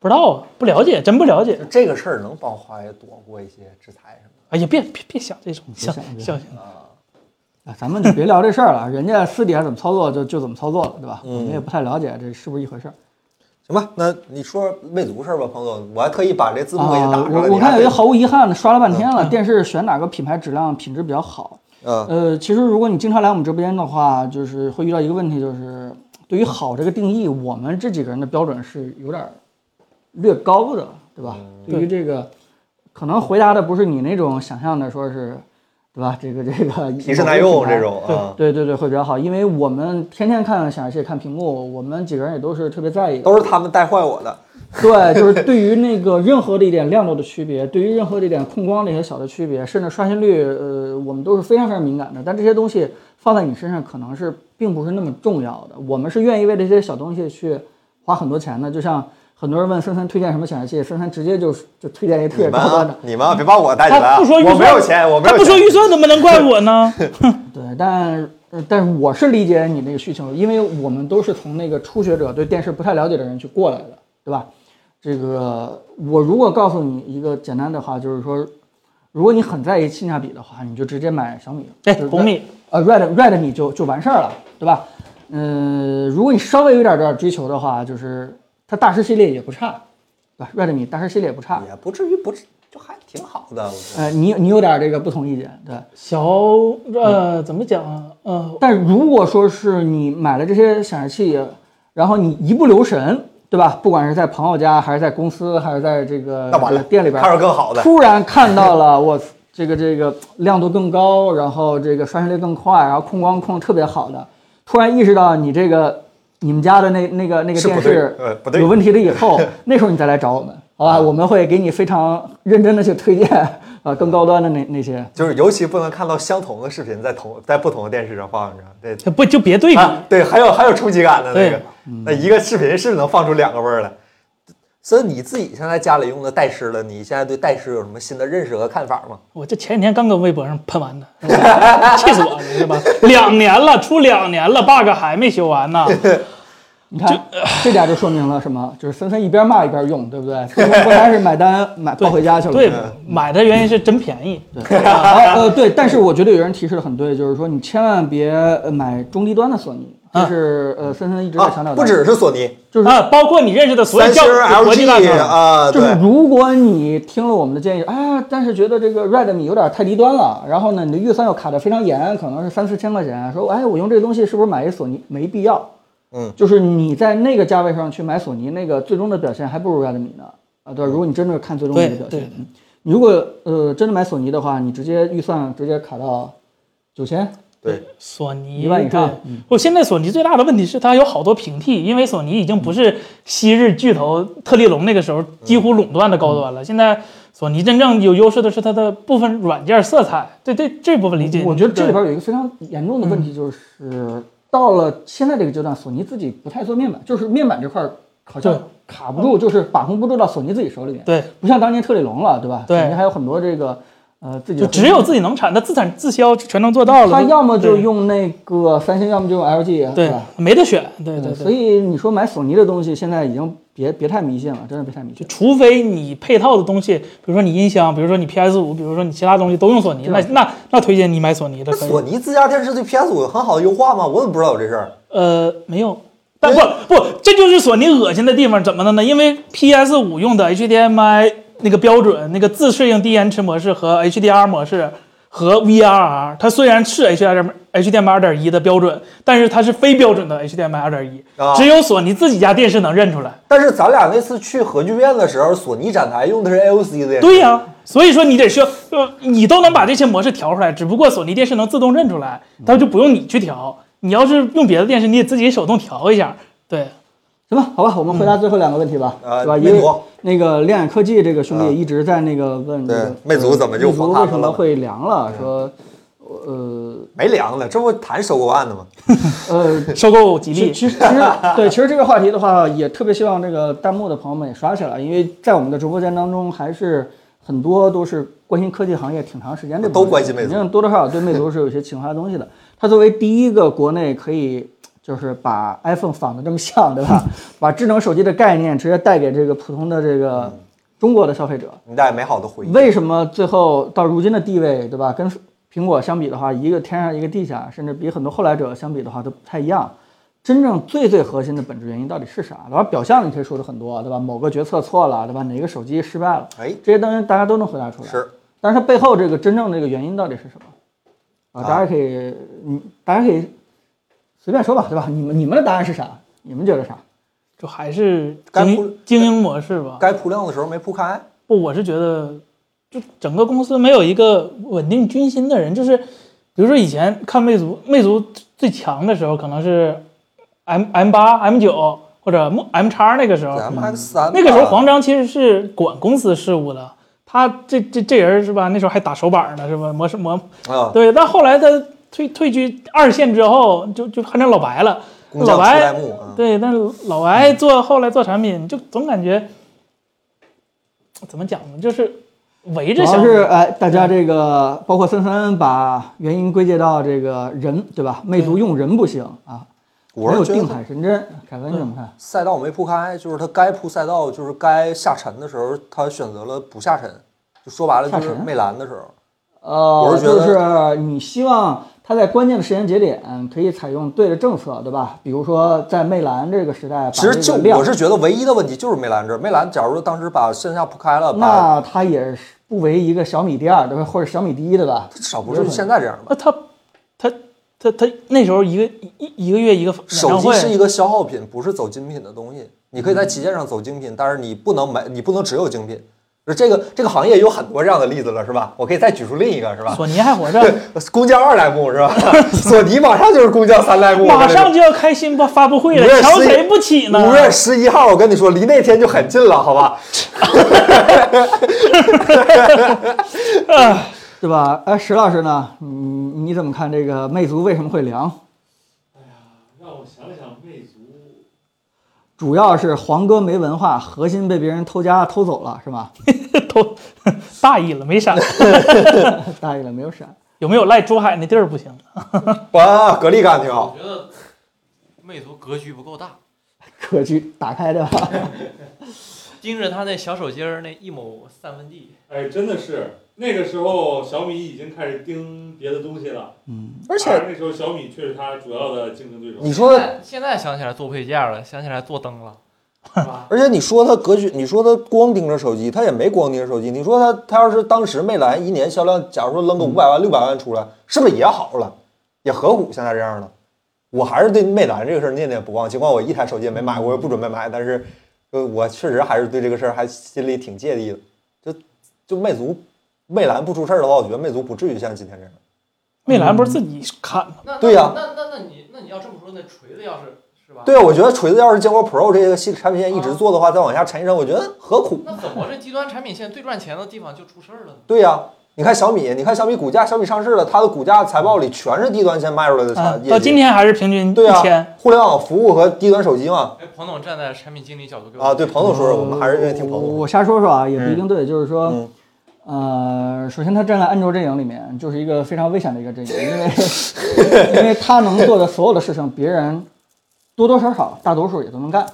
不知道啊，不了解，真不了解就。这个事儿能帮华为躲过一些制裁什么哎呀，别别别想这种，想想这想想啊，咱们就别聊这事儿了，人家私底下怎么操作就就怎么操作了，对吧？嗯我们也不太了解这是不是一回事儿。的。行吧，那你说魅族事儿吧，彭总，我还特意把这字幕给你打啊，出来。我你我还嗯可以看有一个毫无遗憾的刷了半天了，电视选哪个品牌质量品质比较好？嗯呃，其实如果你经常来我们直播间的话，就是会遇到一个问题，就是对于好这个定义，我们这几个人的标准是有点儿略高的，对吧？嗯对于这个，可能回答的不是你那种想象的，说是，对吧？这个这个提示耐用这种。种啊，对对对，会比较好，因为我们天天看显示器、看屏幕，我们几个人也都是特别在意的。都是他们带坏我的。对，就是对于那个任何的一点亮度的区别，对于任何的一点控光的一些小的区别，甚至刷新率，呃，我们都是非常非常敏感的。但这些东西放在你身上，可能是并不是那么重要的。我们是愿意为这些小东西去花很多钱的。就像很多人问森森推荐什么显示器，森森直接就就推荐一个特你别们高端的啊。，你们啊别把我带进来他啊！不说预我算，没有钱，我没有钱。他不说预算，怎么能怪我 [LAUGHS] 呢？对，但呃但是我是理解你那个需求，因为我们都是从那个初学者对电视不太了解的人去过来的，对吧？这个我如果告诉你一个简单的话，就是说，如果你很在意性价比的话，你就直接买小米，哎，就是红米呃 Red Red 米就就完事儿了，对吧？嗯，如果你稍微有点点追求的话，就是它大师系列也不差，对吧？Red 米大师系列也不差。也不至于不至，就还挺好的。我觉得呃，你你有点这个不同意见，对。小呃怎么讲啊？呃，但如果说是你买了这些显示器，然后你一不留神，对吧？不管是在朋友家，还是在公司，还是在这个那完了呃这个店里边还，有更好的。突然看到了我这个这个亮度更高，然后这个刷新率更快，然后控光控得特别好的，突然意识到你这个你们家的那那个那个是电不对视，呃，不对啊有，问题了 [LAUGHS] 以后，那时候你再来找我们，好吧？我们会给你非常认真的去推荐啊更高端的那那些。就是尤其不能看到相同的视频在同在不同的电视上放着，对不就别 [LAUGHS] 对比，啊， [LAUGHS] 对，还有还有冲击感的那对个，那一个视频是能放出两个味儿来。所以你自己现在家里用的代师了，你现在对代师有什么新的认识和看法吗？我这前几天刚搁微博上喷完的，气死我了，是吧？两年了，出两年了，bug 还没修完呢。你看，这点就说明了什么？就是纷纷一边骂一边用，对不 [LAUGHS] 对？最终不单是买单买抱回家去了。对，嗯买的原因是真便宜。啊呃对，但是我觉得有人提示的很对，就是说你千万别呃买中低端的索尼，这是呃森森一直在强啊，调的。不只是索尼，就是啊，包括你认识的所有三星、教国际 LG 大厂，啊，就是对，如果你听了我们的建议，哎，但是觉得这个 Redmi 有点太低端了，然后呢，你的预算又卡得非常严，可能是三四千块钱，说，哎，我用这个东西是不是买一索尼？没必要。嗯，就是你在那个价位上去买索尼，那个最终的表现还不如 Redmi 呢。啊，对，如果你真的看最终的对表对现，嗯你如果呃真的买索尼的话，你直接预算直接卡到九千索尼一万以上对。，嗯我现在索尼最大的问题是它有好多平替，因为索尼已经不是昔日巨头特立龙那个时候几乎垄断的高端嗯了。现在索尼真正有优势的是它的部分软件色彩，对对这部分理解。嗯我觉得这里边有一个非常严重的问题，就是到了现在这个阶段，索尼自己不太做面板，就是面板这块儿好像对卡不住，就是把控不住到索尼自己手里面，对，不像当年特里龙了，对吧？对索尼还有很多这个呃自己就的只有自己能产，它自产自销全能做到了。他要么就对用那个三星，要么就用 LG，对吧？没得选，对对嗯对。所以你说买索尼的东西，现在已经别别太迷信了，真的别太迷就信。除非你配套的东西，比如说你音箱，比如说你 PS 五，比如说你其他东西都用索尼，那对那那推荐你买索尼的那可以。索尼自家电视对 PS 五有很好的优化吗？我怎么不知道有这事儿？呃，没有，但不不，这就是索尼恶心的地方，怎么的呢？因为 PS 五用的 HDMI 那个标准，那个自适应低延迟模式和 HDR 模式和 VRR，它虽然是 HDR HDMI 二点一的标准，但是它是非标准的 HDMI 二点一啊，只有索尼自己家电视能认出来。但是咱俩那次去核聚变的时候，索尼展台用的是 AOC 的，对呀、所以说你得需要，呃，你都能把这些模式调出来，只不过索尼电视能自动认出来，它就不用你去调。你要是用别的电视，你得自己手动调一下。对，行吧，好吧，我们回嗯答最后两个问题吧，啊对吧？魅因为族那个亮眼科技这个兄啊弟一直在那个问对这个呃魅族怎么就魅族火化为了什么呢会凉了？说，呃没凉了，这不谈收购案呢吗？呃，收购吉其利，其实其实对，其实这个话题的话，也特别希望这个弹幕的朋友们也刷起来，因为在我们的直播间当中，还是很多都是关心科技行业挺长时间的朋友，都关心魅族肯定多多少少对魅族是有些情怀的东西的。它作为第一个国内可以就是把 iPhone 仿的这么像，对吧？把智能手机的概念直接带给这个普通的这个嗯中国的消费者，你带美好的回忆。为什么最后到如今的地位，对吧？跟苹果相比的话，一个天上一个地下，甚至比很多后来者相比的话都不太一样。真正最最核心的本质原因到底是啥？对吧？表象你可以说的很多，对吧？某个决策错了，对吧？哪个手机失败了，哎，这些东西大家都能回答出来。是，但是它背后这个真正这个原因到底是什么？啊，大家可以，嗯，大家可以随便说吧，对吧？你们你们的答案是啥？你们觉得啥？就还是该精铺英精英模式吧。该铺量的时候没铺开。不，我是觉得，就整个公司没有一个稳定军心的人，就是比如说以前看魅族，魅族最强的时候可能是 M M 八、M 九或者 M 叉那个时候，咱们 X 三那个时候黄章其实是管公司事务的，他这这这人是吧？那时候还打手板呢，是吧？磨是磨，啊，对。但后来他退退居二线之后，就就看成老白了。工匠老出白代幕啊，对，但是老白做后来做产品，就总感觉怎么讲呢？就是围主着要想是哎，大嗯家这个包括森森把原因归结到这个人，对吧？魅族用人不行啊，我没有是觉定得海神针。凯文你怎么看？赛道没铺开，就是他该铺赛道，就是该下沉的时候，他选择了不下沉。就说白了，就下是沉魅蓝的时候，呃我，是觉就得是你希望它在关键的时间节点可以采用对的政策，对吧？比如说在魅蓝这个时代，把其实这就个量我是觉得唯一的问题就是魅蓝这儿，魅蓝假如当时把线下铺开了，把那它也是不为一个小米第二，对吧？或者小米第一，对吧？至少不是现在这样吧。那呃他他他他那时候一个一一个月一个演手唱机会，是一个消耗品，不是走精品的东西。你可以在旗舰上走精品，但是你不能买，你不能只有精品。就这个这个行业有很多这样的例子了，是吧？我可以再举出另一个，是吧？啊索尼还活着，公交二代目是吧？ [LAUGHS] 索尼马上就是公交三代目了，马上就要开新发发布会了五月，瞧十一谁不起呢？五月十一号，我跟你说，离那天就很近了，好吧？对吧？哎，石老师呢？嗯，你怎么看这个魅族为什么会凉？让我想想，魅族主要是黄哥没文化，核心被别人偷家偷走了，是吧？ [LAUGHS] 都 [LAUGHS] 大意了，没 [LAUGHS] 闪。大意了，没有闪。有没有赖珠海那地儿不行？啊哇，格力干得挺好，觉得魅族格局不够大，可去打开对 [LAUGHS] 吧？盯着他那小手心儿那一亩三分地。哎，真的是那个时候小米已经开始盯别的东西了，嗯，而且那时候小米却是它主要的竞争对手。你说，现在想起来做配件了，想起来做灯了，而且你说它格局，你说它光盯着手机，它也没光盯着手机。你说它，它要是当时魅蓝一年销量，假如说扔个五百万、六百万出来，是不是也好了？也何苦像它这样呢？我还是对魅蓝这个事儿念念不忘，尽管我一台手机也没买，我也不准备买，但是，呃，我确实还是对这个事儿还心里挺芥蒂的。就就魅族，魅蓝不出事儿的话，我觉得魅族不至于像今天这样。魅蓝不是自己砍吗？那对呀那那那你那你要这么说，那锤子要是是吧？对啊，我觉得锤子要是坚果 Pro 这个系产品线一直嗯做的话，再往下沉一沉，我觉得何苦？那怎么这极端产品线最赚钱的地方就出事儿了呢？对呀、你看小米，你看小米股价，小米上市了，它的股价财报里全是低端先卖出来的啊产业绩。到今天还是平均嗯对一千、啊，互联网服务和低端手机嘛。哎，彭总站在产品经理角度给我啊，对，彭总说说，我们还是愿意听彭我总。我瞎说说啊，也不一定对。就是说，嗯呃，首先他站在安卓阵营里面，就是一个非常危险的一个阵营，因 [LAUGHS] 为因为他能做的所有的事情，别人多多少少大多数也都能干。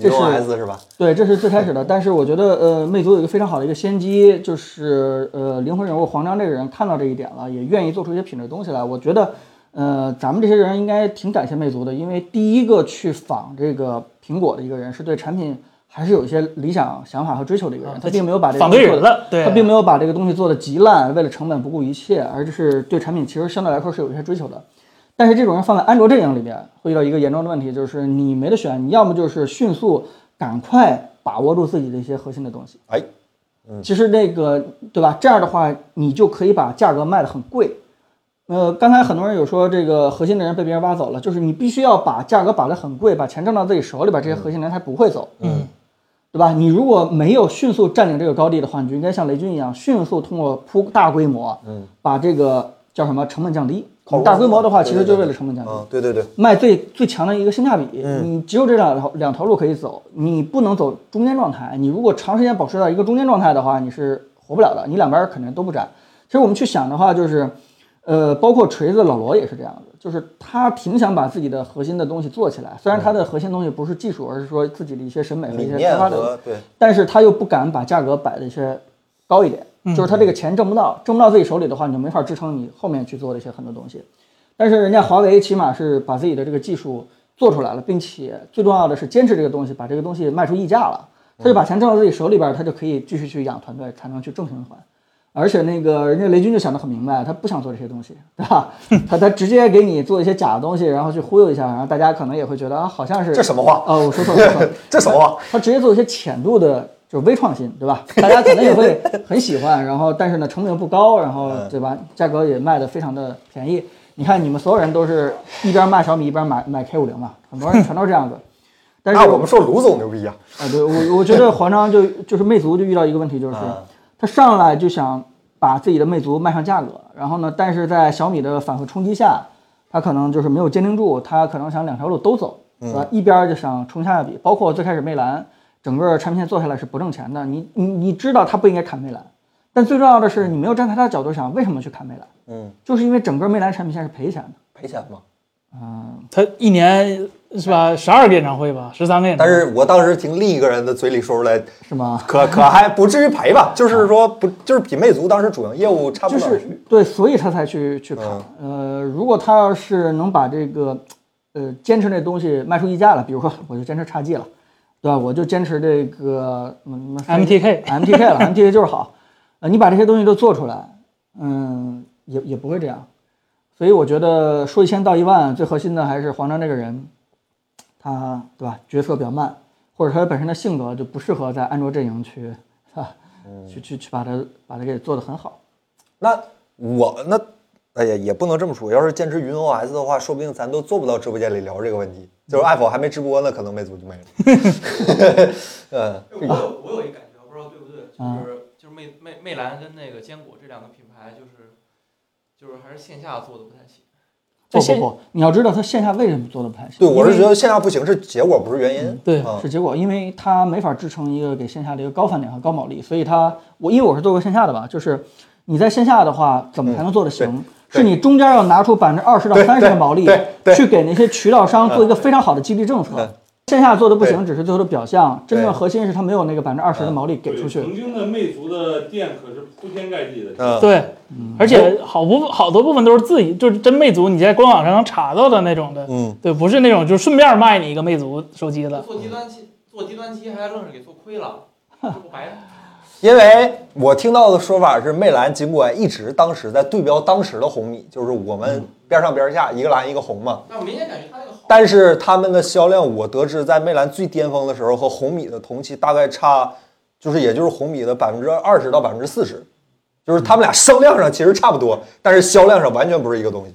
这是 u S 是吧？对，这是最开始的。但是我觉得，呃，魅族有一个非常好的一个先机，就是呃，灵魂人物黄章这个人看到这一点了，也愿意做出一些品质的东西来。我觉得，呃，咱们这些人应该挺感谢魅族的，因为第一个去仿这个苹果的一个人，是对产品还是有一些理想想法和追求的一个人。啊他并没有把这个反东对西做人得了，对，啊啊他并没有把这个东西做的极烂，为了成本不顾一切，而是对产品其实相对来说是有一些追求的。但是这种人放在安卓阵营里边，会遇到一个严重的问题，就是你没得选，你要么就是迅速赶快把握住自己的一些核心的东西。哎，嗯其实那个对吧？这样的话，你就可以把价格卖得很贵。呃，刚才很多人有说这个核心的人被别人挖走了，就是你必须要把价格摆得很贵，把钱挣到自己手里边，这些核心人才不会走。嗯，对吧？你如果没有迅速占领这个高地的话，你就应该像雷军一样，迅速通过铺大规模，嗯，把这个叫什么成本降低哦口。大规模的话，对其对实就是为对了成本降低，嗯，对对对，卖最最强的一个性价比。嗯你只有这两条两条路可以走，你不能走中间状态。你如果长时间保持在一个中间状态的话，你是活不了的。你两边肯定都不沾。其实我们去想的话，就是，呃，包括锤子老罗也是这样的，就是他挺想把自己的核心的东西做起来，虽然他的核心东西不是技术，而是说自己的一些审美和嗯理一些念开发的东西。和对，但是他又不敢把价格摆的一些高一点，嗯就是他这个钱挣不到，挣不到自己手里的话，你就没法支撑你后面去做的一些很多东西。但是人家华为起码是把自己的这个技术做出来了，并且最重要的是坚持这个东西，把这个东西卖出溢价了，他就把钱挣到自己手里边儿，他就可以继续去养团队，才能去正循环。而且那个人家雷军就想得很明白，他不想做这些东西，对 [LAUGHS] 吧？他他直接给你做一些假的东西，然后去忽悠一下，然后大家可能也会觉得啊，好像是这什么话？哦，我说错了，我说错了。这什么话？他直接做一些浅度的，就是微创新，对吧？大家可能也会很喜欢，然后但是呢，成本又不高，然后嗯对吧？价格也卖的非常的便宜。你看你们所有人都是一边骂小米一边买买 K 五零嘛，很多人全都这样子。但是那我们说卢总牛逼啊！啊，对我我觉得黄章就就是魅族就遇到一个问题，就是啊他上来就想把自己的魅族卖上价格，然后呢，但是在小米的反复冲击下，他可能就是没有坚定住，他可能想两条路都走，嗯对吧？一边儿就想冲性价比，包括最开始魅蓝整个产品线做下来是不挣钱的，你你你知道他不应该砍魅蓝，但最重要的是你没有站在他的角度想，为什么去砍魅蓝？嗯，就是因为整个魅蓝产品线是赔钱的。赔钱嘛。他一年是吧？十二个演唱会吧，十三个演唱但会，是我当时听另一个人的嘴里说出来，是吗？可可还不至于赔吧？就是说不，就是比魅族当时主营业务差不就到哪嗯儿是去。对，所以他才去去砍。呃，如果他要是能把这个，呃，坚持那东西卖出溢价了，比如说我就坚持差 G 了，对吧？我就坚持这个嗯 [LAUGHS] MTK MTK 了，MTK 就是好。呃，你把这些东西都做出来，嗯，也也不会这样。所以我觉得说一千道一万，最核心的还是黄章这个人，他对吧？决策比较慢，或者他本身的性格就不适合在安卓阵营去啊嗯去去去把它把它给做得很好。那我那，哎呀，也不能这么说。要是坚持云 OS 的话，说不定咱都做不到直播间里聊这个问题。就是 Apple 还没直播呢，可能魅族就没了。嗯，我有我有一感觉，不知道对不对，嗯就是就是魅魅魅蓝跟那个坚果这两个品牌，就是就是还是线下做的不太行。嗯不这不线不，你要知道它线下为什么做的不太行。对，我是觉得线下不行是结果，不是原因。对嗯是结果，因为它没法支撑一个给线下的一个高返点和高毛利，所以它我因为我是做过线下的吧，就是你在线下的话，怎么才能做得行？嗯对是你中间要拿出百分之二十到对三十的毛利对对，去给那些渠道商做一个非常好的激励政嗯策。线下做的不行，对只是最后的表象，真对嗯正核心是它没有那个百分之二十的毛利给对出去。曾经的魅族的店可是铺天盖地的，嗯，对，而且好部好多部分都是自己，就是真魅族，你在官网上能查到的那种的，嗯，对，不是那种就是顺便卖你一个魅族手机的，做低端期做低端期还愣是给做亏了，这不白因为我听到的说法是，魅蓝尽管一直当时在对标当时的红米，就是我们边上边下一个蓝一个红嘛，但我明显感觉它那个好，但是他们的销量，我得知在魅蓝最巅峰的时候和红米的同期大概差，就是也就是红米的百分之二十到百分之四十，就是他们俩声量上其实差不多，但是销量上完全不是一个东西。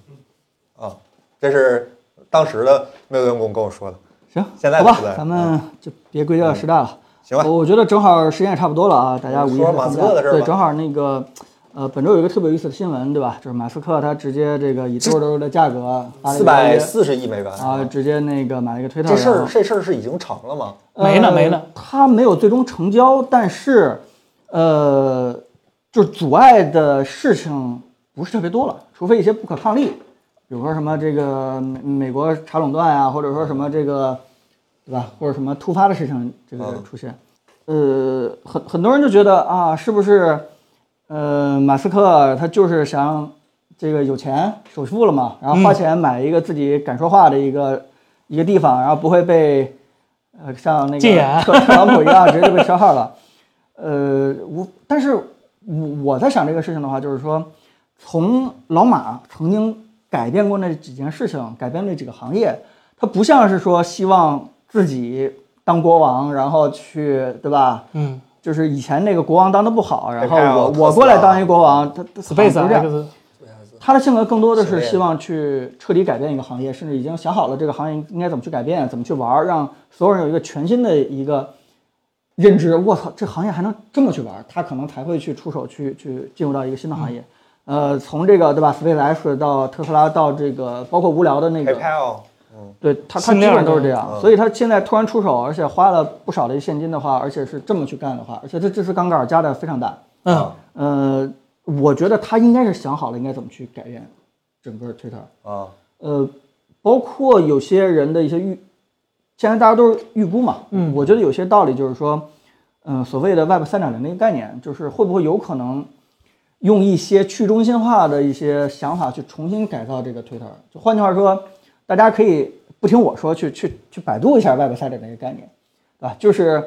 啊，这是当时的魅族员工跟我说的。行，现在好不在吧，咱们就别归结到时代了。嗯行吧我我觉得正好时间也差不多了啊，大家嗯五一说是马放斯假克的事儿吧对，正好那个。呃，本周有一个特别有意思的新闻，对吧？就是马斯克他直接这个以多少多少的价格，四百四十亿美元啊，直接那个买了一个推特。这事然儿后这事儿是已经成了吗？没了呃没了。他没有最终成交，但是，呃，就是阻碍的事情不是特别多了，除非一些不可抗力，比如说什么这个美美国查垄断啊，或者说什么这个，对吧？或者什么突发的事情这啊个嗯出现，呃，很很多人就觉得啊，是不是，呃，马斯克他就是想这个有钱首富了嘛，然后嗯花钱买一个自己敢说话的一个、一个地方，然后不会被呃像那个禁言特特朗普一样直接就被消耗了。呃，我但是我我在想这个事情的话，就是说，从老马曾经改变过那几件事情，改变那几个行业，他不像是说希望自己当国王，然后去对吧？嗯就是以前那个国王当的不好，然后哎呀我特斯拉我过来当一国王，他他啊好像，Space 啊不是这样 X，他的性格更多的随是便希望去彻底改变一个行业，甚至已经想好了这个行业应该怎么去改变，怎么去玩儿，让所有人有一个全新的一个认知。我操，这行业还能这么去玩儿，他可能才会去出手去去进入到一个新的行业。呃，从这个对吧，Space X 到特斯拉，到这个包括无聊的那个 PayPal 对他，他尽基本量上都是的这样嗯，所以他现在突然出手，而且花了不少的现金的话，而且是这么去干的话，而且这这次杠杆加的非常大。嗯，呃，我觉得他应该是想好了应该怎么去改变整个 Twitter。啊，呃，包括有些人的一些预，现在大家都是预估嘛，嗯我觉得有些道理就是说，嗯、所谓的 Web 三点零的一个概念，就是会不会有可能用一些去中心化的一些想法去重新改造这个 Twitter？就换句话说，大家可以不听我说，去去去百度一下 Web 三点零的一个概念，对吧？就是。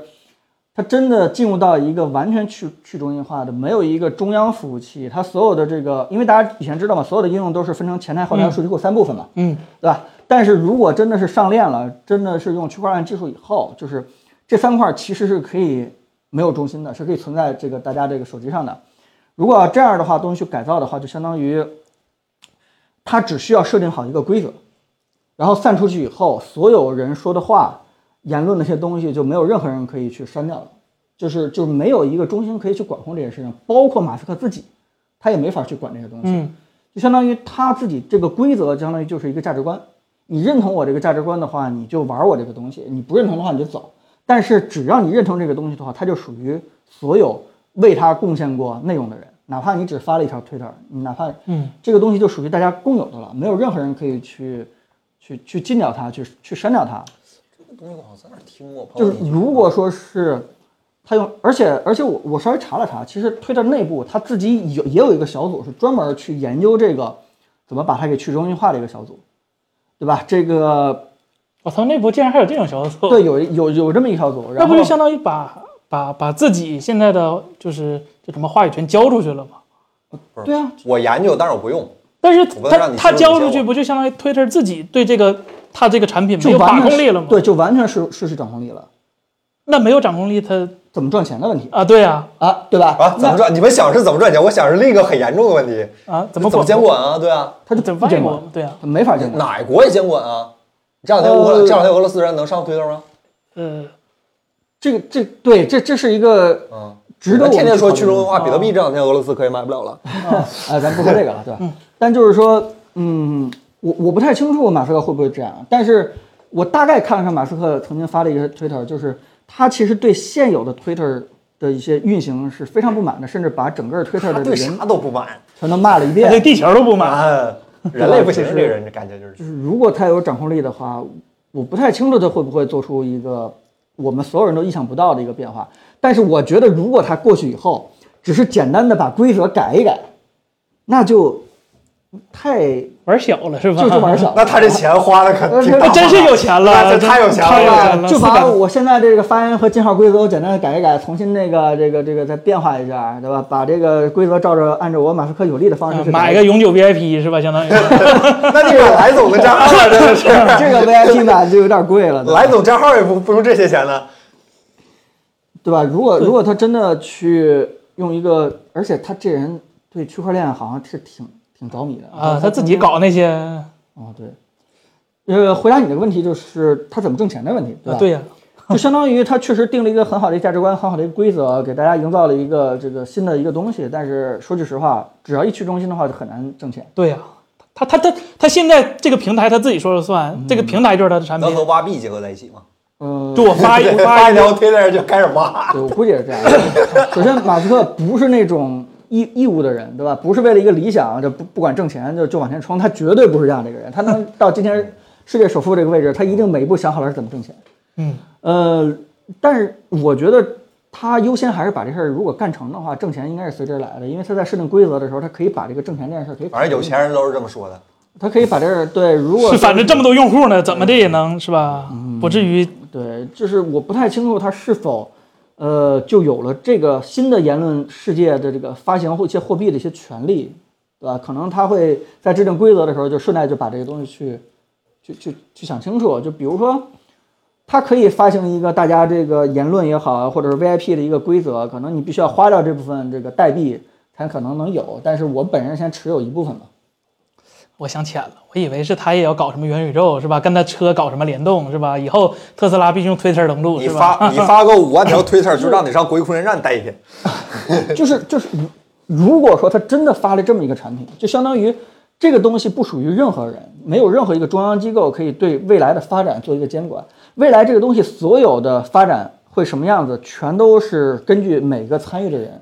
它真的进入到一个完全去去中心化的，没有一个中央服务器，它所有的这个，因为大家以前知道嘛，所有的应用都是分成前台、后台、嗯数据库三部分嘛，嗯，对吧？但是如果真的是上链了，真的是用区块链技术以后，就是这三块其实是可以没有中心的，是可以存在这个大家这个手机上的。如果要这样的话，东西去改造的话，就相当于它只需要设定好一个规则，然后散出去以后，所有人说的话、言论那些东西就没有任何人可以去删掉了，就是就没有一个中心可以去管控这些事情，包括马斯克自己，他也没法去管这些东西。嗯就相当于他自己这个规则，相当于就是一个价值观。你认同我这个价值观的话，你就玩我这个东西；你不认同的话，你就走。但是只要你认同这个东西的话，它就属于所有为他贡献过内容的人，哪怕你只发了一条推特，你哪怕嗯这个东西就属于大家共有的了，没有任何人可以去去去禁掉它，去去删掉它。东西我好像在哪儿听过，朋就友是如果说是他用，而且而且我我稍微查了查，其实推特内部他自己有也有一个小组是专门去研究这个怎么把它给去中心化的一个小组，对吧？这哦个我操，内部竟然还有这种小组，对，有有有这么一个小组，那然后不就相当于把把把自己现在的就是这什么话语权交出去了吗？对啊，我研究，但是我不用。但是我不能让他你他进入交结出去，果不就相当于 Twitter 自己对这个他这个产品没就有完把全控是力了吗？对，，就完全失失去掌控力了。那没有掌控力，他怎么赚钱的问题啊，对呀、啊，对吧？啊，怎么赚？你们想是怎么赚钱？我想是另一个很严重的问题，啊，怎怎么么监管啊？对啊，他就怎不么监外管，国？对啊，没法监管。哪国也监管啊？这两天呃俄罗这两天俄罗斯人能上推特吗？呃，这个这对这这是一个嗯，值得我们天天说去中中心化，比特币这两天俄罗斯可以买不了了。啊，咱不说这个了，对吧？嗯但就是说，嗯，我我不太清楚马斯克会不会这样，但是我大概看了看马斯克曾经发的一个 Twitter，就是他其实对现有的 Twitter 的一些运行是非常不满的，甚至把整个 Twitter 他的对人啥都不满，全都骂了一他对遍。地球都不不满，满，人类不行，就这是个人感觉就是就是如果他有掌控力的话，我不太清楚他会不会做出一个我们所有人都意想不到的一个变化。但是我觉得，如果他过去以后只是简单的把规则改一改，那就太玩小了是吧？就就玩小了。那他这钱花的呃可挺大 [LAUGHS] 那的，真是有钱那了，这太有钱了太有啊钱了，就四百把我现在这个发音和进号规则，我简单的改一改，重新那个这个这个再变化一下，对吧？把这个规则照着按照我马斯克有利的方式啊去改买个永久 VIP 是吧？[LAUGHS] 相当 [LAUGHS] 于那你把莱总的账号啊真的是，这个 VIP 版就有点贵了，对吧莱总账号也不不用这些钱呢。对吧？如果如果他真的去用一个，而且他这人对区块链好像是挺挺着迷的啊，他自己搞那些啊哦，对。呃，回答你的问题就是他怎么挣钱的问题，对啊吧？，对呀、就相当于他确实定了一个很好的价值观、很好的一个规则，给大家营造了一个这个新的一个东西。但是说句实话，只要一去中心的话，就很难挣钱。对呀、他他他他现在这个平台他自己说了算，这个平台就是他的产品能。和挖币结合在一起吗？嗯呃，就我发 [LAUGHS] 一对发发一一条条推特就开始挖，对我估计也是这样的。 [COUGHS] 首先，马斯克不是那种义义务的人，对吧？不是为了一个理想就不不管挣钱就就往前冲，他绝对不是这样的一个人。他能到今天世界首富这个位置，他一定每一步想好了是怎么挣钱。嗯，呃，但是我觉得他优先还是把这事儿如果干成的话，挣钱应该是随之而来的，因为他在设定规则的时候，他可以把这个挣钱这件事儿可以，反正有，钱人都是这么说的。他可以把这儿对，如果是反正这么多用户呢，怎嗯么的也能是吧？不至于对，就是我不太清楚他是否。呃，就有了这个新的言论世界的这个发行或一些货币的一些权利，对吧？可能他会在制定规则的时候，就顺带就把这个东西去，去去去想清楚。就比如说，它可以发行一个大家这个言论也好，或者是 VIP 的一个规则，可能你必须要花掉这部分这个代币才可能能有。但是我本人先持有一部分吧。我想浅了，我以为是他也要搞什么元宇宙是吧？跟他车搞什么联动是吧？以后特斯拉必须用 Twitter 登录你是吧？ [LAUGHS] 发你发个五万条推特，就让你上国际空间站待一天。就是就是，如如果说他真的发了这么一个产品，就相当于这个东西不属于任何人，没有任何一个中央机构可以对未来的发展做一个监管。未来这个东西所有的发展会什么样子，全都是根据每个参与的人，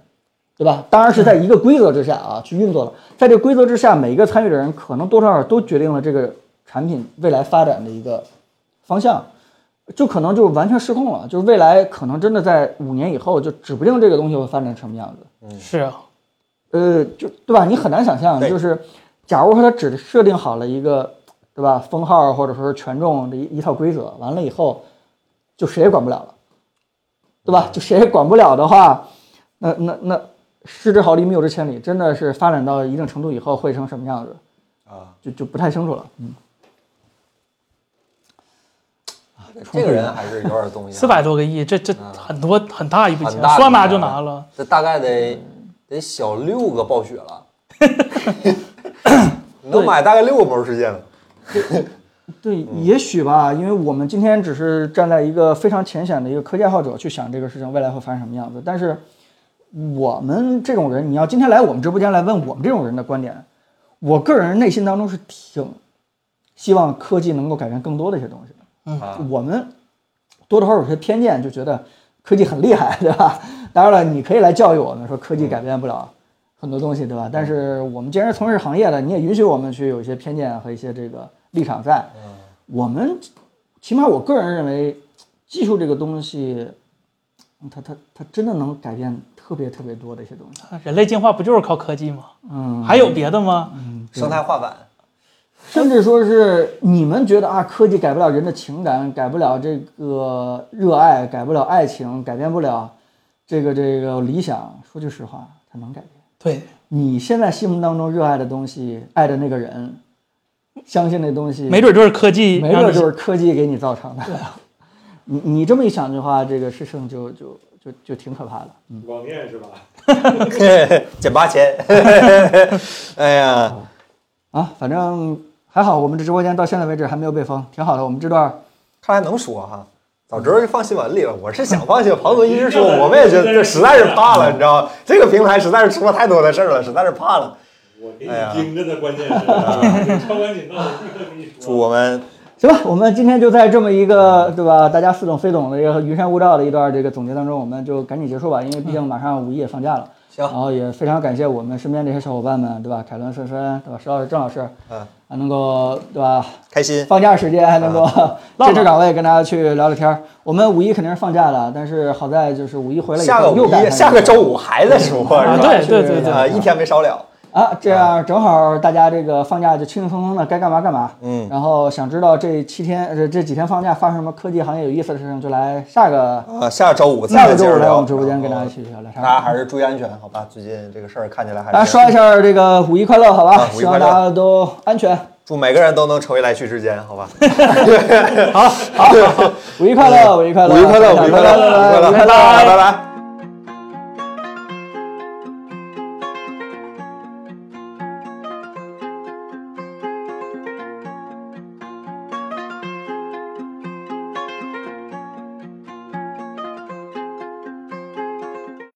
对吧？当然是在一个规则之下啊去运作了。在这个规则之下，每一个参与的人可能多多少少都决定了这个产品未来发展的一个方向。就可能就完全失控了，就是未来可能真的在五年以后，就指不定这个东西会发展成什么样子。是啊，呃，就对吧？你很难想象，对就是假如说他只设定好了一个，对吧？封号或者说是权重的一一套规则，完了以后，就谁也管不了了，对吧？就谁也管不了的话，那那那失之毫厘，谬之千里，真的是发展到一定程度以后会成什么样子啊？就就不太清楚了。嗯，这个人还是有点东西啊。四百多个亿，这这很多很大一笔嗯钱很大，的说拿一笔钱就拿了。这大概得得小六个暴雪 [LAUGHS] 了，能买大概六个魔兽世界了。对，嗯也许吧，因为我们今天只是站在一个非常浅显的一个科技爱好者去想这个事情未来会发生什么样子，但是我们这种人，你要今天来我们直播间来问我们这种人的观点，我个人内心当中是挺希望科技能够改变更多的一些东西的。啊，我们多多少少有些偏见，就觉得科技很厉害，对吧？当然了，你可以来教育我们说科技改变不了很多东西，对吧？但是我们既然是从事行业的，你也允许我们去有一些偏见和一些这个立场在。我们起码我个人认为，技术这个东西，嗯它它它真的能改变特别特别多的一些东西。人类进化不就是靠科技吗？嗯，还有别的吗？生态画板，甚至说是你们觉得啊，科技改不了人的情感，改不了这个热爱，改不了爱情，改变不了这个这个理想。说句实话，它能改变。对，你现在心目当中热爱的东西，爱的那个人，相信那东西，没准就是科技让没 [LAUGHS] 你，准就是科技给你造成的。你你这么一想的话，这个事情就就就就挺可怕的。嗯，网恋是吧？嗯 [LAUGHS] 减八 [LAUGHS] 千。哎呀，啊，反正还好，我们这直播间到现在为止还没有被封，挺好的。我们这段儿看来能说哈。早知道就放新闻里了，我是想放新闻。庞总一直说，我们也觉得这实在是怕了，你知道吗？这个平台实在是出了太多的事儿了，实在是怕了。我给哎呀你盯着 [LAUGHS] 的关键是啊，超管紧到我立刻跟你祝说。我们行吧，我们今天就在这么一个对吧，大家似懂非懂的一个云山雾罩的一段这个总结当中，我们就赶紧结束吧，因为毕竟马上五一也放假了。嗯行然后也非常感谢我们身边这些小伙伴们，对吧？凯伦、深深，对吧？石老师、郑老师，嗯，还能够对吧？开心。放假时间还能够啊 [LAUGHS] 唠这职岗位跟大家去聊聊天儿。我们五一肯定是放假的，但是好在就是五一回来以下个后又五赶上一，下个周五还在说，啊是吧？对对对对啊，一天没少了。啊，这样正好大家这个放假就轻轻松松的该干嘛干嘛。嗯，然后想知道这七天呃这这几天放假发生什么科技行业有意思的事情，就来下个啊，下个周五下再个接周着五来聊。啊我们直播间跟大家一起聊聊大家天。还是注意安全，好吧？最近这个事儿看起来还大家是刷一下这个五一快乐，好吧啊？五一希望快乐大家都安全。祝每个人都能成为来去之间，好 [LAUGHS] 吧？ [LAUGHS] 好，好，好，五一快乐，五一快乐，五一快乐，五一拜拜快乐，五一快乐，拜拜拜拜。